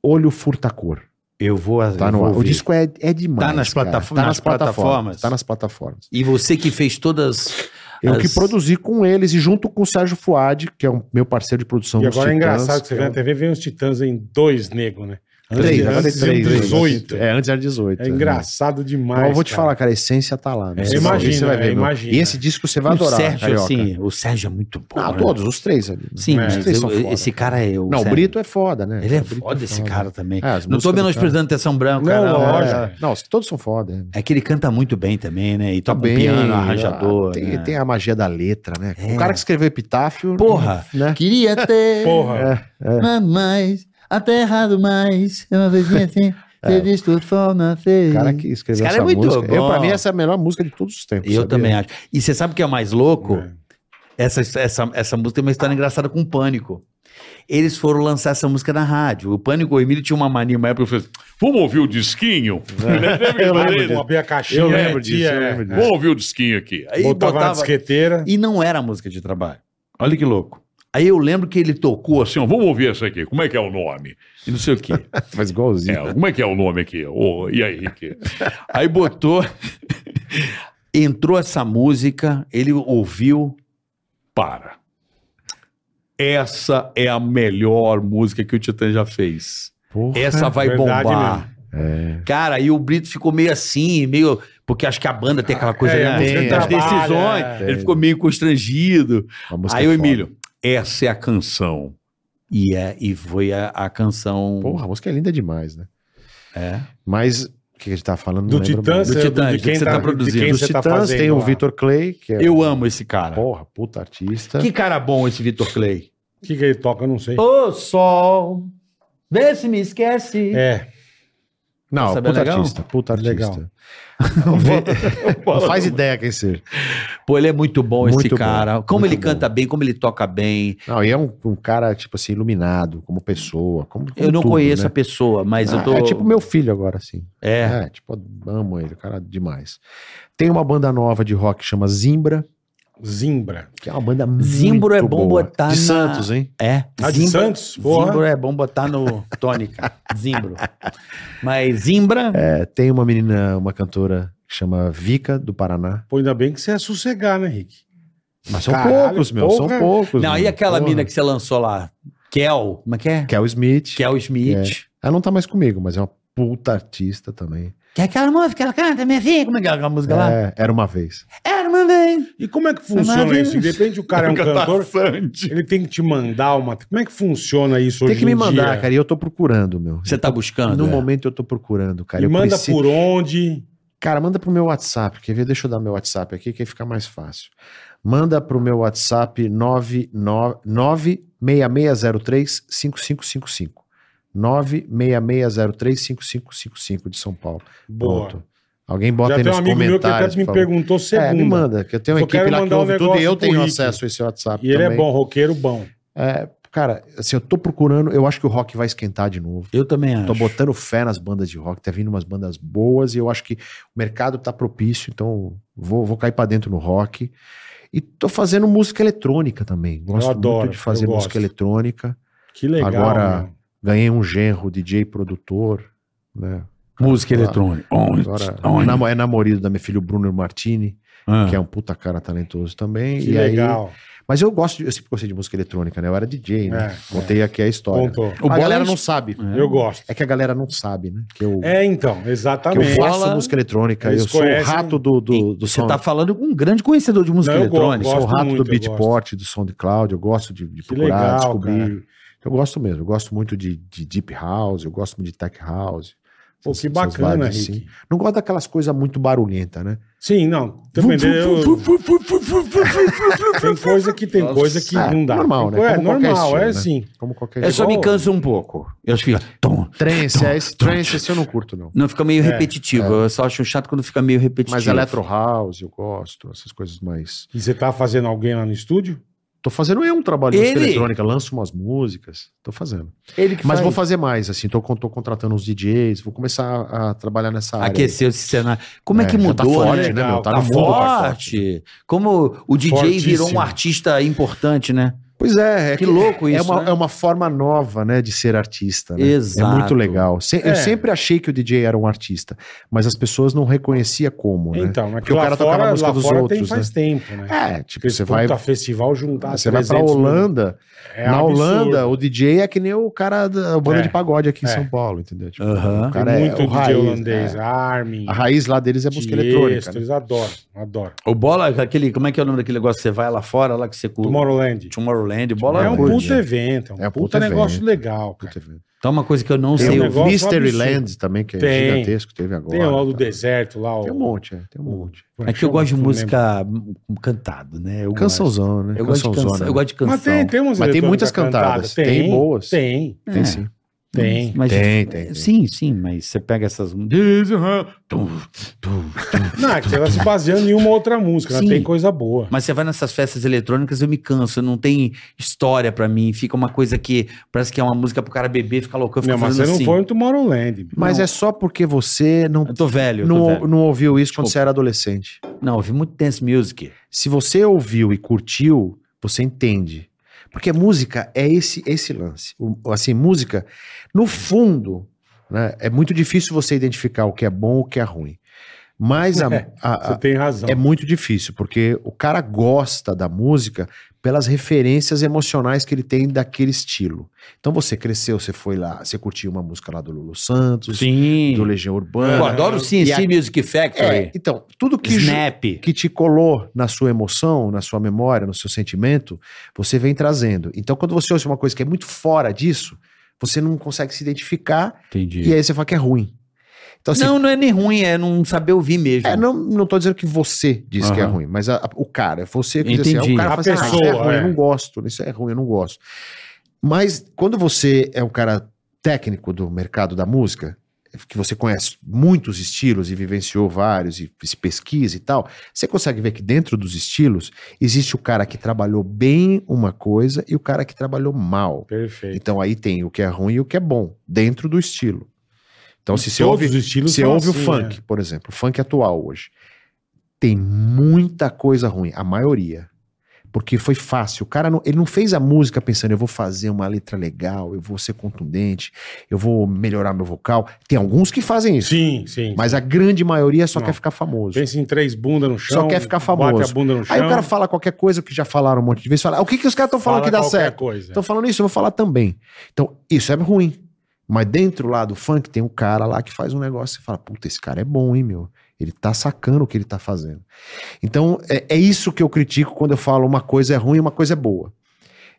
Olho Furtacor. Eu vou. Tá eu no vou ar. O ouvir. disco é, é demais. Tá nas cara. platafo- Tá nas nas plataformas. plataformas? Tá nas plataformas. E você que fez todas. Eu as- que produzi com eles e junto com o Sérgio Fuad, que é um meu parceiro de produção E dos agora é Titãs, engraçado que você é vê na um- TV, vem os titãs em dois negros, né? Três, agora tem antes três. eram 18. É, antes era 18. É engraçado demais. Mas eu vou te cara. falar, cara, a essência tá lá. né? É, Você vai imagina, ver, você vai é, ver. meu. imagina. E esse disco você vai o adorar, Sérgio, Carioca. assim. O Sérgio é muito bom. Ah, né? todos, os três ali. Sim, É, mas os três eu- são foda. esse cara é. Não, o Sérgio. Brito é foda, né? Ele é O Brito foda esse cara também. É, as não tô músicas do menosprezando atenção branca, Não, não. lógico. É, não, todos são foda. É que ele canta muito bem também, né? E toca um Também, piano, ah, arranjador. Tem, né? tem a magia da letra, né? É. O cara que escreveu Epitáfio. Porra! Né? <laughs> Queria ter. Porra, Mas, até errado mais. Uma vez <laughs> assim, ter visto o sol O nascer. cara que escreveu Esse cara é essa muito música. Eu, pra bom. mim, essa é a melhor música de todos os tempos. Eu sabia? também acho. E você sabe o que é o mais louco? É. Essa, essa, essa música tem uma história engraçada com o Pânico. Eles foram lançar essa música na rádio. O Pânico, o Emílio tinha uma mania, uma época, ele fez, Vamos ouvir o disquinho? eu lembro disso. disso. Abri a caixinha, Eu lembro é, disso, tia, eu lembro é. disso. Vamos ouvir o disquinho aqui. aí botava, na botava... disqueteira. E não era música de trabalho. Olha que louco. Aí eu lembro que ele tocou Pô, assim, assim, ó, vamos ouvir essa aqui. Como é que é o nome? e não sei o quê. Faz igualzinho. É, como é que é o nome aqui? Ô, e aí, Rick? Aí botou. <laughs> Entrou essa música, ele ouviu. Para. Essa é a melhor música que o Titã já fez. Porra. Essa vai Verdade bombar. Cara, aí o Brito ficou meio assim, meio. Porque acho que a banda tem aquela coisa, É, a né? música Tem, trabalha, As decisões. é. Ele ficou meio constrangido. A música Aí é o foda. Emílio, essa é a canção E, é, e foi a, a canção. Porra, a música é linda demais, né? É. Mas o que a gente tá falando? Do Não lembro Titãs, mais. Do é, Titãs, de do que quem você tá, tá De produzindo. quem Dos você tá Titãs fazendo tem o lá. Vitor Clay, que é Eu amo esse cara. porra, puta artista. Que cara bom esse Vitor Clay. O que, que ele toca, eu não sei. Ô sol, vê se me esquece. É, Não, Nossa, bem puta é legal. artista, puta artista. <laughs> Legal. Não, vê- não faz ideia quem seja. Pô, ele é muito bom esse Muito bom, cara. Como muito ele canta bem, como ele toca bem. Não, e é um, um cara, tipo assim, iluminado, como pessoa. Como, como Eu não tudo, conheço né? a pessoa, mas eu Ah, tô. É tipo meu filho agora, assim. É. É, tipo, amo ele, cara, demais. Tem uma banda nova de rock que chama Zimbra, Zimbra. que é uma banda Zimbro muito é bom boa. botar De na- Santos, hein? É. A de Zimbra- Santos, porra. Zimbro é bom botar no tônica. <laughs> Zimbro. Mas Zimbra. É, tem uma menina, uma cantora que chama Vika, do Paraná. Pô, ainda bem que você é sossegar, né, Rick? Mas são Caralho, poucos, meu, porra. são poucos. não, meu, e aquela porra. mina que você lançou lá? Kel. Como é que é? Kel Smith. Kel Smith. Ela não tá mais comigo, mas é uma puta artista também. Que é aquela música que ela canta, minha filha. Como é que é aquela música lá? É, era uma vez. Era uma vez. E como é que funciona Maravilha. isso? De repente o <laughs> cara é um tá cantor, ele tem que te mandar uma. Como é que funciona isso Tem hoje que me em mandar, dia? cara, e eu tô procurando, meu. Você tá buscando? No é? momento eu tô procurando, cara. E eu manda preciso- por onde? Cara, manda pro meu WhatsApp, quer ver? Deixa eu dar meu WhatsApp aqui, que aí fica mais fácil. Manda pro meu WhatsApp 96603-5555. 96603-5555 de São Paulo. Boa. Pronto. Alguém bota Já aí tem um nos amigo meu que até comentários. me por favor. perguntou é, me segunda. manda, que eu tenho uma Só equipe quero lá que mandar um ouve tudo e negócio eu pro tenho Rick. acesso a esse WhatsApp e ele é também. bom, roqueiro bom. É, cara, assim, eu tô procurando, eu acho que o rock vai esquentar de novo. Eu também acho. Tô botando fé nas bandas de rock, tá vindo umas bandas boas e eu acho que o mercado tá propício, então vou, vou cair pra dentro no rock. E tô fazendo música eletrônica também. Gosto adoro, muito de fazer eu música gosto. eletrônica. Que legal. Agora- meu. Ganhei um genro, DJ produtor, né? Música Lá. eletrônica. On, Agora on. namo- é namorado da minha filha, o Bruno Martini, Ah. que é um puta cara talentoso também. Que e aí- legal. mas eu gosto, de, eu sempre gostei de música eletrônica, né? Eu era DJ, né? É, Contei aqui a história. Contou. O a Bola galera é- não sabe. Eu gosto. É que a galera não sabe, né? Que eu, É, então, que eu exatamente. faço Bola- música eletrônica. Eles Eu sou o conhecem- rato do, do, do Você som. tá falando com um grande conhecedor de música Não, eu go- eletrônica. sou o gosto rato muito, do eu beatport, do som de cloud. Eu gosto de, de Que procurar, legal, descobrir. cara. Eu gosto mesmo. Eu gosto muito de, de deep house. Eu gosto muito de tech house. Pô, essas- que essas bacana, vibes, Rick. assim. Não gosto daquelas coisas muito barulhentas, né? Sim, não. Também eu- tem coisa que tem Nossa. coisa que É, não dá. normal, Tem né? co- É Como qualquer normal, estilo, é né? assim. Como qualquer Eu só me Igual canso um pouco. Eu acho que fica. Tom. Trance, é esse Tom, trance, esse eu não curto, não. Não, fica meio É, repetitivo. Eu só acho chato quando fica meio repetitivo. Mas electro house, eu gosto. Essas coisas mais... E você tá fazendo alguém lá no estúdio? Tô fazendo eu um trabalho de música Ele? eletrônica, lanço umas músicas, tô fazendo. Ele que Mas faz. vou fazer mais, assim, tô, con- tô contratando uns DJs, vou começar a, a trabalhar nessa área. Aqueceu esse cenário. Como é, É, que já mudou? tá forte, né? né, meu? Tá, Tá no mundo, tá forte. forte. Como o DJ virou Fortíssimo. um artista importante, né? Pois é, é Que que- louco isso. é uma, né? é uma forma nova, né, de ser artista. Né? Exato. É muito legal. Se- É. Eu sempre achei que o DJ era um artista, mas as pessoas não reconheciam como, né? Então, mas Porque o lá cara tocava fora, a música lá dos fora tem outros, faz né? tempo, né? É, tipo, Porque você vai, puta festival juntar você vai pra né? 300 mil. Holanda. É um na absurdo. Holanda, o DJ é que nem o cara da banda É. de pagode aqui em É. São Paulo, entendeu? Tipo, Aham. O Tem cara é muito o DJ raiz, holandês, é. Armin, A raiz lá deles é música eletrônica. Tiesto, né? Eles adoram, adoram. O Bola, aquele, como é que é o nome daquele negócio? Você vai lá fora, lá que você curte. Tomorrowland. Tomorrowland. Bola é um curte. puto evento, é um né? É um puta, puta negócio evento. legal, cara. Puta vida. Então, uma coisa que eu não Tem sei. um Tem eu- o negócio Mysteryland também, que é Tem. gigantesco, teve agora. Tem o do tá. deserto lá, o... Tem um monte, é, tem um monte. como É que eu chama? gosto de Não música hum, cantada, né? Eu gosto. Cançãozona, né? Eu gosto, de canção, eu Cançãozona. gosto de lembro. canção. Mas tem, tem umas Mas tem eletrônicas muitas cantadas, tem boas. Tem, Tem sim. tem. Mas- Tem, tem, tem. É, Sim, sim, mas você pega essas. Mas Não, é que ela se baseando em uma outra música, ela Sim. tem coisa boa. você vai nessas festas eletrônicas, eu me canso, não tem história pra mim, fica uma coisa que parece que é uma música pro cara beber, ficar louco, eu fico Não, mas fazendo você não assim. foi no Tomorrowland. meu. Mas é só porque você não, Eu tô Tá velho, eu tô não, velho. não ouviu isso quando Desculpa. você era adolescente. Não, eu ouvi muito dance music. Se você ouviu e curtiu, você entende. Porque música é esse esse lance. O- assim, música, no fundo, né, é muito difícil você identificar o que é bom e o que é ruim. Mas <laughs> a- É, a- a- Você tem razão. é muito difícil, porque o cara gosta da música pelas referências emocionais que ele tem daquele estilo. Então você cresceu, você foi lá, você curtiu uma música lá do Lulu Santos, Sim. do Legião Urbana. Eu adoro sim, E a- sim, Music É, Factory. então, tudo que, ju- Snap. que te colou na sua emoção, na sua memória, no seu sentimento, você vem trazendo. Então, quando você ouve uma coisa que é muito fora disso, você não consegue se identificar Entendi. e aí você fala que é ruim. Então, assim, não, não é nem ruim, é não saber ouvir mesmo. é, um. não, não tô dizendo que você diz que é Aham. ruim, mas a- a- o cara, você que diz assim, Entendi. o cara A fala assim, ah, isso é pessoa, ruim, é. eu não gosto, isso é ruim, eu não gosto. Mas quando você é um cara técnico do mercado da música, que você conhece muitos estilos e vivenciou vários e se pesquisa e tal, você consegue ver que dentro dos estilos existe o cara que trabalhou bem uma coisa e o cara que trabalhou mal. Perfeito. Então aí tem o que é ruim e o que é bom, dentro do estilo. Então se você Todos ouve os estilos você são ouve assim, o funk, por exemplo, o funk atual hoje. Tem muita coisa ruim, a maioria. Porque foi fácil. O cara não, ele não fez a música pensando, eu vou fazer uma letra legal, eu vou ser contundente, eu vou melhorar meu vocal. Tem alguns que fazem né? isso, Sim, sim. mas a grande maioria só Não. quer ficar famoso. Pensa em três bundas no chão. quer ficar Bate famoso. a bunda no chão. Aí o cara fala qualquer coisa que já falaram um monte de vezes, fala, o que, que os caras estão falando que dá qualquer certo? Coisa. Estão Então, falando isso, eu vou falar também. Então, isso é ruim. Mas dentro lá do funk tem um cara lá que faz um negócio e fala: puta, esse cara é bom, hein, meu? Ele tá sacando o que ele tá fazendo. Então, é, é isso que eu critico quando eu falo uma coisa é ruim e uma coisa é boa.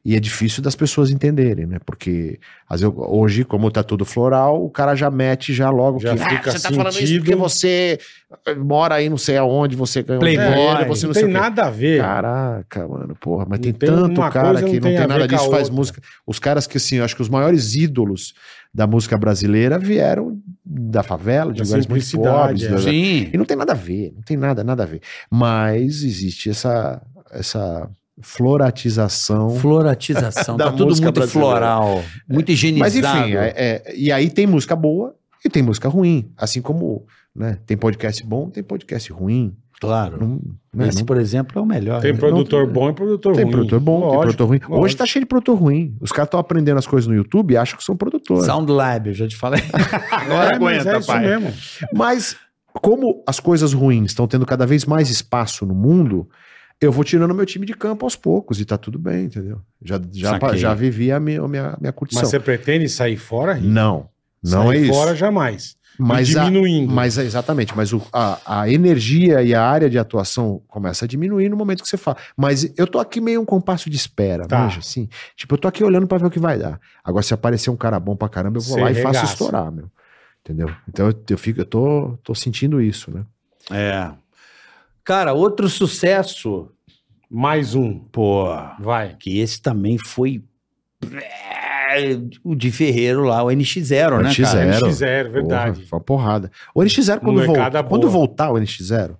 E é difícil das pessoas entenderem, né? Porque às vezes, hoje, como tá tudo floral, o cara já mete já logo Já que fica você tá falando isso sentido." porque você eh, mora aí não sei aonde, você ganhou Playboy. dinheiro, você É, não, não, sei tem o quê. nada a ver. Caraca, mano, porra, mas Não tem, tem tanto uma cara coisa, não que não tem tem, a ver nada com a disso, faz outra. música. Os caras que, assim, eu acho que os maiores ídolos da música brasileira vieram da favela, de Da lugares muito pobres. simplicidade, é. da- da- Sim. E não tem nada a ver, não tem nada, nada a ver. Mas existe essa, essa floratização. Floratização. Da tá tudo música muito brasileira. É, floral, muito Mas higienizado. enfim, é- é- e aí tem música boa e tem música ruim. Assim como né, tem podcast bom, tem podcast ruim. claro. Não, né, Esse, não por exemplo, é o melhor. Tem né? produtor bom e produtor Tem ruim. produtor bom, tem Lógico, produtor ruim. Hoje lógico. tá cheio de produtor ruim. Os caras estão aprendendo as coisas no YouTube e acham que são produtores. Sound Lab, eu já te falei. Agora aguenta, é isso mesmo. Mas como as coisas ruins estão tendo cada vez mais espaço no mundo, eu vou tirando meu time de campo aos poucos e tá tudo bem, entendeu? Já, já, Saquei. já vivi a minha, a minha, a minha curtição. Mas você pretende sair fora? Rick? Não, não sair é isso. fora jamais. mas e a, diminuindo. mas a- exatamente, mas o- a, a energia e a área de atuação começa a diminuir no momento que você fala. Mas eu tô aqui meio um compasso de espera, Tá. manja, assim. Tipo, eu tô aqui olhando pra ver o que vai dar. Agora, se aparecer um cara bom pra caramba, eu vou Você lá e faço regaça. estourar, meu. Entendeu? Então eu, eu fico, eu tô, tô sentindo isso, né? <laughs> É. Cara, outro sucesso. Mais um. Pô, Vai. que esse também foi. É, O de Ferreiro lá, o NX0, né, cara? NX0. Zero. NX0, verdade. Porra, foi uma porrada. O NX0, quando, Molecada volta, quando boa. voltar o NX0,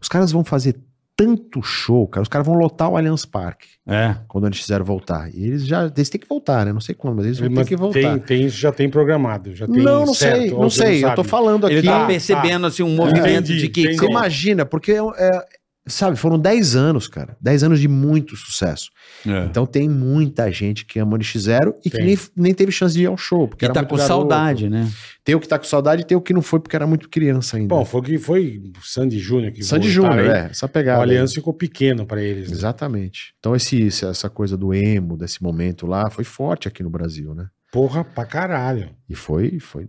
os caras vão fazer tanto show, cara. Os caras vão lotar o Allianz Parque É. quando o NX0 voltar. E eles já, eles têm que voltar, né? Não sei quando, mas eles vão Mas ter que voltar. tem, tem, isso já tem programado. Já tem não, não certo, sei, ou não você sei. eu sabe. tô falando aqui. Ele tava tá- percebendo assim, um movimento Entendi, de que. entendi. Você imagina, porque é, sabe, foram 10 anos, cara. 10 anos de muito sucesso. É. Então tem muita gente que ama o NX0 e que Tem. nem, nem teve chance de ir ao show. Porque E era tá muito com garoto. saudade, né? Tem o que tá com saudade e tem o que não foi porque era muito criança ainda. Bom, foi o que foi o Sandy Júnior que Sandy voltaram Júnior, aí. é, essa pegada. O aí. Aliança ficou pequeno pra eles. né? Exatamente. Então esse, esse- essa coisa do emo, desse momento lá, foi forte aqui no Brasil, né? Porra pra caralho. E foi, foi,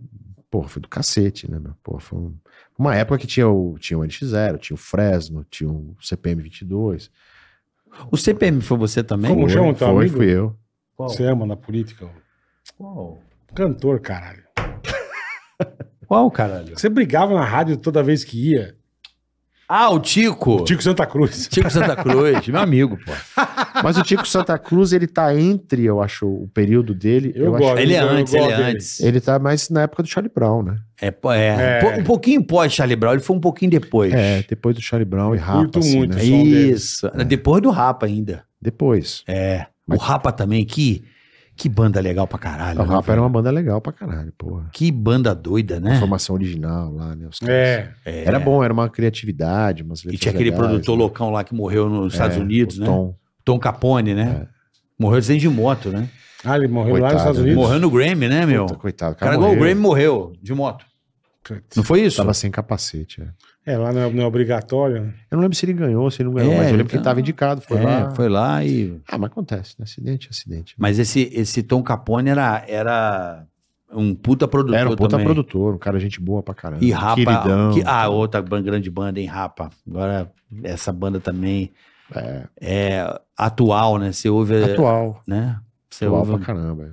porra, foi do cacete, né, meu? Porra, foi um- uma época que tinha o, tinha o NX0, tinha o Fresno, tinha o CPM 22. O CPM foi você também? Como foi, chama o é um teu foi, amigo? fui eu. Qual? Você ama na política? ô? Qual? Cantor, caralho. Qual, caralho? Você brigava na rádio toda vez que ia. Ah, o Tico. Tico, Tico Santa Cruz. Santa Cruz, meu amigo, pô. Mas o Tico Santa Cruz, ele tá entre, eu acho, o período dele. Eu acho- gosto. Ele é Eu antes, gosto ele é dele. antes. ele tá mais na época do Charlie Brown, né? É, pô, é. É. Pô, Um pouquinho pós Charlie Brown, ele foi um pouquinho depois. É, depois do Charlie Brown e Rapa, curto muito. né? som Isso. Depois do Rapa ainda. Depois. É. Mas- O Rapa também, que, que banda legal pra caralho. o né, Rapa velho? era uma banda legal pra caralho, porra. Que banda doida, né? Formação original lá, né? Os caras- É. É. Era bom, era uma criatividade, umas E letras tinha aquele legais, produtor né? loucão lá que morreu nos Estados É, Unidos, o né? Tom, Tom. É. Capone, né? Morreu dentro de moto, né? Ah, ele morreu lá Coitado, nos Estados né? Unidos? Morreu no Grammy, né, meu? Puta, coitado, o O cara, cara igual o morreu. Grammy morreu de moto. Putz. Não foi isso? Tava sem capacete, é. É, lá não é, não é obrigatório. né? Eu não lembro se ele ganhou, se ele não ganhou, É, mas eu lembro que então- ele tava indicado, foi É, lá. foi lá e. Ah, mas acontece, né? Acidente, é acidente. Mas esse, esse Tom Capone era, era um puta produtor. Era um puta também. né? produtor, um cara gente boa pra caramba. E Rapa. Uhum. Queridão. tá. que- ah, outra ban- grande banda, hein, Rapa. Agora, essa banda também É, é atual, né? Você ouve. atual. Né? Você Atual ouve- pra caramba.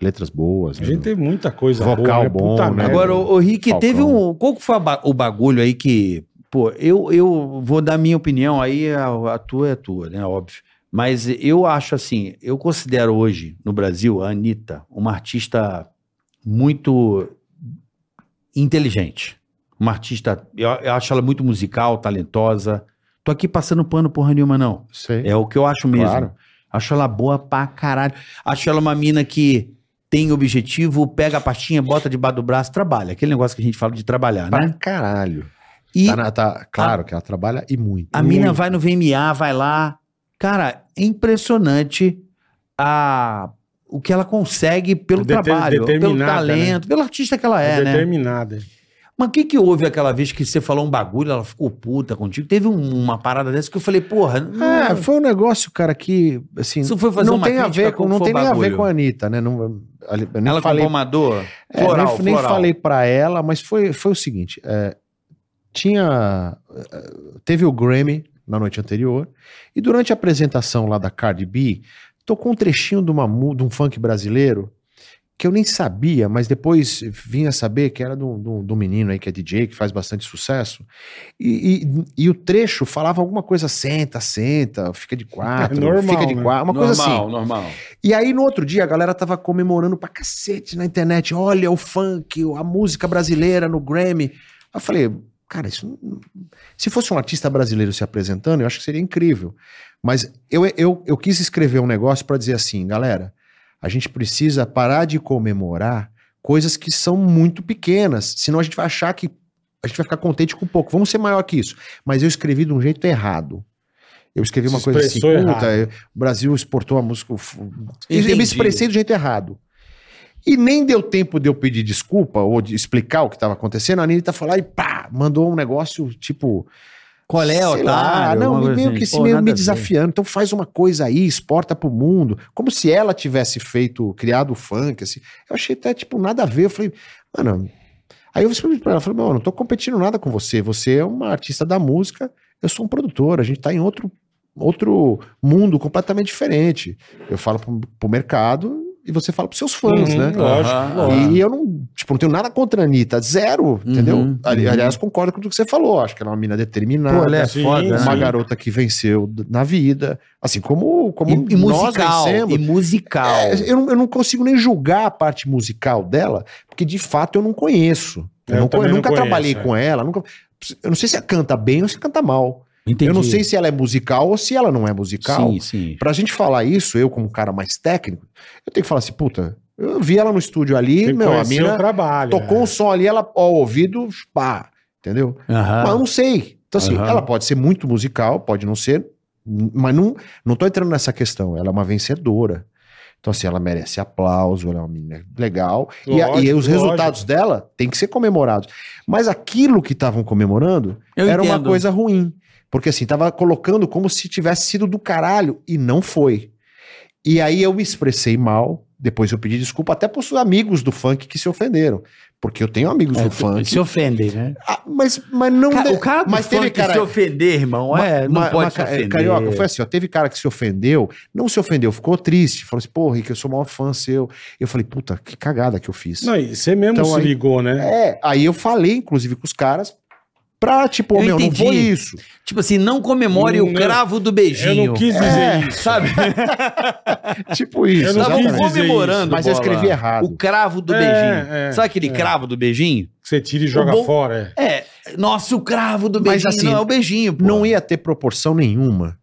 Letras boas. né? A gente tem muita coisa Vocal bom, né? Agora, o, o Rick, Falcão. teve um. Qual que foi a ba- o bagulho aí que. Pô, eu, eu vou dar minha opinião, aí a, a tua é a tua, né? Óbvio. Mas eu acho assim, eu considero hoje no Brasil a Anitta uma artista muito inteligente. Uma artista, eu, eu acho ela muito musical, talentosa. Tô aqui passando pano porra nenhuma, não. Sei. É o que eu acho mesmo. Claro. Acho ela boa pra caralho. Acho ela uma mina que tem objetivo, pega a pastinha, bota debaixo do braço, trabalha. Aquele negócio que a gente fala de trabalhar, Pra né? caralho. E Tá na- Hum. tá- claro que ela trabalha e muito. a mina vai no VMA, vai lá. Cara, é impressionante a, o que ela consegue É pelo Deter- trabalho, pelo determinada, talento, pelo artista que ela É, é, né? determinada. Mas o que, que houve aquela vez que você falou um bagulho, ela ficou puta contigo? Teve um- uma parada dessa que eu falei, porra, É, não, foi um negócio, cara, que assim, Isso foi fazer não uma tem a crítica ver com, como não foi tem o nem a ver bagulho. com a Anitta, né? Não, ali- eu nem ela falei, com uma dor. é, nem- nem, falei pra ela, mas foi, foi o seguinte, é, tinha eh, teve o Grammy na noite anterior e durante a apresentação lá da Cardi B, tocou um trechinho de uma mu- de um funk brasileiro que eu nem sabia, mas depois vinha saber que era do, do, do menino aí que é DJ, que faz bastante sucesso. E, e, e o trecho falava alguma coisa, senta, senta, fica de quatro, É <laughs> normal, fica de né? quatro, uma coisa assim. normal. E aí, no outro dia, a galera tava comemorando pra cacete na internet. Olha o funk, a música brasileira no Grammy. Aí eu falei, cara, isso. não- Se fosse um artista brasileiro se apresentando, eu acho que seria incrível. Mas eu, eu, eu quis escrever um negócio pra dizer assim, galera, a gente precisa parar de comemorar coisas que são muito pequenas. Senão a gente vai achar que. A gente vai ficar contente com pouco. Vamos ser maior que isso. Mas eu escrevi de um jeito errado. Eu escrevi Se uma coisa assim, expressou puta, errado. o Brasil exportou a música. Eu Entendi. me expressei do jeito errado. E nem deu tempo de eu pedir desculpa ou de explicar o que estava acontecendo. A Anitta foi lá e pá, mandou um negócio tipo. Qual é, sei otário? lá, Alguma Não, coisa meio assim. que se Pô, meio nada me a ver. desafiando. Então faz uma coisa aí, exporta pro mundo. Como se ela tivesse feito, criado o funk, assim. Eu achei até, tipo, nada a ver. Eu falei, mano. Aí eu falei pra ela, eu falei, mano, eu não tô competindo nada com você. Você é uma artista da música, eu sou um produtor, a gente tá em outro, outro mundo completamente diferente. Eu falo pro, pro mercado e você fala pros seus fãs, Uhum, né? Lógico, Aham. lógico. E eu não, tipo, não tenho nada contra a Anitta, zero, Uhum, entendeu? Ali- Aliás, concordo com tudo que você falou. Acho que ela é uma mina determinada. Pô, ela é Sim, foda, Uma sim. garota que venceu d- na vida, assim como, como E, e musical, e musical. <laughs> É, eu, não, eu não consigo nem julgar a parte musical dela, porque de fato eu não conheço. Eu, Eu não co- também eu não nunca conheço, trabalhei é. com ela. nunca- eu não sei se ela canta bem ou se canta mal. Entendi. Eu não sei se ela é musical ou se ela não é musical. Sim, sim. Pra gente falar isso, eu como um cara mais técnico, eu tenho que falar assim, puta, eu vi ela no estúdio ali, Tem que meu, a conhecer o mina trabalho. tocou é. um som ali, ela, ó, o ouvido, pá, entendeu? Mas eu Aham. não sei. Então assim, Ah. Aham. ela pode ser muito musical, pode não ser, mas não, não tô entrando nessa questão, ela é uma vencedora. Então assim, ela merece aplauso, ela é uma menina legal, e, a- e Lógico, os resultados dela têm que ser comemorados. Mas aquilo que estavam comemorando Eu era uma entendo. coisa ruim. Porque assim, tava colocando como se tivesse sido do caralho e não foi. E aí eu me expressei mal, depois eu pedi desculpa até pros amigos do funk que se ofenderam. Porque eu tenho amigos do funk. É Se ofendem, né? Ah, mas, mas não. Ca- de- o cara do mas teve funk cara. se ofender, irmão, é, não Ma- pode ma- se ofender. Carioca, foi assim, ó, teve cara que se ofendeu, não se ofendeu, ficou triste, falou assim, pô, Rick, eu sou o maior fã seu. Eu falei, puta, que cagada que eu fiz. Não, e você mesmo Então, se aí- ligou, né? É, aí eu falei, inclusive, com os caras, pra, tipo, Eu meu, não entendi. foi isso. <laughs> Tipo assim, não comemore o Não, cravo do Eu beijinho. não quis dizer É. isso. Sabe? Tipo isso. Eu não exatamente. quis Estavam dizer isso. comemorando. Mas eu bola. escrevi errado. O cravo do É, beijinho. é, Sabe aquele é. cravo do beijinho? Que Você tira e joga bom- fora. é. É. Nossa, o cravo do Mas beijinho assim, não é o beijinho. Pô. Não ia ter proporção nenhuma.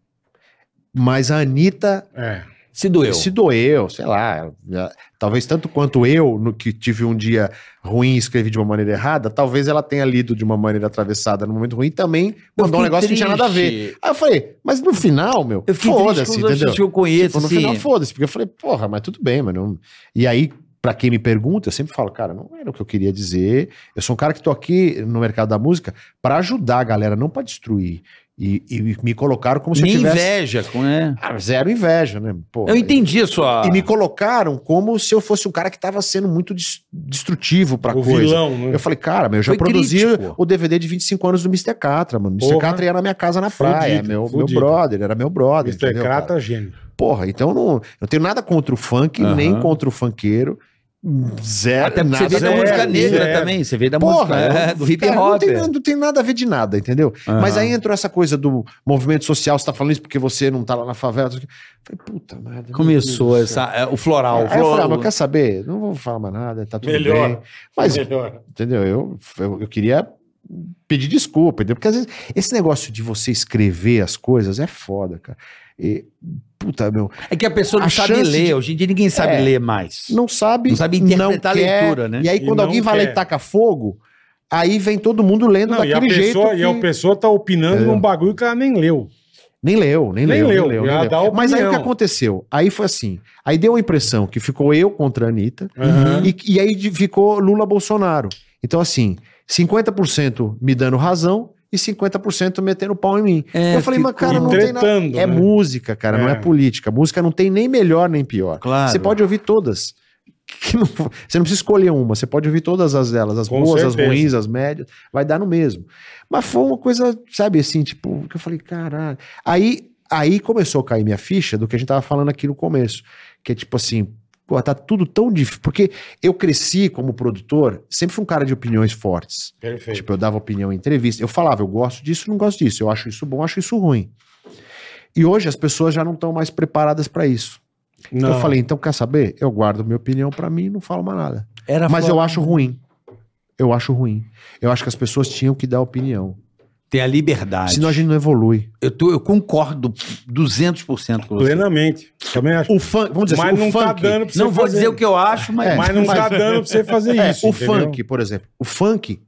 Mas a Anitta É. Se doeu. se doeu, sei lá. ela- Talvez tanto quanto eu, no que tive um dia ruim e escrevi de uma maneira errada, talvez ela tenha lido de uma maneira atravessada no momento ruim também Eu mandou fiquei um negócio que não tinha nada a ver. triste. Aí eu falei, mas no final, meu, Eu fiquei triste com foda-se, os artistas entendeu? que eu conheço, Tipo, no assim. final, foda-se, porque eu falei, porra, mas tudo bem, mano. E aí Pra quem me pergunta, eu sempre falo, cara, não era o que eu queria dizer. Eu sou um cara que tô aqui no mercado da música pra ajudar a galera, não pra destruir. E, e me colocaram como se Me eu tivesse inveja, com- é. Ah, zero inveja, né? Pô, Eu entendi a sua. E me colocaram como se eu fosse um cara que tava sendo muito des- destrutivo pra o coisa. vilão, né? Eu falei, cara, meu, eu já Foi produzi crítico. o DVD de 25 anos do Mr. Catra, mano. Mr. Porra. Catra ia na minha casa na Fudido, praia, meu, meu fudido. brother, era meu brother. Mr. entendeu, cara? Crata, é gênio. Porra, então eu não, eu não tenho nada contra o funk, Aham. nem contra o funkeiro. Zero, Até porque você nada. veio da zero, música negra zero. também, você veio da música Porra, é, eu- do hip cara, Não hop. tem, nada- não tem nada a ver de nada, entendeu? Aham. Mas aí entrou essa coisa do movimento social, você tá falando isso porque você não tá lá na favela. não sei o quê. Eu Falei, puta merda. meu Começou Deus do céu. essa, é, o floral. Aí eu falei, ah, floral. mas quer saber? Não vou falar mais nada, tá tudo Melhor. bem. Mas É Melhor. Entendeu? Eu, eu, eu queria pedir desculpa, entendeu? Porque às vezes esse negócio de você escrever as coisas é foda, cara. E, puta, meu. É que a pessoa não A sabe chance ler. de- Hoje em dia ninguém sabe É. ler mais. Não sabe. Não sabe interpretar não a quer, leitura, né? E aí, E quando não alguém vai lá quer. e taca fogo, aí vem todo mundo lendo Não, e, a daquele jeito. pessoa, e a que- É. pessoa tá opinando num bagulho que ela nem leu. Nem leu, nem, Nem leu, leu, nem leu. já nem leu. dá Mas aí o que opinião. aconteceu? Aí foi assim. Aí deu a impressão que ficou eu contra a Anitta. Aham. E, e aí de- ficou Lula Bolsonaro. Então, assim, 50% me dando razão e 50% metendo pau em mim. É, eu falei, mas ficou- cara, não tem nada. Tretando, É né? música, cara, não é É. política. Música não tem nem melhor nem pior. Claro. Você pode ouvir todas. Que não- você não precisa escolher uma, você pode ouvir todas as delas, as Com boas, as certeza. ruins, as médias, vai dar no mesmo. Mas foi uma coisa, sabe, assim, tipo, que eu falei, caralho. Aí, aí começou a cair minha ficha do que a gente tava falando aqui no começo, que é tipo assim, pô, tá tudo tão difícil, porque eu cresci como produtor, sempre fui um cara de opiniões fortes. Perfeito. Tipo, eu dava opinião em entrevista. Eu falava, eu gosto disso, não gosto disso. Eu acho isso bom, acho isso ruim. E hoje as pessoas já não estão mais preparadas para isso. Então eu falei, então quer saber? Eu guardo minha opinião para mim e não falo mais nada. Era Mas floral. eu acho ruim. Eu acho ruim. Eu acho que as pessoas tinham que dar opinião. Tem a liberdade. Senão a gente não evolui. Eu, tô- eu concordo 200% com você. plenamente. Também acho. O funk, vamos dizer Mas assim, não o tá funk. dando pra você Não vou fazer. dizer o que eu acho, mas. É. Mas não tá Mas- dando pra você fazer <laughs> É, isso. o entendeu? funk, por exemplo. O funk,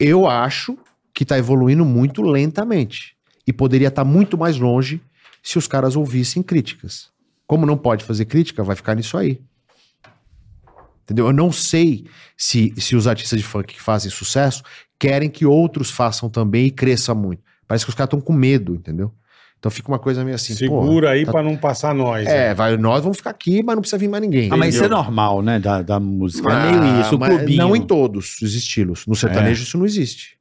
eu acho que tá evoluindo muito lentamente. E poderia estar muito mais longe se os caras ouvissem críticas. Como não pode fazer crítica, vai ficar nisso aí. Entendeu? Eu não sei se, se os artistas de funk que fazem sucesso querem que outros façam também e cresça muito. Parece que os caras estão com medo, entendeu? Então fica uma coisa meio assim. pô, Segura aí tá- pra não passar nós. né? É, vai, nós vamos ficar aqui, mas não precisa vir mais ninguém. Ah, mas isso é entendeu? normal, né? Da, da música. Ah, é meio isso, o mas clubinho. É. Não em todos os estilos. No sertanejo isso não existe.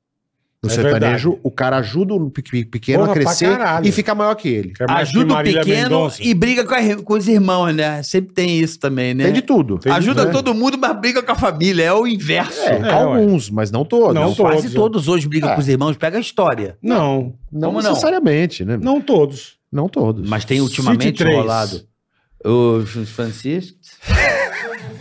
No É sertanejo, verdade. o cara ajuda o pe- pe- pequeno Porra, a pra crescer caralho. e fica maior é que ele. Quer mais que Ajuda o Marília pequeno Mendonça? e briga com, a- com os irmãos, né? Sempre tem isso também, né? Tem de tudo. Tem de Ajuda tudo, né? todo mundo, mas briga com a família. É o inverso. É, É, alguns, mas não todos. Não todos. Quase todos hoje brigam Ah. com os irmãos, pega a história. Não, Não Como não? necessariamente, né? Não, não todos. todos. Mas tem Cite ultimamente três. rolado. O Francisco.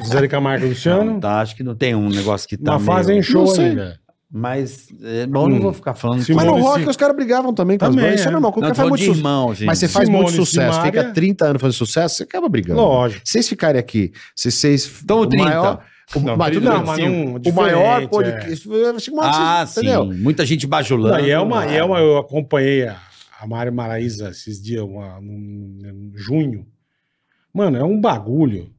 Zé Camargo e Luciano, Não, tá, acho que não tem um negócio que tá. mas fazem meio- show Não sei. ainda. Mas. É, bom, não Hum. vou ficar falando. Se Mas no Simone rock Sim- os caras brigavam também com as Também, bandas. Isso é é. normal. Quando o não, tô cara faz falando muito de sucesso. irmão, gente. Mas você faz Simone muito sucesso, Simaria. fica 30 anos fazendo sucesso, você acaba brigando. Lógico. Se vocês ficarem aqui, se vocês. Então, o 30. maior. O, Não, mas tudo 30, bem, mas não, o maior diferente, é. podcast. Ah, sim. Entendeu? Muita gente bajulando. Não, e é uma, né? e é uma, eu acompanhei a, a Mari Maraíza esses dias, uma, um, um junho. Mano, é um bagulho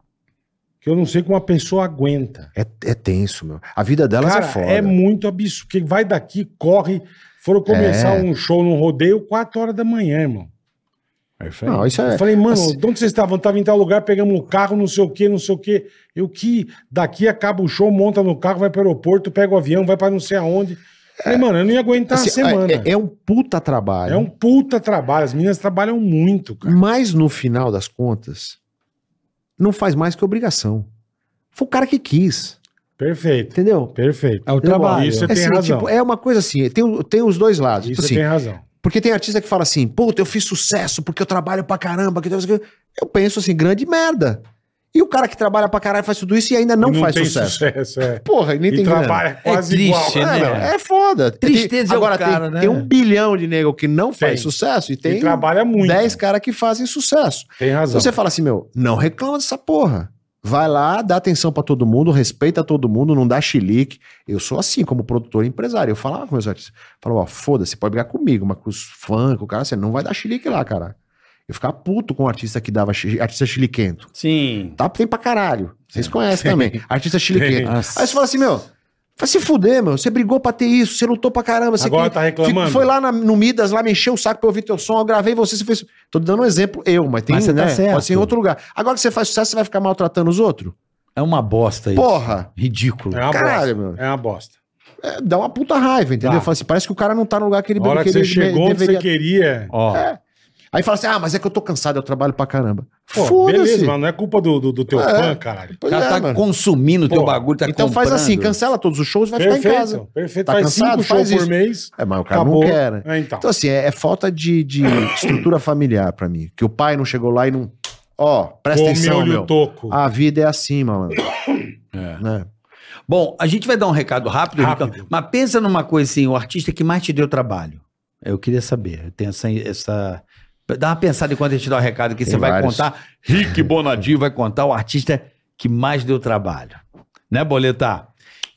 que eu não sei como uma pessoa aguenta. É, é tenso, meu. A vida delas Cara, é foda. é, muito absurdo. Quem vai daqui, corre. Foram começar É. um show no rodeio 4 horas da manhã, irmão. Não, isso é. Eu falei, mano, assim- de onde vocês estavam? Tava em tal lugar, pegamos um carro, não sei o quê, não sei o quê. Eu que daqui acaba o show, monta no carro, vai pro aeroporto, pega o avião, vai pra não sei aonde. Falei, mano, eu não ia aguentar assim, a semana. é, é um puta trabalho. É um puta trabalho. As meninas trabalham muito, cara. Mas no final das contas, não faz mais que obrigação. Foi o cara que quis, Perfeito. entendeu? Perfeito. É o trabalho. Isso você tem razão. é uma coisa assim, tem, tem os dois lados. Tipo Isso você assim, tem razão. Porque tem artista que fala assim, puta, eu fiz sucesso porque eu trabalho pra caramba. Que Deus... Eu penso assim, grande merda. E o cara que trabalha pra caralho faz tudo isso e ainda não, E faz tem sucesso. Tá é. Porra, e nem E tem grana. trabalha quase triste, igual. né? É, meu, é foda. Tristeza tem, é o agora, cara, tem, né? tem um bilhão de nego que não faz Tem. sucesso e Tem... tem E trabalha muito. 10 caras que fazem sucesso. Tem razão. Então você fala assim, meu, não reclama dessa porra. Vai lá, dá atenção pra todo mundo, respeita todo mundo, não dá chilique. Eu sou assim, como produtor e empresário. Eu falava com meus artistas. Falava, ó, foda-se, pode brigar comigo, mas com os funk, o cara, você não vai dar chilique lá, cara. Eu ficava puto com o artista que dava chi- artista Ah. chiliquento. Sim. Tá, tem pra caralho. Vocês conhecem também. Artista Tem. chiliquento. Aí você fala assim, meu, vai se fuder, meu. Você brigou pra ter isso, você lutou pra caramba. Você Agora queria- tá reclamando. Fico- Foi lá na- no Midas, lá me encheu o saco pra eu ouvir teu som, eu gravei você, você fez. Tô dando um exemplo eu, mas tem Mas você tá certo. Pode ser em outro lugar. Agora que você faz sucesso, você vai ficar maltratando os outros? É uma bosta isso. Porra! Ridículo. É uma Caralho, bosta. meu. É uma bosta. É, dá uma puta raiva, entendeu? Dá. Fala assim, parece que o cara não tá no lugar que ele A hora que que você ele chegou onde você queria. Ó, É, Aí fala assim: ah, mas é que eu tô cansado, eu trabalho pra caramba. Pô, beleza, Foda-se. mas não é culpa do, do, do teu É. fã, caralho. Pois o cara é, tá mano. consumindo o teu Pô, bagulho, tá então faz comprando. assim, cancela todos os shows e vai ficar em casa. Perfeito, perfeito. Tá faz cansado? cinco Faz shows por isso. mês. É, mas o cara Acabou. não quer, né? É, então. Então, assim, é, é falta de, <coughs> de estrutura familiar pra mim. Que o pai não chegou lá e não. Ó, presta atenção, Comeu-lhe meu. o toco. A vida é assim, mano. É. Né? Bom, a gente vai dar um recado rápido, Rápido. Ricão, mas pensa numa coisa assim, o artista que mais te deu trabalho. Eu queria saber, eu tenho essa... essa... Dá uma pensada enquanto a gente dá o recado que Tem você vai vários. contar. Rick Bonadio vai contar o artista que mais deu trabalho. Né, Boletar?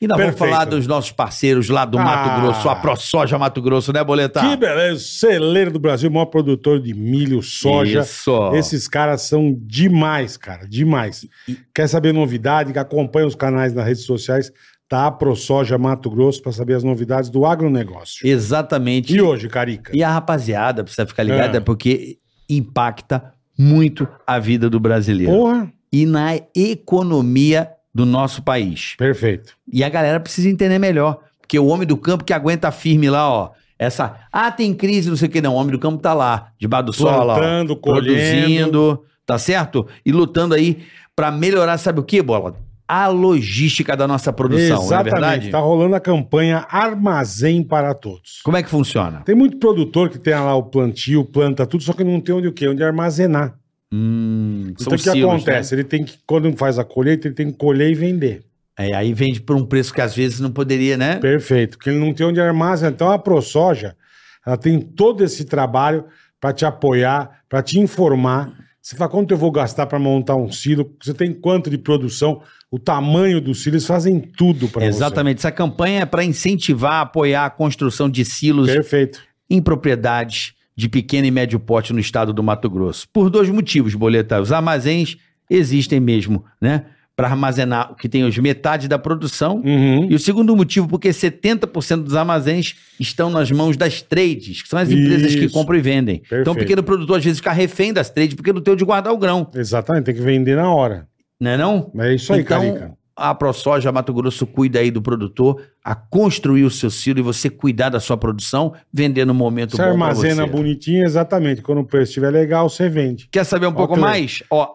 E nós Perfeito. vamos falar dos nossos parceiros lá do Ah. Mato Grosso, a ProSoja Mato Grosso, né, tá. Boletar? Que beleza, celeiro do Brasil, maior produtor de milho, soja. Isso. Esses caras são demais, cara, demais. Quer saber novidade? Que acompanha os canais nas redes sociais, tá? ProSoja Mato Grosso, para saber as novidades do agronegócio. Exatamente. E hoje, Carica? E a rapaziada, precisa ficar ligada, Ah. porque impacta muito a vida do brasileiro Porra, e na economia do nosso país. perfeito. E a galera precisa entender melhor, porque o homem do campo que aguenta firme lá, ó, essa, ah, tem crise, não sei o que, não, o homem do campo tá lá, debaixo do sol, lá, ó, Plantando, colhendo. produzindo, tá certo? E lutando aí pra melhorar, sabe o que, Bola? A logística da nossa produção, não é Exatamente, verdade? tá rolando a campanha Armazém para Todos. Como é que funciona? Tem muito produtor que tem lá o plantio, planta tudo, só que não tem onde o quê? Onde armazenar. Hum, Então o que silos, né? acontece? Ele tem que, quando faz a colheita, ele tem que colher e vender. É, aí vende por um preço que às vezes não poderia, né? Perfeito, que ele não tem onde armazenar. Então a ProSoja, ela tem todo esse trabalho para te apoiar, para te informar. Você fala quanto eu vou gastar para montar um silo, você tem quanto de produção, o tamanho do silo, eles fazem tudo para você. Exatamente. Essa campanha é para incentivar, apoiar a construção de silos Perfeito. em propriedades de pequeno e médio porte no estado do Mato Grosso. Por dois motivos, Boleta. Os armazéns existem mesmo, né? Para armazenar o que tem hoje metade da produção. Uhum. E o segundo motivo, porque 70% dos armazéns estão nas mãos das trades, que são as empresas que Isso. compram e vendem. Então, o Perfeito. pequeno produtor às vezes fica refém das trades porque não tem onde guardar o grão, Exatamente, tem que vender na hora. não é não? É isso aí, então, Carica. a ProSoja Mato Grosso cuida aí do produtor a construir o seu silo e você cuidar da sua produção, vender no momento Você bom pra armazena você. bonitinho, exatamente. Quando o preço estiver legal, você vende. Quer saber um pouco Ok. mais? Ó,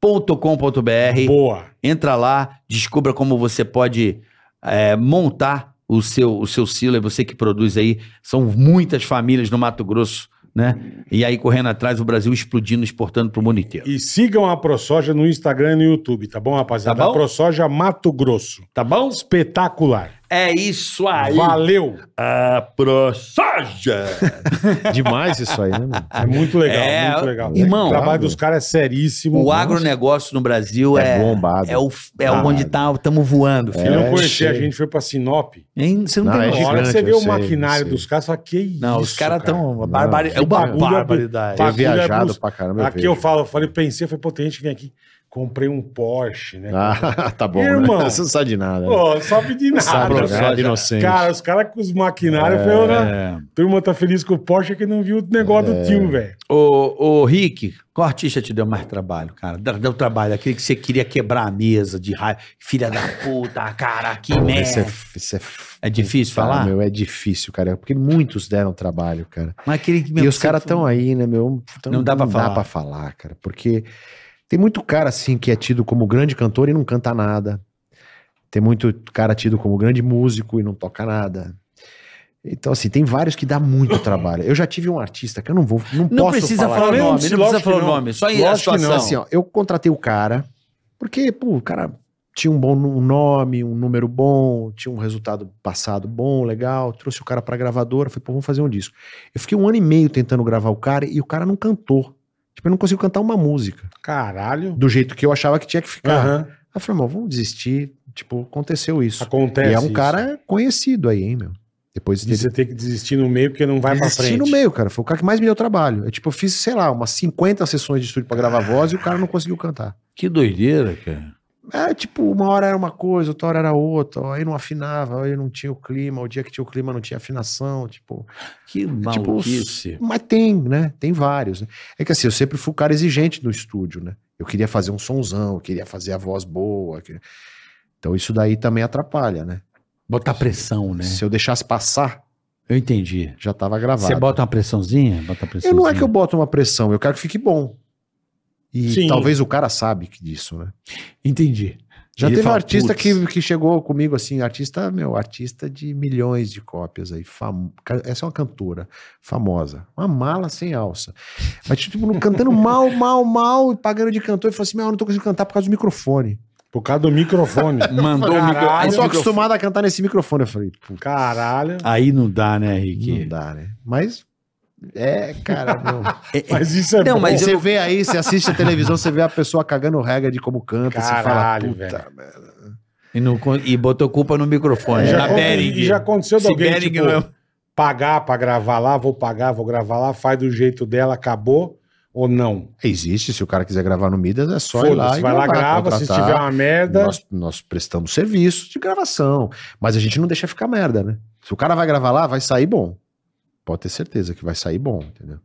armazenparatodos.com.br. Boa. Entra lá, descubra como você pode é, montar o seu, o seu silo. É você que produz aí. São muitas famílias no Mato Grosso, né? E aí correndo atrás, o Brasil explodindo, exportando pro mundo inteiro. E sigam a ProSoja no Instagram e no YouTube, tá bom, rapaziada? Tá bom? A ProSoja Mato Grosso. Tá bom? Espetacular. É isso aí. Valeu. A ProSoja. Demais isso aí, né, mano? É muito legal, É, muito legal. irmão, o trabalho dos caras é seríssimo. O agronegócio no Brasil É é, bombado. é, o, é Caralho. onde tá, estamos voando, Eu filho. não É, conhecia, a cheio. gente foi pra Sinop. Hein? Você não, Não, tem é noção. Na hora que gigante, você vê eu o sei, maquinário eu sei. dos caras, só que isso. Não, os caras cara. estão. Barbari... É que o bar- bagulho barbaridade. absurdo. Eu Bagulho é Tá viajado brusco. pra caramba. eu Aqui vejo. eu falo, falei, pensei, foi pô, tem gente que vem aqui. Comprei um Porsche, né? Ah, <laughs> tá bom. né? Irmão. Você não sabe de nada. né? Pô, não sabe de nada. sabe de cara. nada, inocente. Cara, os caras com os maquinários, foi É. né? Turma tá feliz com o Porsche que não viu o negócio do tio, velho. Ô, ô, Rick, qual artista te deu mais trabalho, cara? Deu, deu trabalho, aquele que você queria quebrar a mesa de raiva. Filha da puta, cara, que Pô, Isso é, merda. isso é, É difícil cara, falar? meu, é difícil, cara. Porque muitos deram trabalho, cara. Mas aquele que meu, e os você caras falou- estão aí, né, meu? Então, Não dá pra falar. Não dá pra falar, cara. Porque tem muito cara, assim, que é tido como grande cantor e não canta nada. Tem muito cara tido como grande músico e não toca nada. Então, assim, tem vários que <coughs> dá muito trabalho. Eu já tive um artista que eu não vou. Não, Não posso precisa falar, o nome, Não, não lógico precisa falar que o não. nome. Só aí a Lógico que não. situação. Então. assim, ó, eu contratei o cara, porque, pô, o cara tinha um bom nu- um nome, um número bom, tinha um resultado passado bom, legal, trouxe o cara pra gravadora, falei, pô, vamos fazer um disco. Eu fiquei um ano e meio tentando gravar o cara e o cara não cantou. Tipo, eu não consigo cantar uma música Caralho. do jeito que eu achava que tinha que ficar. Aí Aham. eu falei, irmão, vamos desistir. Tipo, aconteceu isso. Acontece. e é um isso. cara conhecido aí, hein, meu. Depois De teve você ter que desistir no meio porque não vai pra Desisti frente. no meio, cara. Foi o cara que mais me deu trabalho. Eu, tipo, eu fiz, sei lá, umas 50 sessões de estúdio pra gravar voz e o cara não conseguiu cantar. Que doideira, cara. É, tipo, uma hora era uma coisa, outra hora era outra. Aí não afinava, aí não tinha o clima. O dia que tinha o clima não tinha afinação, tipo... Que É tipo, maluquice. Mas tem, né? Tem vários. né? É que assim, eu sempre fui o cara exigente no estúdio, né? Eu queria fazer um sonzão, eu queria fazer a voz boa. que- Então isso daí também atrapalha, né? Botar pressão, né? Se eu deixasse passar, Eu entendi. já tava gravado. Você bota uma pressãozinha? Bota uma Eu pressãozinha. não é que eu boto uma pressão, eu quero que fique bom. E Sim. talvez o cara sabe que disso, né? Entendi. um Já Ele teve um fala, artista "Putz, que, que chegou comigo assim, artista, meu, artista de milhões de cópias aí. fam- ca- Essa é uma cantora famosa. Uma mala sem alça. Mas, tipo, não- cantando mal, mal, mal, e pagando de cantor. E falou assim: meu, eu não tô conseguindo cantar por causa do microfone. Por causa <laughs> do microfone. Mandou o micro... eu Caralho, esse tô microfone. acostumado a cantar nesse microfone. Eu falei, puta, Caralho. Ah, Aí não dá, né, não Rick? dá, né? Mas. É, cara, meu. <laughs> Mas isso é Não, bom. mas- você vê aí, você assiste a televisão, você vê a pessoa cagando regra de como canta, Caralho, você fala, puta, velho. E, não con- e botou culpa no microfone. E né? É, já, na acon- Bering. e já aconteceu de Se alguém Bering tipo, não é- pagar pra gravar lá, vou pagar, vou gravar lá, faz do jeito dela, acabou ou não? Existe, se o cara quiser gravar no Midas, é só ir lá Foda-se, e vai lá, gravar, grava, se contratar. tiver uma merda, Nós, nós prestamos serviço de gravação, mas a gente não deixa ficar merda, né? Se o cara vai gravar lá, vai sair bom. Pode ter certeza que vai sair bom, entendeu?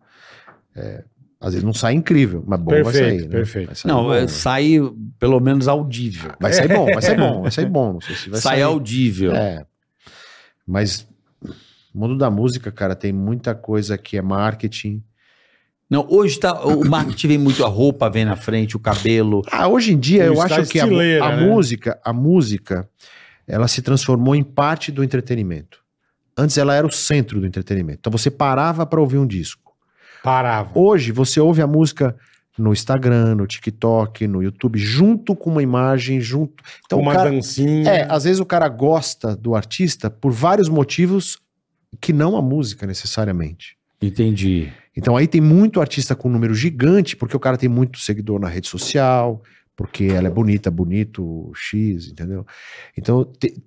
É, às vezes não sai incrível, mas bom vai Perfeito, sair. né? perfeito. Vai sair Não, bom, é, né? sai pelo menos audível. vai sair bom, vai sair bom, vai sair bom. Não sei se vai sai sair. audível. É. Mas o mundo da música, cara, tem muita coisa que é marketing. Não, hoje tá, o marketing vem muito, a roupa vem na frente, o cabelo. Ah, hoje em dia O eu acho que a, mu- estileira, a né? música, a música, ela se transformou em parte do entretenimento. Antes ela era o centro do entretenimento. Então você parava para ouvir um disco. parava. Hoje você ouve a música no Instagram, no TikTok, no YouTube, junto com uma imagem, junto. Então uma o cara, dancinha. é, às vezes o cara gosta do artista por vários motivos que não a música necessariamente. Entendi. Então aí tem muito artista com um número gigante, porque o cara tem muito seguidor na rede social, porque ela é bonita, bonito, X, entendeu? Então te-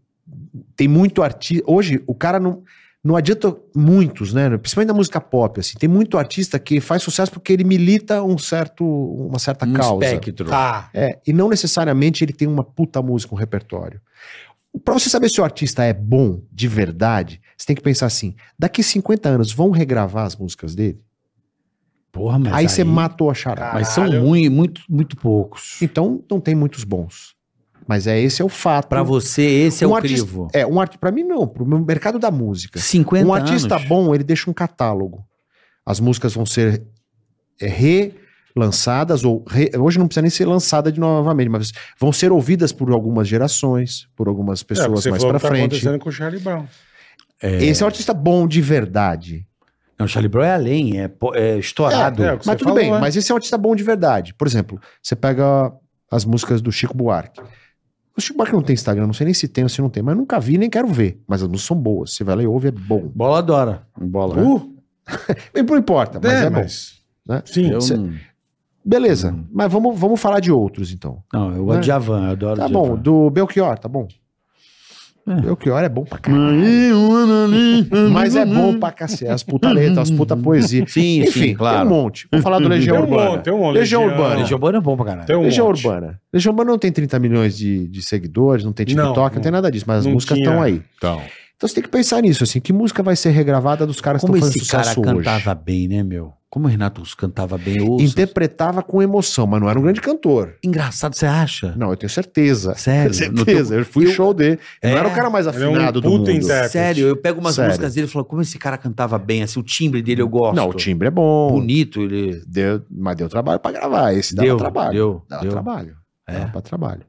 tem muito artista. Hoje, o cara não. Não adianta muitos, né? Principalmente na música pop, assim. Tem muito artista que faz sucesso porque ele milita um certo, uma certa um causa. espectro. Tá. É, e não necessariamente ele tem uma puta música, um repertório. Pra você saber se o artista é bom de verdade, você tem que pensar assim: daqui 50 anos vão regravar as músicas dele? Porra, mas aí, você matou a charada. Caralho. Mas são muito, muito, muito poucos. Então não tem muitos bons. Mas é esse é o fato. Pra você, esse é Um o artista- crivo. É, um artista. Pra mim, não, pro meu mercado da música. 50 um artista anos. bom, ele deixa um catálogo. As músicas vão ser é, relançadas, ou re- hoje não precisa nem ser lançada de novamente, mas vão ser ouvidas por algumas gerações, por algumas É, pessoas você mais falou pra que tá frente. acontecendo com o Charlie Brown. Esse é um artista bom de verdade. Não, o Charlie Brown é além, é, po- é estourado. É, é o que mas você tudo falou, bem, é. mas esse é um artista bom de verdade. Por exemplo, você pega as músicas do Chico Buarque. O Chico Buarque não tem Instagram, não sei nem se tem ou se não tem, mas nunca vi nem quero ver. Mas as músicas são boas. Você vai lá e ouve, é bom. Bola adora. Bola. Uh, Bem, não importa, mas é, é, bom. mas- né? Sim. eu cê- não, Beleza, mas vamos, vamos falar de outros então. não, eu gosto né? de né? Javan, eu adoro Tá Djavan. bom, do Belchior, tá bom. Belchior é bom pra caralho. <laughs> Uhum. Mas é bom pra cacete. As puta letras, as puta poesia. Sim, Enfim, sim, claro. tem um monte. Vamos falar do Legião Tem um Urbana. monte, tem um monte. Legião Urbana. Legião Urbana é bom pra caralho. Tem um Legião monte. Urbana. Legião Urbana não tem 30 milhões de, de seguidores, não tem Não, TikTok, não, não- tem nada disso, mas as não músicas tinha. estão aí. Então você tem que pensar nisso, assim, que música vai ser regravada dos caras que Como estão fazendo esse cara sucesso hoje. cantava bem, né, meu? Como o Renato Russo cantava bem. eu ouço. Interpretava com emoção, mas não era um grande cantor. Engraçado, você acha? Não, eu tenho certeza. Sério? No teu- certeza, <laughs> eu fui Eu- show dele. Ele Não É. era o cara mais Ele é um afinado do mundo. puta intérprete. Sério, eu pego umas Sério. músicas dele e falo, como esse cara cantava bem, assim, o timbre dele eu gosto. Não, o timbre é bom. Bonito, ele... Deu, mas deu trabalho pra gravar. Esse dava Deu, trabalho. deu, dava deu. trabalho. É. Dava pra trabalho.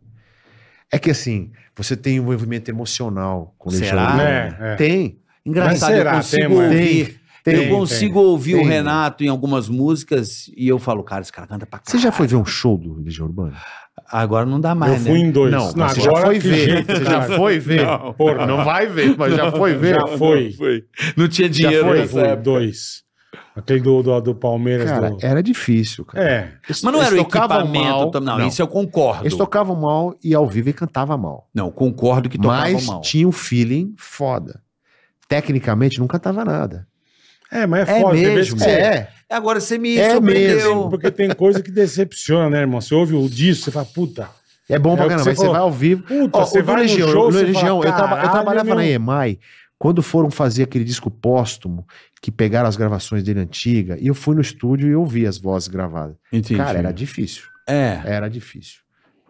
É que assim, você tem um envolvimento emocional com o Legião Será? Urbana. É, é. Tem, Engraçado, Mas será? eu consigo Tem, mano. ouvir... tem. eu consigo ouvir tem. o Renato em algumas músicas e eu falo, cara, esse cara canta pra Você caralho. já foi ver um show do Legião Urbana? Agora não dá mais, Eu fui né? em dois. Não, mas você já agora foi que ver. jeito, você cara. já foi ver. Não, porra. Não vai ver, mas já foi ver. Já foi. Não tinha dinheiro foi, nessa foi dois. Aquele do, do, do Palmeiras. Cara, do... era difícil, cara. É. Eles- Mas não eles era o tocavam equipamento, mal, tam- não, não. isso eu concordo. Eles tocavam mal e ao vivo ele cantava mal. Não, concordo que tocava mas mal. tinha um feeling foda. tecnicamente não cantava nada. É, mas é, É foda. tem vezes mesmo, que você- assim, É, Agora você me É surpreendeu. mesmo. Porque tem coisa que decepciona, né, irmão? Você ouve o disco, você fala, puta. é bom pra É o que caramba. você Aí você falou. vai ao vivo. Puta, Ó, você o do vai no Legião, show, do você Legião, fala, eu, traba- eu "Caralho, trabalhava meu." na EMAI. Quando foram fazer aquele disco póstumo, que pegaram as gravações dele antiga, e eu fui no estúdio e ouvi as vozes gravadas. Entendi. Cara, era difícil. É. Era difícil.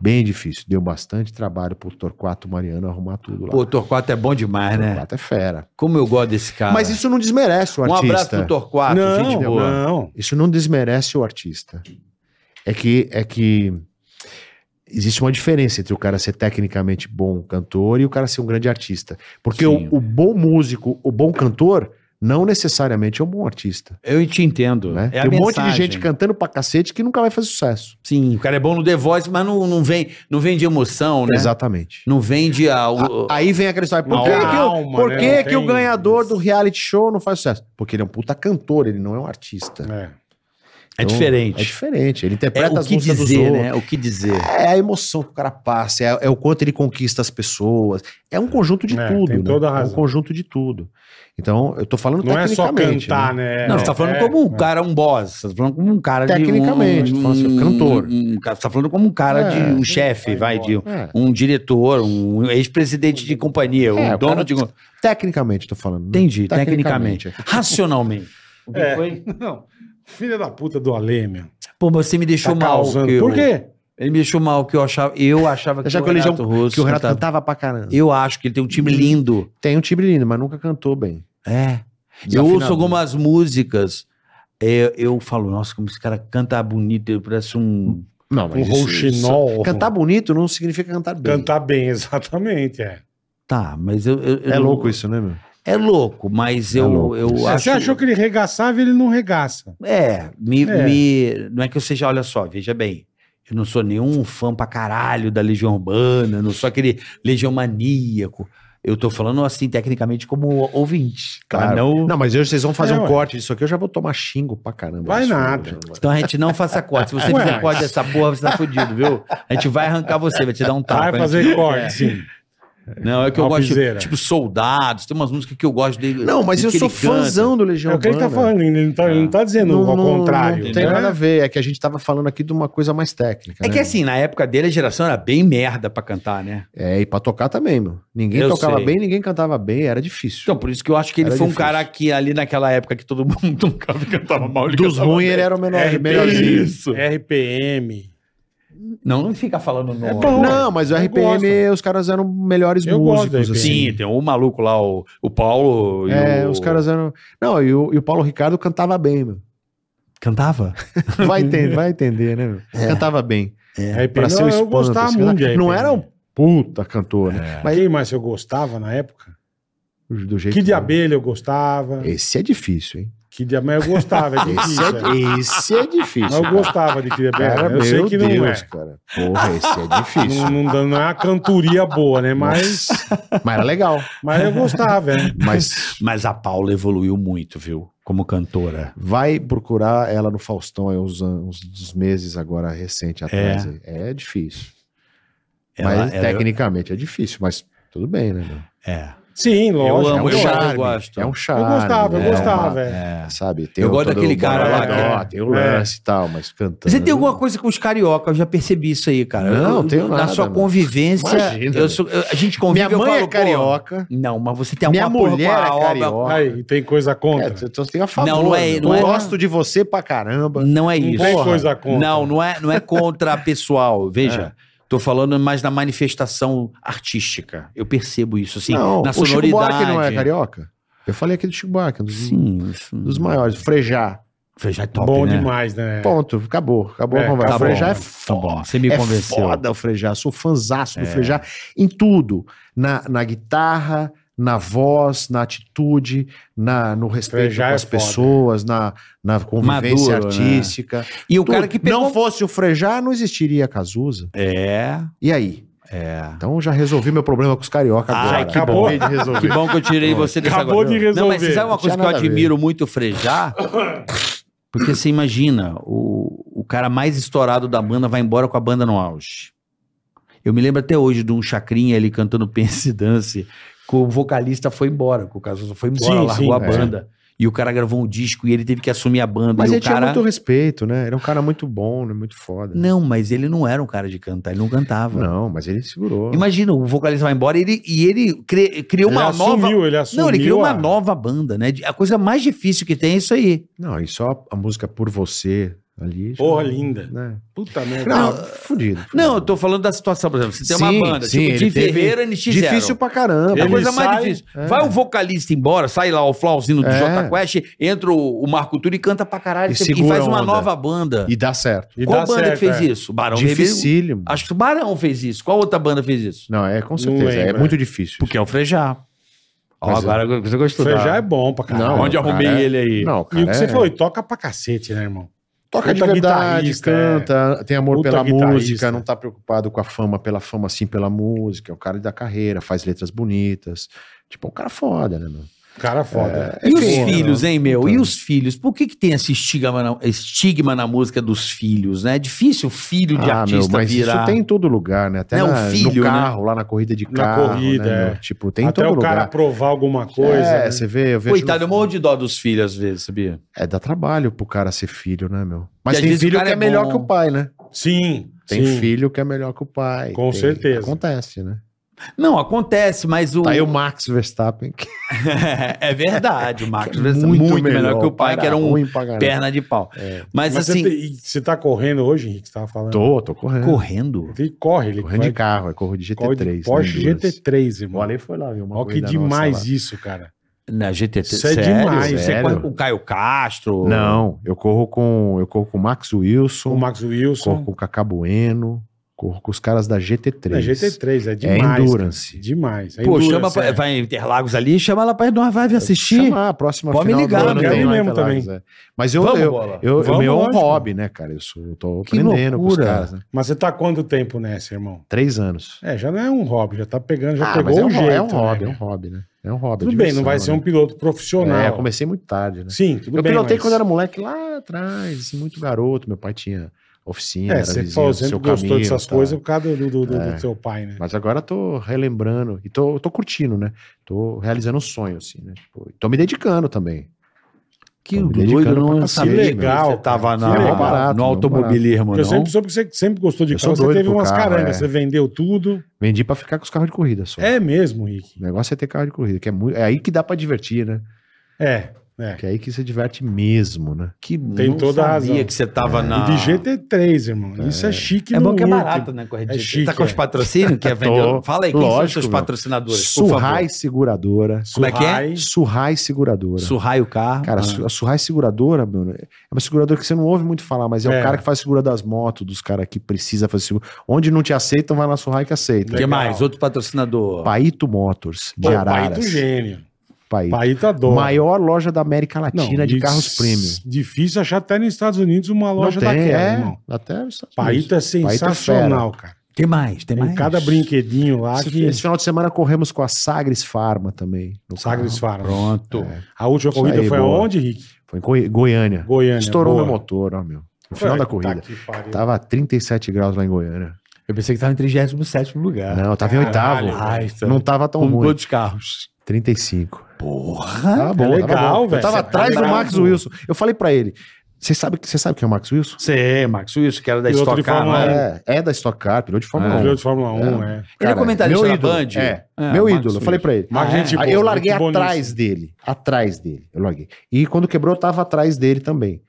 Bem difícil. Deu bastante trabalho pro Torquato Mariano arrumar tudo lá. Pô, o Torquato é bom demais, né? Torquato é fera. Como eu gosto desse cara. Mas isso não desmerece o um abraço artista. pro Torquato, não, gente boa. não. Isso não desmerece o artista. É que é que existe uma diferença entre o cara ser tecnicamente bom cantor e o cara ser um grande artista. Porque Sim. o, o bom músico, o bom cantor, não necessariamente é um bom artista. Eu te entendo. Né? É a Tem um monte de mensagem. gente cantando pra cacete que nunca vai fazer sucesso. Sim, o cara é bom no The Voice, mas não, não, vem, não vem de emoção, né? Exatamente. Não vem de... A, o- A- aí vem aquela história. Por Não que, tem que, o, alma, por né? que, Não que o tem- ganhador do reality show não faz sucesso? Porque ele é um puta cantor, ele não é um artista. É. é Então, diferente. É diferente. Ele É, interpreta o as que músicas dos dizer, outros. né? O que dizer. É a emoção que o cara passa, é, é o quanto ele conquista as pessoas. É um conjunto de É, tudo. tem né? toda a É um razão. conjunto de tudo. Então, eu tô falando Não é só tecnicamente. cantar, né? né? Não, você tá falando É, como um é. cara, um boss. Você tá falando como um cara de. Tecnicamente, um, tô falando assim, cantor. Um, um cara- você tá falando como um cara É. de. Um chefe, vai, de. É. Um diretor, um ex-presidente de companhia, um É, o dono cara- de. Tecnicamente, tô falando. né? Entendi, tecnicamente. Tecnicamente. é Racionalmente. É. Não. Filha da puta do Alê, meu. Pô, mas você me deixou Tá mal. causando. que eu- Por quê? Ele me deixou mal que eu achava. Eu achava Achava que o Legião- Russo. um Que o Renato tá- Hum. cantava- cantava pra caramba. Eu acho que ele tem um time lindo. Tem um timbre lindo, mas nunca cantou bem. É. Eu Desafinado. ouço algumas músicas. é, eu falo, nossa, como esse cara canta bonito, ele parece um. Não, Um isso- rouxinol. isso- Cantar bonito não significa cantar bem. Cantar bem, <laughs> exatamente, é. Tá, mas eu. eu- eu É não- louco isso, né, meu? É louco, mas eu, louco. eu É Você acho. achou que ele regaçava, ele não regaça. É, me, É. me- Não é que eu seja, olha só, veja bem. Eu não sou nenhum fã pra caralho da Legião Urbana, não sou aquele Legião Maníaco. Eu tô falando assim, tecnicamente, como ouvinte. tá? Claro. Não- Não, mas hoje vocês vão fazer É, um ué. corte disso aqui, eu já vou tomar xingo pra caramba. Vai disso, nada. né, velho? Então a gente não faça corte. Se você Ué, fizer mas- corte dessa porra, você tá fudido, viu? A gente vai arrancar você, vai te dar um tapa. Vai fazer corte, sim. Não, é que eu Alpizeira. gosto, tipo, Soldados, tem umas músicas que eu gosto né? dele. Não, mas do eu que sou ele canta. fãzão do Legião É o que ele tá Urbana. falando, ele não tá, ele não tá dizendo ao contrário. Não tem né? nada a ver, é que a gente tava falando aqui de uma coisa mais técnica. É né? que assim, na época dele, a geração era bem merda pra cantar, né? É, e pra tocar também, meu. Ninguém Eu tocava sei. bem, ninguém cantava bem, era difícil. Então, por isso que eu acho que ele Era foi um difícil. cara que ali naquela época que todo <laughs> mundo nunca Cantava mal, Então, ele Dos cantava ruins bem. ele era o menor, É, melhorzinho. Isso. RPM. Não, não fica falando nome. É bom. Não, mas o Eu RPM, gosto. os caras eram melhores Eu gosto do músicos, RPM. assim. Sim, tem o maluco lá, o, o Paulo. e É, o- os caras eram. Não, e o, e o Paulo Ricardo cantava bem, meu. Cantava? <laughs> Vai entender, vai entender, né, meu? É. Cantava bem. RPM Pra ser um eu espanto, gostava assim, ela- muito de não RPM. era um Puta cantor, né? Mas quem É. mais eu gostava na época? Do jeito É. Que de que- abelha eu gostava. Esse é difícil, hein? Que de abelha eu gostava. <laughs> É Esse difícil, é. é, esse <laughs> é difícil. Mas eu cara. gostava de que de abelha. Cara, eu meu sei que Deus, não é. cara. Porra, esse é difícil. Não, não, não é uma cantoria boa, né? <laughs> Mas, Mas era legal. mas eu gostava, né? Mas Mas a Paula evoluiu muito, viu? Como cantora. vai procurar ela no Faustão aí uns, an- uns, uns meses agora, recente atrás. aí. É, difícil. Ela, mas ela- tecnicamente é difícil, mas tudo bem, né? um meu? É. Sim, lógico. amo, eu eu gostava. amo. gosto. É um charme. Eu gostava, eu é uma- gostava. é. Sabe, tem Eu o gosto todo daquele o cara lá bororó, que- Tem o É. lance e tal, mas cantando. Você tem alguma coisa com os carioca, eu já percebi isso aí, cara. Não, eu, tenho Na nada, sua não. convivência, Imagina. eu sou- eu- a gente convive, Minha mãe eu falo, é pô, carioca. Não, mas você tem Minha alguma porra mulher com a é obra- carioca. Aí, tem coisa contra. É, eu tenho a favor. Não, não é- meu. não é- Eu gosto de você pra caramba. Não é Não isso. tem Porra. coisa contra. É. Não, não é, não é <laughs> contra a pessoal. Veja, tô falando mais na manifestação artística. Eu percebo isso, assim, não, na o Chico sonoridade. Buarque não é carioca? Eu falei aqui do Chico Buarque, um dos, Sim, isso- dos maiores. Frejar. Veja, é top, Bom né? demais, né? Ponto, acabou. Acabou É, a conversa. tá o Frejar é bom, foda. Tá bom, você me é convenceu. foda o Frejá, sou fanzaço do Frejá em tudo, na, na guitarra, na voz, na atitude, na, no respeito Frejá com é as foda. pessoas, na, na convivência Maduro, né? artística. E o Tudo. cara que pegou... Não fosse o Frejá, não existiria a Cazuza. É, E aí? é. Então já resolvi meu problema com os carioca agora. Ai, que Acabou bom. de resolver. Que bom que eu tirei você dessa Acabou de resolver. Não, mas você sabe uma Não coisa que tinha eu nada a ver. admiro muito frejar? Porque você imagina, o, o cara mais estourado da banda vai embora com a banda no auge. Eu me lembro até hoje de um Chacrinha ele cantando Pense e Dance, que o vocalista foi embora, que o Cazuza foi embora, Sim, largou sim, a é. banda. E o cara gravou um disco e ele teve que assumir a banda. Mas e ele o cara... tinha muito respeito, né? Era um cara muito bom, né? muito foda. Não, mas ele não era um cara de cantar, ele não cantava. Não, mas ele segurou. Imagina, o vocalista vai embora e ele, e ele cri- criou uma ele nova. assumiu, ele assumiu. não, ele criou a- uma nova banda, né? A coisa mais difícil que tem é isso aí. Não, e só a música Por Você ali. já- Porra, linda. Né? Puta merda. Não, fudido. fudido. Não, eu tô falando da situação, por exemplo, você tem Sim, uma banda, sim, tipo, de ele teve- Ferreira, NX Zero. Difícil pra caramba. É a Ele coisa mais sai- difícil. é. Vai o vocalista embora, sai lá o Flauzino do É. Jota Quest, entra o, o Marco Túlio e canta pra caralho E e, segura faz a uma onda. nova banda. E dá certo. E Qual dá banda certo, que fez é. isso? Barão Vermelho. Dificílimo. Acho que o Barão fez isso. Qual outra banda fez isso? Não, é com Não certeza. é lembro, muito difícil. Porque é o Frejá. é. Ó, Mas agora você gostou. Foi da- já é bom pra caralho. Não, Onde cara, arrumei é- ele aí? Não, E cara, o que você é- falou, e toca pra cacete, né, irmão? Toca de Puta verdade, guitarrista, é. canta, tem amor Puta pela guitarrista. música, não tá preocupado com a fama pela fama, sim pela música. É o cara da carreira, faz letras bonitas. Tipo, é um cara foda, né, meu? Cara é foda. E os Enfim, filhos, hein, meu? E É Então. os filhos? Por que, que tem esse estigma na, estigma na música dos filhos, né? É difícil o filho de Ah, meu, artista mas virar. isso tem em todo lugar, né? Até Não, na- filho, né? no carro, lá na corrida de Na carro. corrida, né, é. meu? Tipo, tem em Até todo o lugar. cara provar alguma coisa. é, né? você vê, eu vejo. Coitado, eu no- morro de dó dos filhos às vezes, sabia? É, dá trabalho pro cara ser filho, né, meu? E Mas às tem vezes o filho cara que é, é melhor bom. que o pai, né? Sim. Tem sim. filho que é melhor que o pai. Com tem- certeza. Acontece, né? Não, acontece, mas o. Tá aí o Max Verstappen, que <laughs> é verdade, o Max é Verstappen, muito, melhor, que o pai, que era um ruim pra caralho. perna de pau. É. Mas, Mas assim, você, te- e você tá correndo hoje, Henrique, você tava falando? Tô, tô correndo. correndo. Ele corre, ele Correndo vai- de carro, é corro de corre GT3. de Porsche né, Endurance. GT3, irmão. O Ale foi lá, viu? Uma Olha que corrida nossa demais lá. isso, cara. Na GT, Isso é demais, Você sério. corre com o Caio Castro. Não, eu corro com eu corro com o Max Wilson, O Max corro Wilson. com o Cacá Bueno, corro com os caras da GT3. É GT3, é É demais. Endurance. cara. Demais. É Pô, Endurance, chama pra, é. vai em Interlagos ali, chama lá pra nós, vai vir assistir. Chama a próxima Pode me final ligar, do ano né? eu tem quero lá mesmo em Interlagos, é. Mas eu, Vamos, eu, Bola. eu, Vamos, meu é um lógico. hobby, né, cara? Eu, sou, eu tô Que aprendendo com os loucura. caras. Né? Mas você tá há quanto tempo nessa, irmão? Três anos. É, já não é um hobby, já tá pegando, já Ah, pegou mas é o um, jeito. é um hobby, né, é um meu? hobby, né? É um hobby. é Tudo bem, diversão, não vai ser né? um piloto profissional. É, eu comecei muito tarde, né? Sim, tudo eu bem. pilotei mas- quando era moleque lá atrás, assim, muito garoto. Meu pai tinha oficina, É, era você vizinho falou, do sempre seu gostou caminho, dessas tá? É. coisas por causa do, do, do, do seu pai, né? Mas agora eu tô relembrando e tô, tô curtindo, né? Tô realizando um sonho, assim, né? Tipo, tô me dedicando também. Que Tô me doido, dedicando eu pra não cacete, sabia que legal, você tava cara. na, Que legal. no Barato, automobilismo, Porque eu não? sempre soube que você sempre gostou de Eu sou carro, você doido teve por umas carro, carangas, é. você vendeu tudo. Vendi pra ficar com os carros de corrida só. É mesmo, Rick. O negócio é ter carro de corrida, que é muito. É aí que dá pra divertir, né? É, é. Que é aí que você diverte mesmo, né? Que Tem não toda a sabia razão. que você tava E Ah. na... de GT3, irmão. Isso é chique É no bom que é último. barato, né? Correr de É GT. chique, tá com os é. patrocínios <laughs> que é vendedor? Fala aí, quem Lógico, são seus meu. patrocinadores, por favor? Surrai Seguradora. Como é que é? Surrai. Surrai Seguradora. Surrai o carro. Cara, Ah. a Surrai Seguradora, meu, é uma seguradora que você não ouve muito falar, mas é, É. o cara que faz segura das motos, dos caras que precisa fazer seguro. Onde não te aceitam, vai na Surrai que aceita. O que Legal. mais? Outro patrocinador. Paito Motors, de Pô, Paito Araras. gênio. Paito. Paito adora. Maior loja da América Latina de e carros s- premium. Difícil achar até nos Estados Unidos uma Não loja tem, daquela, é, tá irmão. Até os Estados Unidos. Paito é sensacional, cara. Tem mais, tem, Tem mais. cada brinquedinho lá Esse, que... esse final de semana corremos com a Sagres Pharma também. no Sagres carro. Faro. Pronto. A última Isso corrida aí, foi boa. aonde, Rick? Foi em Goi- Goiânia. Goiânia. Estourou boa. meu motor, ó, meu. No final da corrida. Tá que pariu. Tava 37 graus lá em Goiânia. Eu pensei que tava em 37 lugar. Não, tava em Caralho, oitavo. Não tava tão com ruim. quantos carros? 35. Porra! Tá bom, tá Ah, é legal, bom. velho. Eu tava Você tá atrás do bravo. Max Wilson. Eu falei pra ele: você sabe, você sabe quem é o Max Wilson? Você, Max Wilson, que era da E outro Stock de Car, Fórmula não era? um. É, é da Stock Car, piloto de Fórmula Ah. 1. Piloto de Fórmula 1, Ah, é. Ele é Cara, comentarista meu da ídolo. Band? É, É, meu Max ídolo. Eu falei pra ele. Ah, Mas é? gente Aí boa, eu larguei gente boa atrás nisso. dele. Atrás dele. Eu larguei. E quando quebrou, eu tava atrás dele também.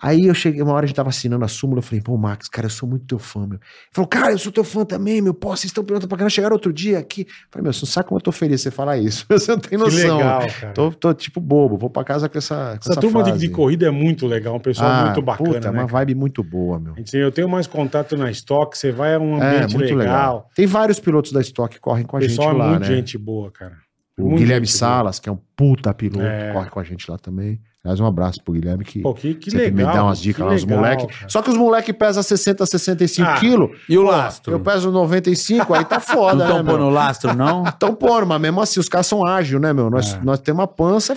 Aí eu cheguei, uma hora a gente tava assinando a súmula, eu falei, pô, Max, cara, eu sou muito teu fã, meu. Ele falou, cara, eu sou teu fã também, meu, pô, vocês estão perguntando pra caramba, chegaram outro dia aqui. Eu falei, meu, você não sabe como eu tô feliz de você falar isso, <laughs> você não tem Que noção. legal, cara. Tô, tô tipo bobo, vou pra casa com essa com Essa, turma de, frase. de corrida é muito legal, um pessoal Ah, muito bacana, puta, né? uma vibe muito boa, meu. A gente- Eu tenho mais contato na Stock, você vai a um É, ambiente muito legal. legal. Tem vários pilotos da Stock que correm com O a gente pessoal é lá, muito né? gente boa, cara. O Muito Guilherme gente Salas, que é um puta piloto, É. corre com a gente lá também. Aliás, um abraço pro Guilherme que, boa. Pô, que, que sempre legal. me dá umas dicas lá, os moleques. Só que os moleques pesam 60, 65 Ah, quilos, E o Lastro? eu peso 95, <laughs> aí tá foda, não tão né, meu? pondo o Lastro, não? Tão pondo, mas mesmo assim, os caras são ágil, né, meu? Nós, nós temos uma pança, é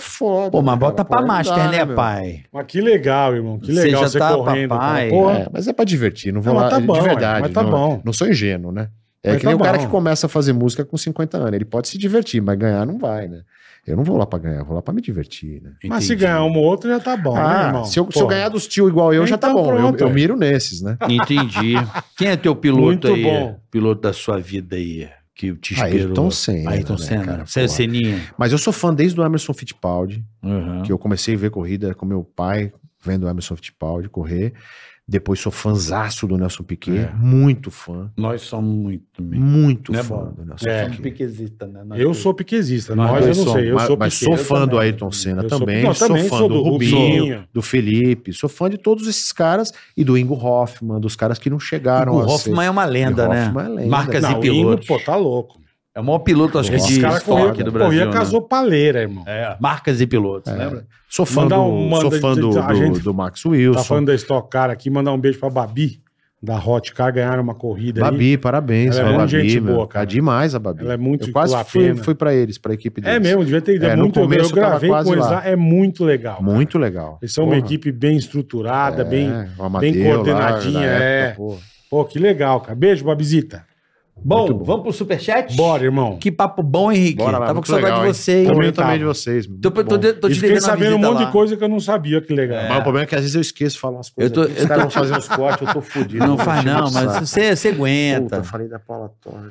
<laughs> foda. Pô, mas né, cara? bota pra Pode não Master, dar, né, meu? pai? Mas que legal, irmão. Que Você legal já você tá correndo. papai, cara. Porra, É, mas é pra divertir, não vou Não, lá. mas tá bom, de verdade. mas tá não, bom. não sou ingênuo, né? É Mas que tá nem o cara bom. que começa a fazer música com 50 anos. Ele pode se divertir, mas ganhar não vai, né? Eu não vou lá pra ganhar, eu vou lá pra me divertir, né? Mas se ganhar uma ou outra já tá bom, né, Ah, irmão? se eu, se eu Porra. ganhar dos tio igual eu, já tá Então bom. Eu- pronto, eu, é. miro nesses, né? Entendi. Quem é teu piloto Muito aí? bom. Piloto da sua vida aí, que te inspirou. Ah, Ayrton Senna. Ayrton né, Senna. cara? Senna, Porra. Seninha. Mas eu sou fã desde o Emerson Fittipaldi, Uhum. que eu comecei a ver corrida com meu pai, vendo o Emerson Fittipaldi correr. Depois sou fãzaço do Nelson Piquet, É. muito fã. Nós somos muito bem. Muito Né, fã bom? do Nelson É. Piquet. Piquezita, né? Nós Eu dois. sou piquezista, Nós nós eu dois não somos, sei, eu é- mas, sou mas piqueiro sou fã do também. Ayrton Senna Eu sou- também, Não, sou, também fã sou do do Rubinho, Rubinho. do Felipe, sou fã de todos esses caras e do Ingo Hoffman, dos caras que não chegaram O a ser... Hoffman é uma lenda, Ingo né? assim. Hoffman é lenda. Marcas Não, e o Ingo, pilotos. pô, tá louco. É o maior piloto, acho que, Esses Esse de cara estoque corria, do Brasil. corria né? casou paleira, irmão. Tá É, Marcas e pilotos, lembra? Sou fã, Mandar do, um- manda- sou fã do, a do- gente- do Max Tá Wilson. falando da Stock Car aqui, mandar um beijo pra Babi, da Hot Car, ganharam uma corrida aí. Babi, parabéns. Ela é a muito Babi, gente meu. boa, cara. É demais a Babi. Ela é muito Eu quase a fui, pena. fui pra eles, pra equipe deles. É mesmo, devia ter ido. É, É, no muito, eu- começo eu eu tava gravei quase com eles lá. lá, é muito legal. cara. Muito legal. Eles são Porra. uma equipe bem estruturada, É, bem. o Amadeu lá, coordenadinha, na é. época, porra. Pô, que legal, cara. Beijo, Babizita. Bom, Muito bom. vamos pro superchat? Bora, irmão. Que papo bom, Henrique. Bora lá, Tava com muito saudade legal, de hein? você, hein? Também, Também eu também tava. de vocês. meu. Tô, tô, Bom. tô, tô te E fiquei devendo uma sabendo um visita monte lá. de coisa que eu não sabia, que legal. Mas o problema é que às vezes eu esqueço de falar umas Eu coisas. tô- aqui, Os eu caras tô- vão fazer uns cortes, eu tô fudido. Não faz não, mas Puta, você, você aguenta. eu falei da Paula Torre.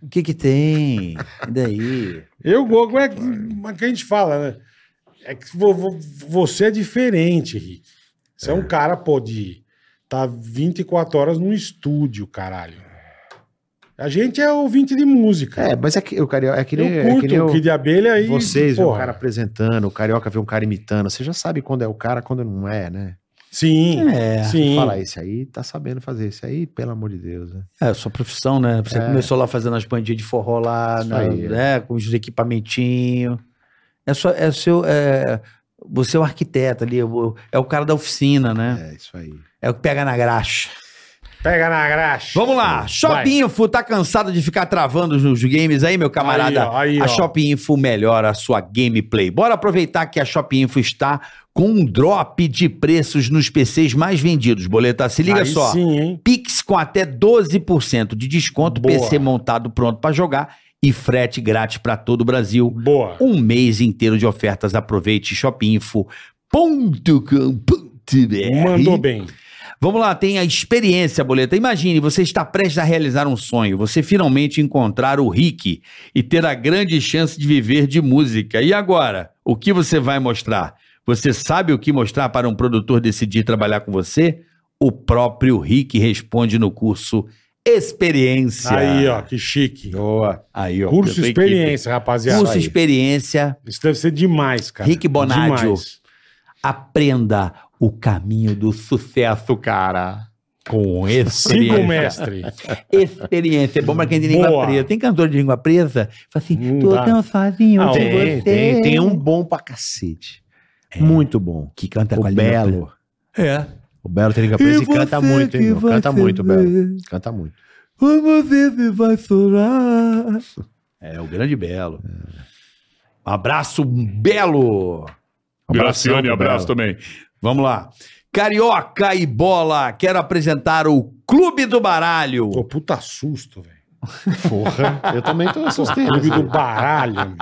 O que que tem? E daí? Eu gosto, como é que, mas que a gente fala, né? É que vo- vo- você é diferente, Rick. Você é, um cara, pô, de tá 24 horas num estúdio, caralho. A gente é ouvinte de música. É, mas é que, eu, carioca, é que eu nem, é curto que nem eu- o Kid de abelha aí. vocês, vê o porra. cara apresentando, o carioca vê um cara imitando. Você já sabe quando é o cara, quando não é, né? Sim, É, sim. Fala, esse aí tá sabendo fazer. Esse aí, pelo amor de Deus, né? é a sua profissão, né? Você É. começou lá fazendo as bandinhas de forró lá, Isso na- aí. né? Com os equipamentinhos. É só, é seu, é, você é o arquiteto ali, o- é o cara da oficina, né? É, isso aí. É o que pega na graxa. Pega na graxa. Vamos lá, Shopping Info, tá cansado de ficar travando os- os games aí, meu camarada? Aí, ó, aí, a ó. Shopping Info melhora a sua gameplay. Bora aproveitar que a Shopping Info está com um drop de preços nos PCs mais vendidos. Boleta, se liga Aí só. Sim, hein? Pix com até 12% de desconto, Boa. PC montado pronto pra jogar e frete grátis pra todo o Brasil. Boa. Um mês inteiro de ofertas. Aproveite shopinfo.com.br. Mandou bem. Vamos lá, tem a experiência, boleta. Imagine, você está prestes a realizar um sonho, você finalmente encontrar o Rick e ter a grande chance de viver de música. E agora? O que você vai mostrar? Você sabe o que mostrar para um produtor decidir trabalhar com você? O próprio Rick responde no curso Experiência. Aí, ó, que chique. Boa. Aí, ó. Curso pela equipe. experiência, rapaziada. Curso Aí. Experiência. Isso deve ser demais, cara. Rick Bonadio. Demais. Aprenda o caminho do sucesso, cara. Com Siga o experiência. mestre. experiência. É bom pra quem tem língua Boa. presa. Tem cantor de língua presa? Fala assim, Não tô dá. tão sozinho Ah, com Hum, Tem, você. tem, É. tem um bom pra cacete. Muito bom. que canta com a O língua Belo. presa. assim, O Belo tem língua presa e canta muito, hein, meu? Canta muito, o Belo. Canta muito. Como você se vai chorar. É, o grande Belo. Um abraço, Belo. Abração Graciane, pro abraço Belo. também. Vamos lá. Carioca e bola, quero apresentar o Clube do Baralho. Pô, puta susto, velho. Porra, eu também tô assustei. Clube do baralho.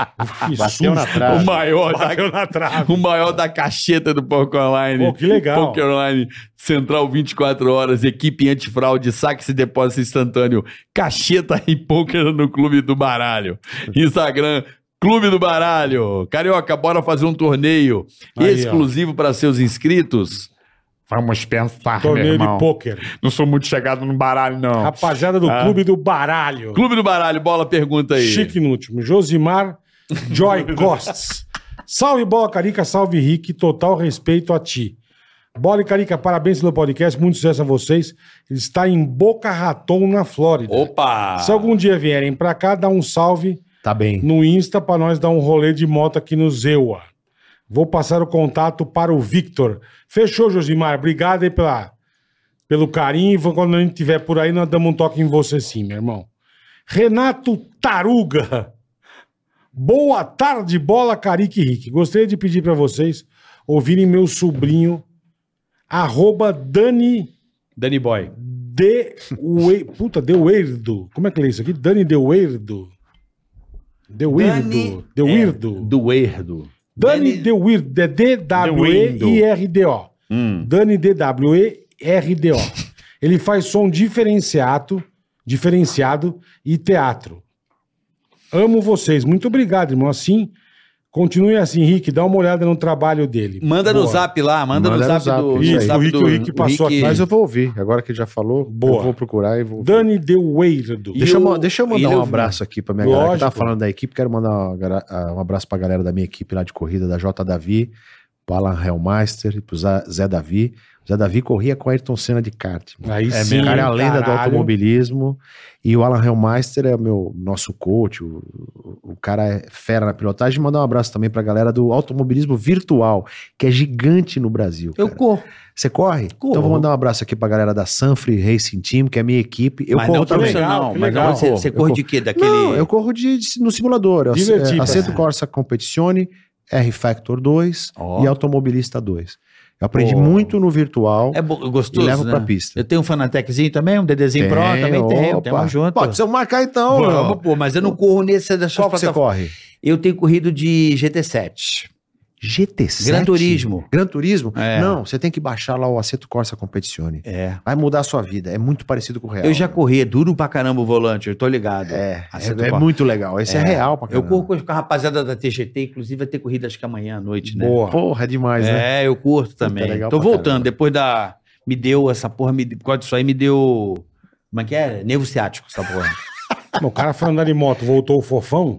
Que Bateu na susto. trave. O maior, Bateu da, na trave. o maior da cacheta do Porco Online. Pô, que legal. Poker Online, Central 24 horas, equipe antifraude, saques e depósito instantâneo, cacheta e pôquer no Clube do Baralho. Instagram, Clube do Baralho. Carioca, bora fazer um torneio Aí, ó. exclusivo para seus inscritos? Vamos pensar, meu Torneio de irmão. pôquer. Não sou muito chegado no baralho, não. Rapaziada do Ah. Clube do Baralho. Clube do Baralho, bola pergunta aí. Chique no último. Josimar <laughs> Joy Costs. Salve, Bola Carica, salve, Rick. Total respeito a ti. Bola e Carica, parabéns pelo podcast. Muito sucesso a vocês. Ele está em Boca Raton, na Flórida. Opa! Se algum dia vierem pra cá, dá um salve Tá bem. no Insta pra nós dar um rolê de moto aqui no Zewa. Vou passar o contato para o Victor. Fechou, Josimar. Obrigado aí pela, pelo carinho. E Quando a gente estiver por aí, nós damos um toque em você sim, meu irmão. Renato Taruga. Boa tarde, bola Carique Rick. Gostaria de pedir para vocês ouvirem meu sobrinho, arroba Dani Danny Boy. De Wei... Puta, De Weirdo. Como é que lê isso aqui? Dani De Weirdo. De Weirdo. é. De Weirdo. Do erdo. Dani De Weirdo. É D-W-E-I-R-D-O. Hum. Dani D-W-E-R-D-O. Ele faz som diferenciado, diferenciado e teatro. Amo vocês. Muito obrigado, irmão. Assim, continue assim, Rick. Dá uma olhada no trabalho dele. Manda no Boa. zap lá, manda, Manda no zap, do. Isso, no o zap Rick- do- o Rick passou aqui. Mas eu vou ouvir. Agora que ele já falou, Boa. eu vou procurar e vou. Dani De Weirdo. E Deixa, eu, o- ma- deixa eu ele mandar um ouviu. abraço aqui pra minha galera que tava Lógico. falando da equipe. Quero mandar uma gara- ah, um abraço pra galera da minha equipe lá de corrida, da J. Davi, pro Alan Hellmeister, pro Zé Zé Davi. O Zé Davi corria com a Ayrton Senna de kart. Aí É, sim, meu cara é a lenda do caralho. automobilismo. E o Alan Hellmeister é o meu nosso coach. O, o cara é fera na pilotagem. Mandar um abraço também pra galera do automobilismo virtual, que é gigante no Brasil. Eu cara. corro. Você corre? Corro. Então vou mandar um abraço aqui pra galera da Sanfre Racing Team, que é a minha equipe. Eu mas corro não também. profissional. é Legal, que mas não, legal. você, você Eu corre corro. de quê? Daquele. Não, eu corro de, de- no simulador. Eu ace- Divertido. é, Aceto Corsa Competizione, R-Factor 2 Ó. e Automobilista 2. Eu aprendi Pô. muito no virtual É bo- e gostoso. levo né? pra pista. Eu tenho um Fanateczinho também, um Dedezinho Pro Tem, também tenho. opa. Tamo junto. Pô, precisamos marcar então. Vamos, pô, mas eu não corro nessa dessas Qual que você plataformas. corre? Eu tenho corrido de GT7. GT7? Gran Turismo. Gran Turismo? É. Não, você tem que baixar lá o Aceto Corsa Competizione. É. Vai mudar a sua vida. É muito parecido com o real. Eu já corri, é duro pra caramba o volante, eu tô ligado. É, Aceto é, é Corsa. muito legal. Esse é, real pra Eu caramba. corro com a rapaziada da TGT, inclusive vai ter corrida acho que amanhã à noite, né? Boa. Porra, é demais, né? é, eu curto também. legal tô pra voltando, caramba. depois da. Me deu essa porra, me... por causa disso aí me deu. Como é que é? Nervo ciático, essa porra. Bom, o cara foi andar de moto, voltou o fofão.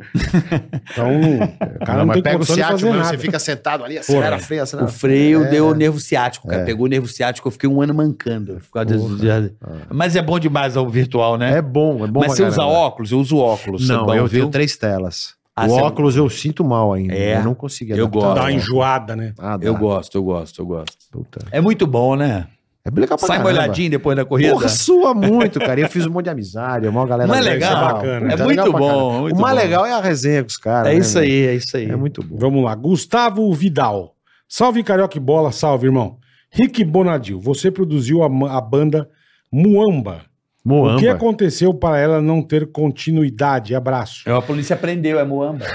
Então, não- o cara Não, não, mas tem pega o condição de ciático fazer mesmo, nada. você fica sentado ali, acelera Porra. freio, acelera O freio É. deu nervo ciático, cara. Pegou o nervo ciático, eu fiquei um ano mancando. por causa desse- Mas é bom demais o virtual, né? Ah. É bom, é bom Mas pra você usa caramba. óculos? Eu uso óculos. Não, Você dá eu um- tenho três telas. Ah, o você- óculos eu sinto mal ainda. É. Eu não consegui Eu gosto. Dá uma Tá. enjoada, né? Ah, dá. Eu gosto, eu gosto, eu gosto. Puta. É muito bom, né? É legal pra Sai caramba. molhadinho depois da corrida. Porra, sua muito, cara. Eu fiz um monte de amizade, uma galera. Não é legal, legal? É Puta, é legal muito pra caramba. bom. muito o mais bom. legal é a resenha com os caras. É né, isso meu? aí, é isso aí. É muito bom. Vamos lá. Gustavo Vidal. Salve, Carioca e Bola. Salve, irmão. Rick Bonadil, você produziu a, ma- a banda Muamba. O que é Moamba. aconteceu para ela não ter continuidade? Abraço. É, A polícia prendeu, é Moamba.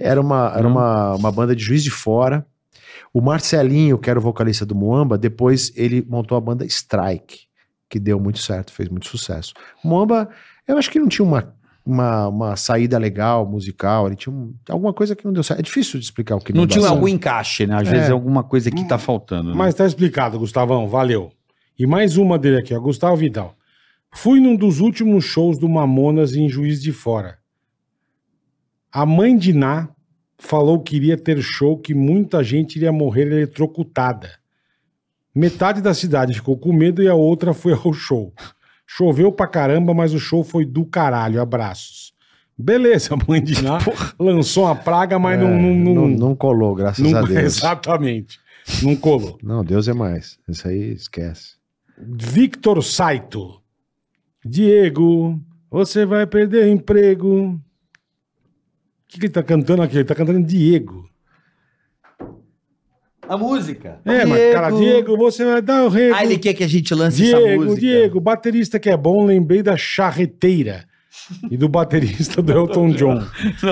Era, uma, Hum. era uma, uma banda de juiz de fora. O Marcelinho, que era o vocalista do Moamba, depois ele montou a banda Strike, que deu muito certo, fez muito sucesso. Moamba, eu acho que não tinha uma, uma, uma saída legal, musical, ele tinha um- alguma coisa que não deu certo. É difícil de explicar o que Não tinha dá algum certo. encaixe, né? Às É. vezes é alguma coisa que tá faltando. né? Mas tá explicado, Gustavão. Valeu. E mais uma dele aqui, ó. Gustavo Vidal. Fui num dos últimos shows do Mamonas em Juiz de Fora. A mãe de Ná falou que iria ter show que muita gente iria morrer eletrocutada. Metade da cidade ficou com medo e a outra foi ao show. Choveu pra caramba, mas o show foi do caralho. Abraços. Beleza, a mãe de Ná lançou uma praga, mas É, não, não, não, não, não colou, graças não- <laughs> a <laughs> Deus. Exatamente. Não colou. Não, Deus é mais. Isso aí esquece. Victor Saito. Diego, você vai perder o emprego. O que, que ele tá cantando aqui? Ele tá cantando Diego. A música. É, mas cara, Diego, você vai dar o rego. Ah, ele quer que a gente lance essa Diego, música. Diego, baterista que é bom, lembrei da charreteira. E do baterista do Elton John.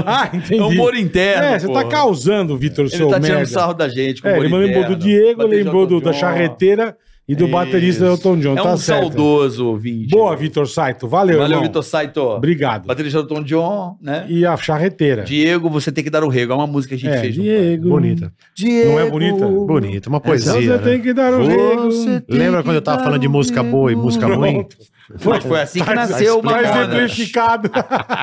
Ah, entendi. É humor interno. É, você tá porra. causando, Vitor, Ele seu tá tirando merda. sarro da gente. com É, humor ele lembrou do interno. Diego, Bater lembrou do- Elton da John. charreteira e do baterista do Isso. Elton John. É tá um certo. saudoso ouvinte. né? Boa, Vitor Saito. Valeu, Valeu, irmão. Vitor Saito. Obrigado. Baterista do Tom John, né? e a charreteira. Diego, você tem que dar o rego. É uma música que a gente É, fez. junto. Diego. Bonita. Diego. Não é bonita? Bonita, uma Então poesia. você né? tem que dar o Você rego. tem um Lembra quando eu tava falando de música boa e música ruim? Pronto. Mas foi assim que Tá- nasceu o tá Mamonas. exemplificado.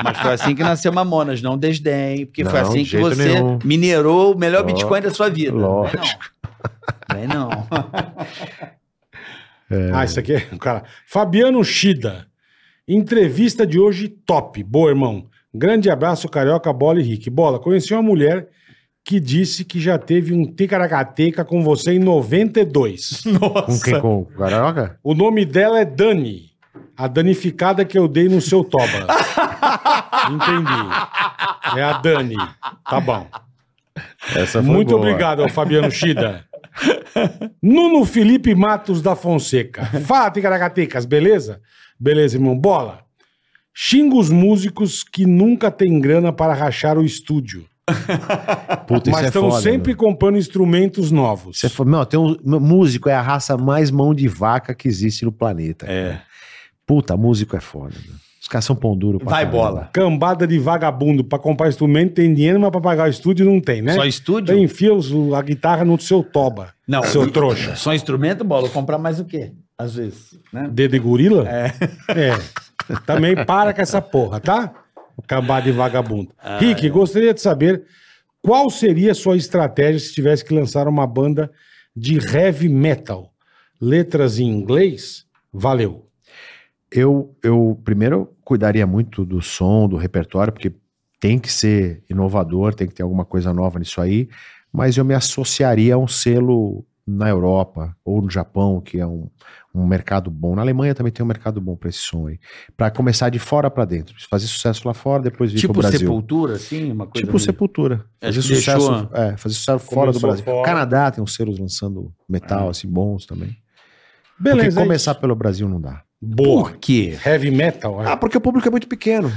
Mas foi assim que nasceu Mamonas, não desdém, porque foi Não, assim de que jeito você nenhum. minerou o melhor Ó, Bitcoin da sua vida. lógico. Vem não. Vem não. Ah, isso aqui é o cara. Fabiano Shida. Entrevista de hoje top. Boa, irmão. Grande abraço, Carioca, Bola e Rick. Bola, conheci uma mulher que disse que já teve um ticaracateca com você em 92. Com quem? Com o Carioca? O nome dela é Dani. A danificada que eu dei no seu toba. Entendi. É a Dani. Tá bom. Essa Tá, Muito obrigado ao Fabiano Shida. Nuno Felipe Matos da Fonseca. Fala, Ticaracaticas, beleza? Beleza, irmão. Bola. Xinga os músicos que nunca têm grana para rachar o estúdio, Puta, mas isso é estão foda, sempre meu. comprando instrumentos novos. Você falou, não, tem um meu, músico é a raça mais mão de vaca que existe no planeta. É. Puta, músico é foda. meu. Os caras são pão duro. pra Vai caralho. bola. Cambada de vagabundo para comprar instrumento tem dinheiro, mas para pagar o estúdio não tem, né? Só Então estúdio? enfia os- a guitarra no seu toba, Não. seu trouxa. Só instrumento, bola. Comprar mais o quê? Às vezes, né? Dedo de gorila? É. Também para com essa porra, tá? Cambada de vagabundo. Rick, gostaria de saber qual seria a sua estratégia se tivesse que lançar uma banda de heavy metal? Letras em inglês? Valeu. Eu, eu primeiro eu cuidaria muito do som, do repertório, porque tem que ser inovador, tem que ter alguma coisa nova nisso aí, mas eu me associaria a um selo na Europa ou no Japão, que é um, um mercado bom. Na Alemanha também tem um mercado bom para esse som aí. Para começar de fora para dentro, fazer sucesso lá fora, depois vir Tipo pro Brasil. sepultura, assim, uma coisa. Tipo meio- Sepultura. Acho Fazer que deixou- sucesso, é, fazer sucesso fora do Começou Brasil. fora. Canadá tem uns selos lançando metal, assim, bons também. Beleza. porque é começar pelo Brasil não dá. isso. Boa. Por quê? Heavy metal? é. Ah, porque o público é muito pequeno,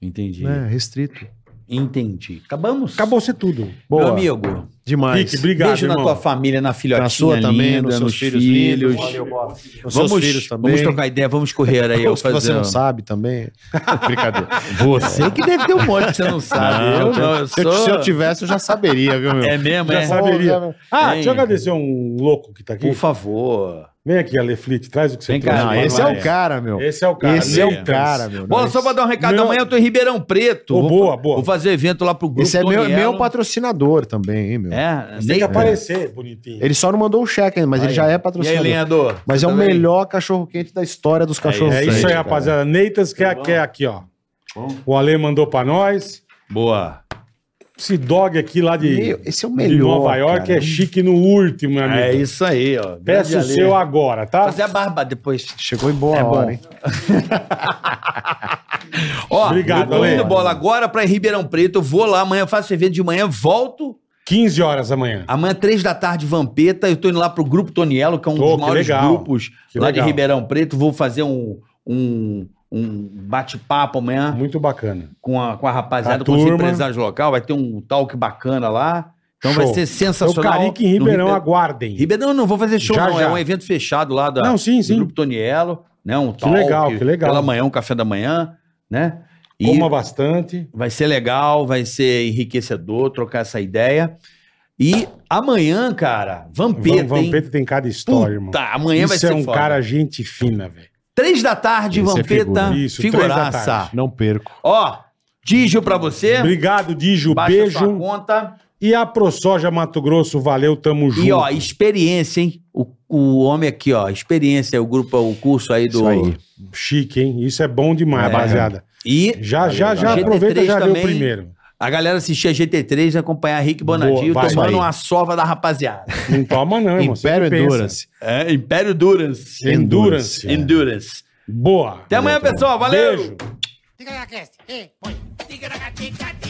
Entendi. né? Restrito. Entendi. Acabamos? Acabou ser tudo. Boa. Meu amigo. Demais. Rick, obrigado, beijo na irmão. tua família, na filhotinha Na sua linda, também, nos nos, seus filhos. filhos lindos. Valeu, Os seus Vamos, filhos também. vamos trocar ideia, vamos correr <laughs> aí. Eu Os que você fazer não um- sabe também. <laughs> Brincadeira. Você que deve ter um monte que você não sabe. eu Não, não, eu Se eu, sou... se eu tivesse, eu já saberia, viu, meu? É mesmo, Já é? saberia. Ah, Tem. deixa eu agradecer um louco que tá aqui. Por favor. Vem aqui, Aleflit, traz o que você Vem trouxe. cá, Não, Manoel. esse é o cara, meu. Esse é o cara. Esse é o Leitas. cara, meu. Bom, só pra dar um recado, Meu- amanhã eu tô em Ribeirão Preto. Ô, vou, boa, boa. Vou fazer evento lá pro um grupo Esse é meu, Tonielo. meu patrocinador também, hein, meu. É, Tem que nem... aparecer, bonitinho. É Ele só não mandou o cheque ainda, mas ele já é E aí, patrocinador. lenhador? mas Você é um o também? melhor cachorro-quente da história dos cachorros É isso aí, rapaziada. Neitas que é, que é aqui, ó. O Ale mandou pra nós. Boa. Esse dog aqui lá de, Meu, esse é o de melhor. Nova York cara. é chique no último, meu amigo. É isso aí, ó. Peça o Grande seu Ale. agora, tá? Fazer a barba depois. Chegou em boa É bom. hora, hein? Ó, Obrigado, eu tô Ale. indo bola agora pra Ribeirão Preto. Eu vou lá amanhã, faço evento de manhã, volto. 15 horas da manhã. Amanhã, três da tarde, Vampeta. Eu tô indo lá pro Grupo Tonielo, que é um Pô, dos que maiores legal. grupos Que lá legal. de Ribeirão Preto. Vou fazer um, um, um bate-papo amanhã Muito bacana. com a, com a rapaziada, A com os turma. empresários local. Vai ter um talk bacana lá. Então vai Show. ser Então, sensacional. Carica em No Ribeirão, Ribe- aguardem. Ribeirão eu não vou fazer show, Já, não. já. É um evento fechado lá da, Não, sim, do sim. Grupo Tonielo. Né? Um talk legal, que legal. Pela manhã, um café da manhã, né? E Coma bastante. vai ser legal, vai ser enriquecedor trocar essa ideia. E amanhã, cara, Vampeta, Vam- hein? Vampeta tem cada Puta, história, irmão. amanhã vai Isso ser é um foda. cara gente fina, velho. Três da tarde, Esse é Vampeta, figura. Isso, três da figuraça. tarde. Não perco. Ó, Digio pra você. Obrigado, Dijo. É. Baixa sua Beijo. conta. E a ProSoja Mato Grosso, valeu, tamo junto. E ó, experiência, hein? O, o homem aqui, ó, experiência, o grupo, o curso aí do. Isso aí. Chique, hein? Isso é bom demais, É. rapaziada. E Já, já, já GT3 aproveita e já vê o também. primeiro. a galera assistir a GT3 e acompanhar Rick Bonadio Boa, vai, tomando vai. uma sova da rapaziada. Não toma, não, irmão. Você Império que pensa. Endurance. É, Império Durance. Endurance. Endurance. Boa. Até amanhã, pessoal. Valeu! Beijo. Ticaracast, ei, põe. Ticaracá, tica,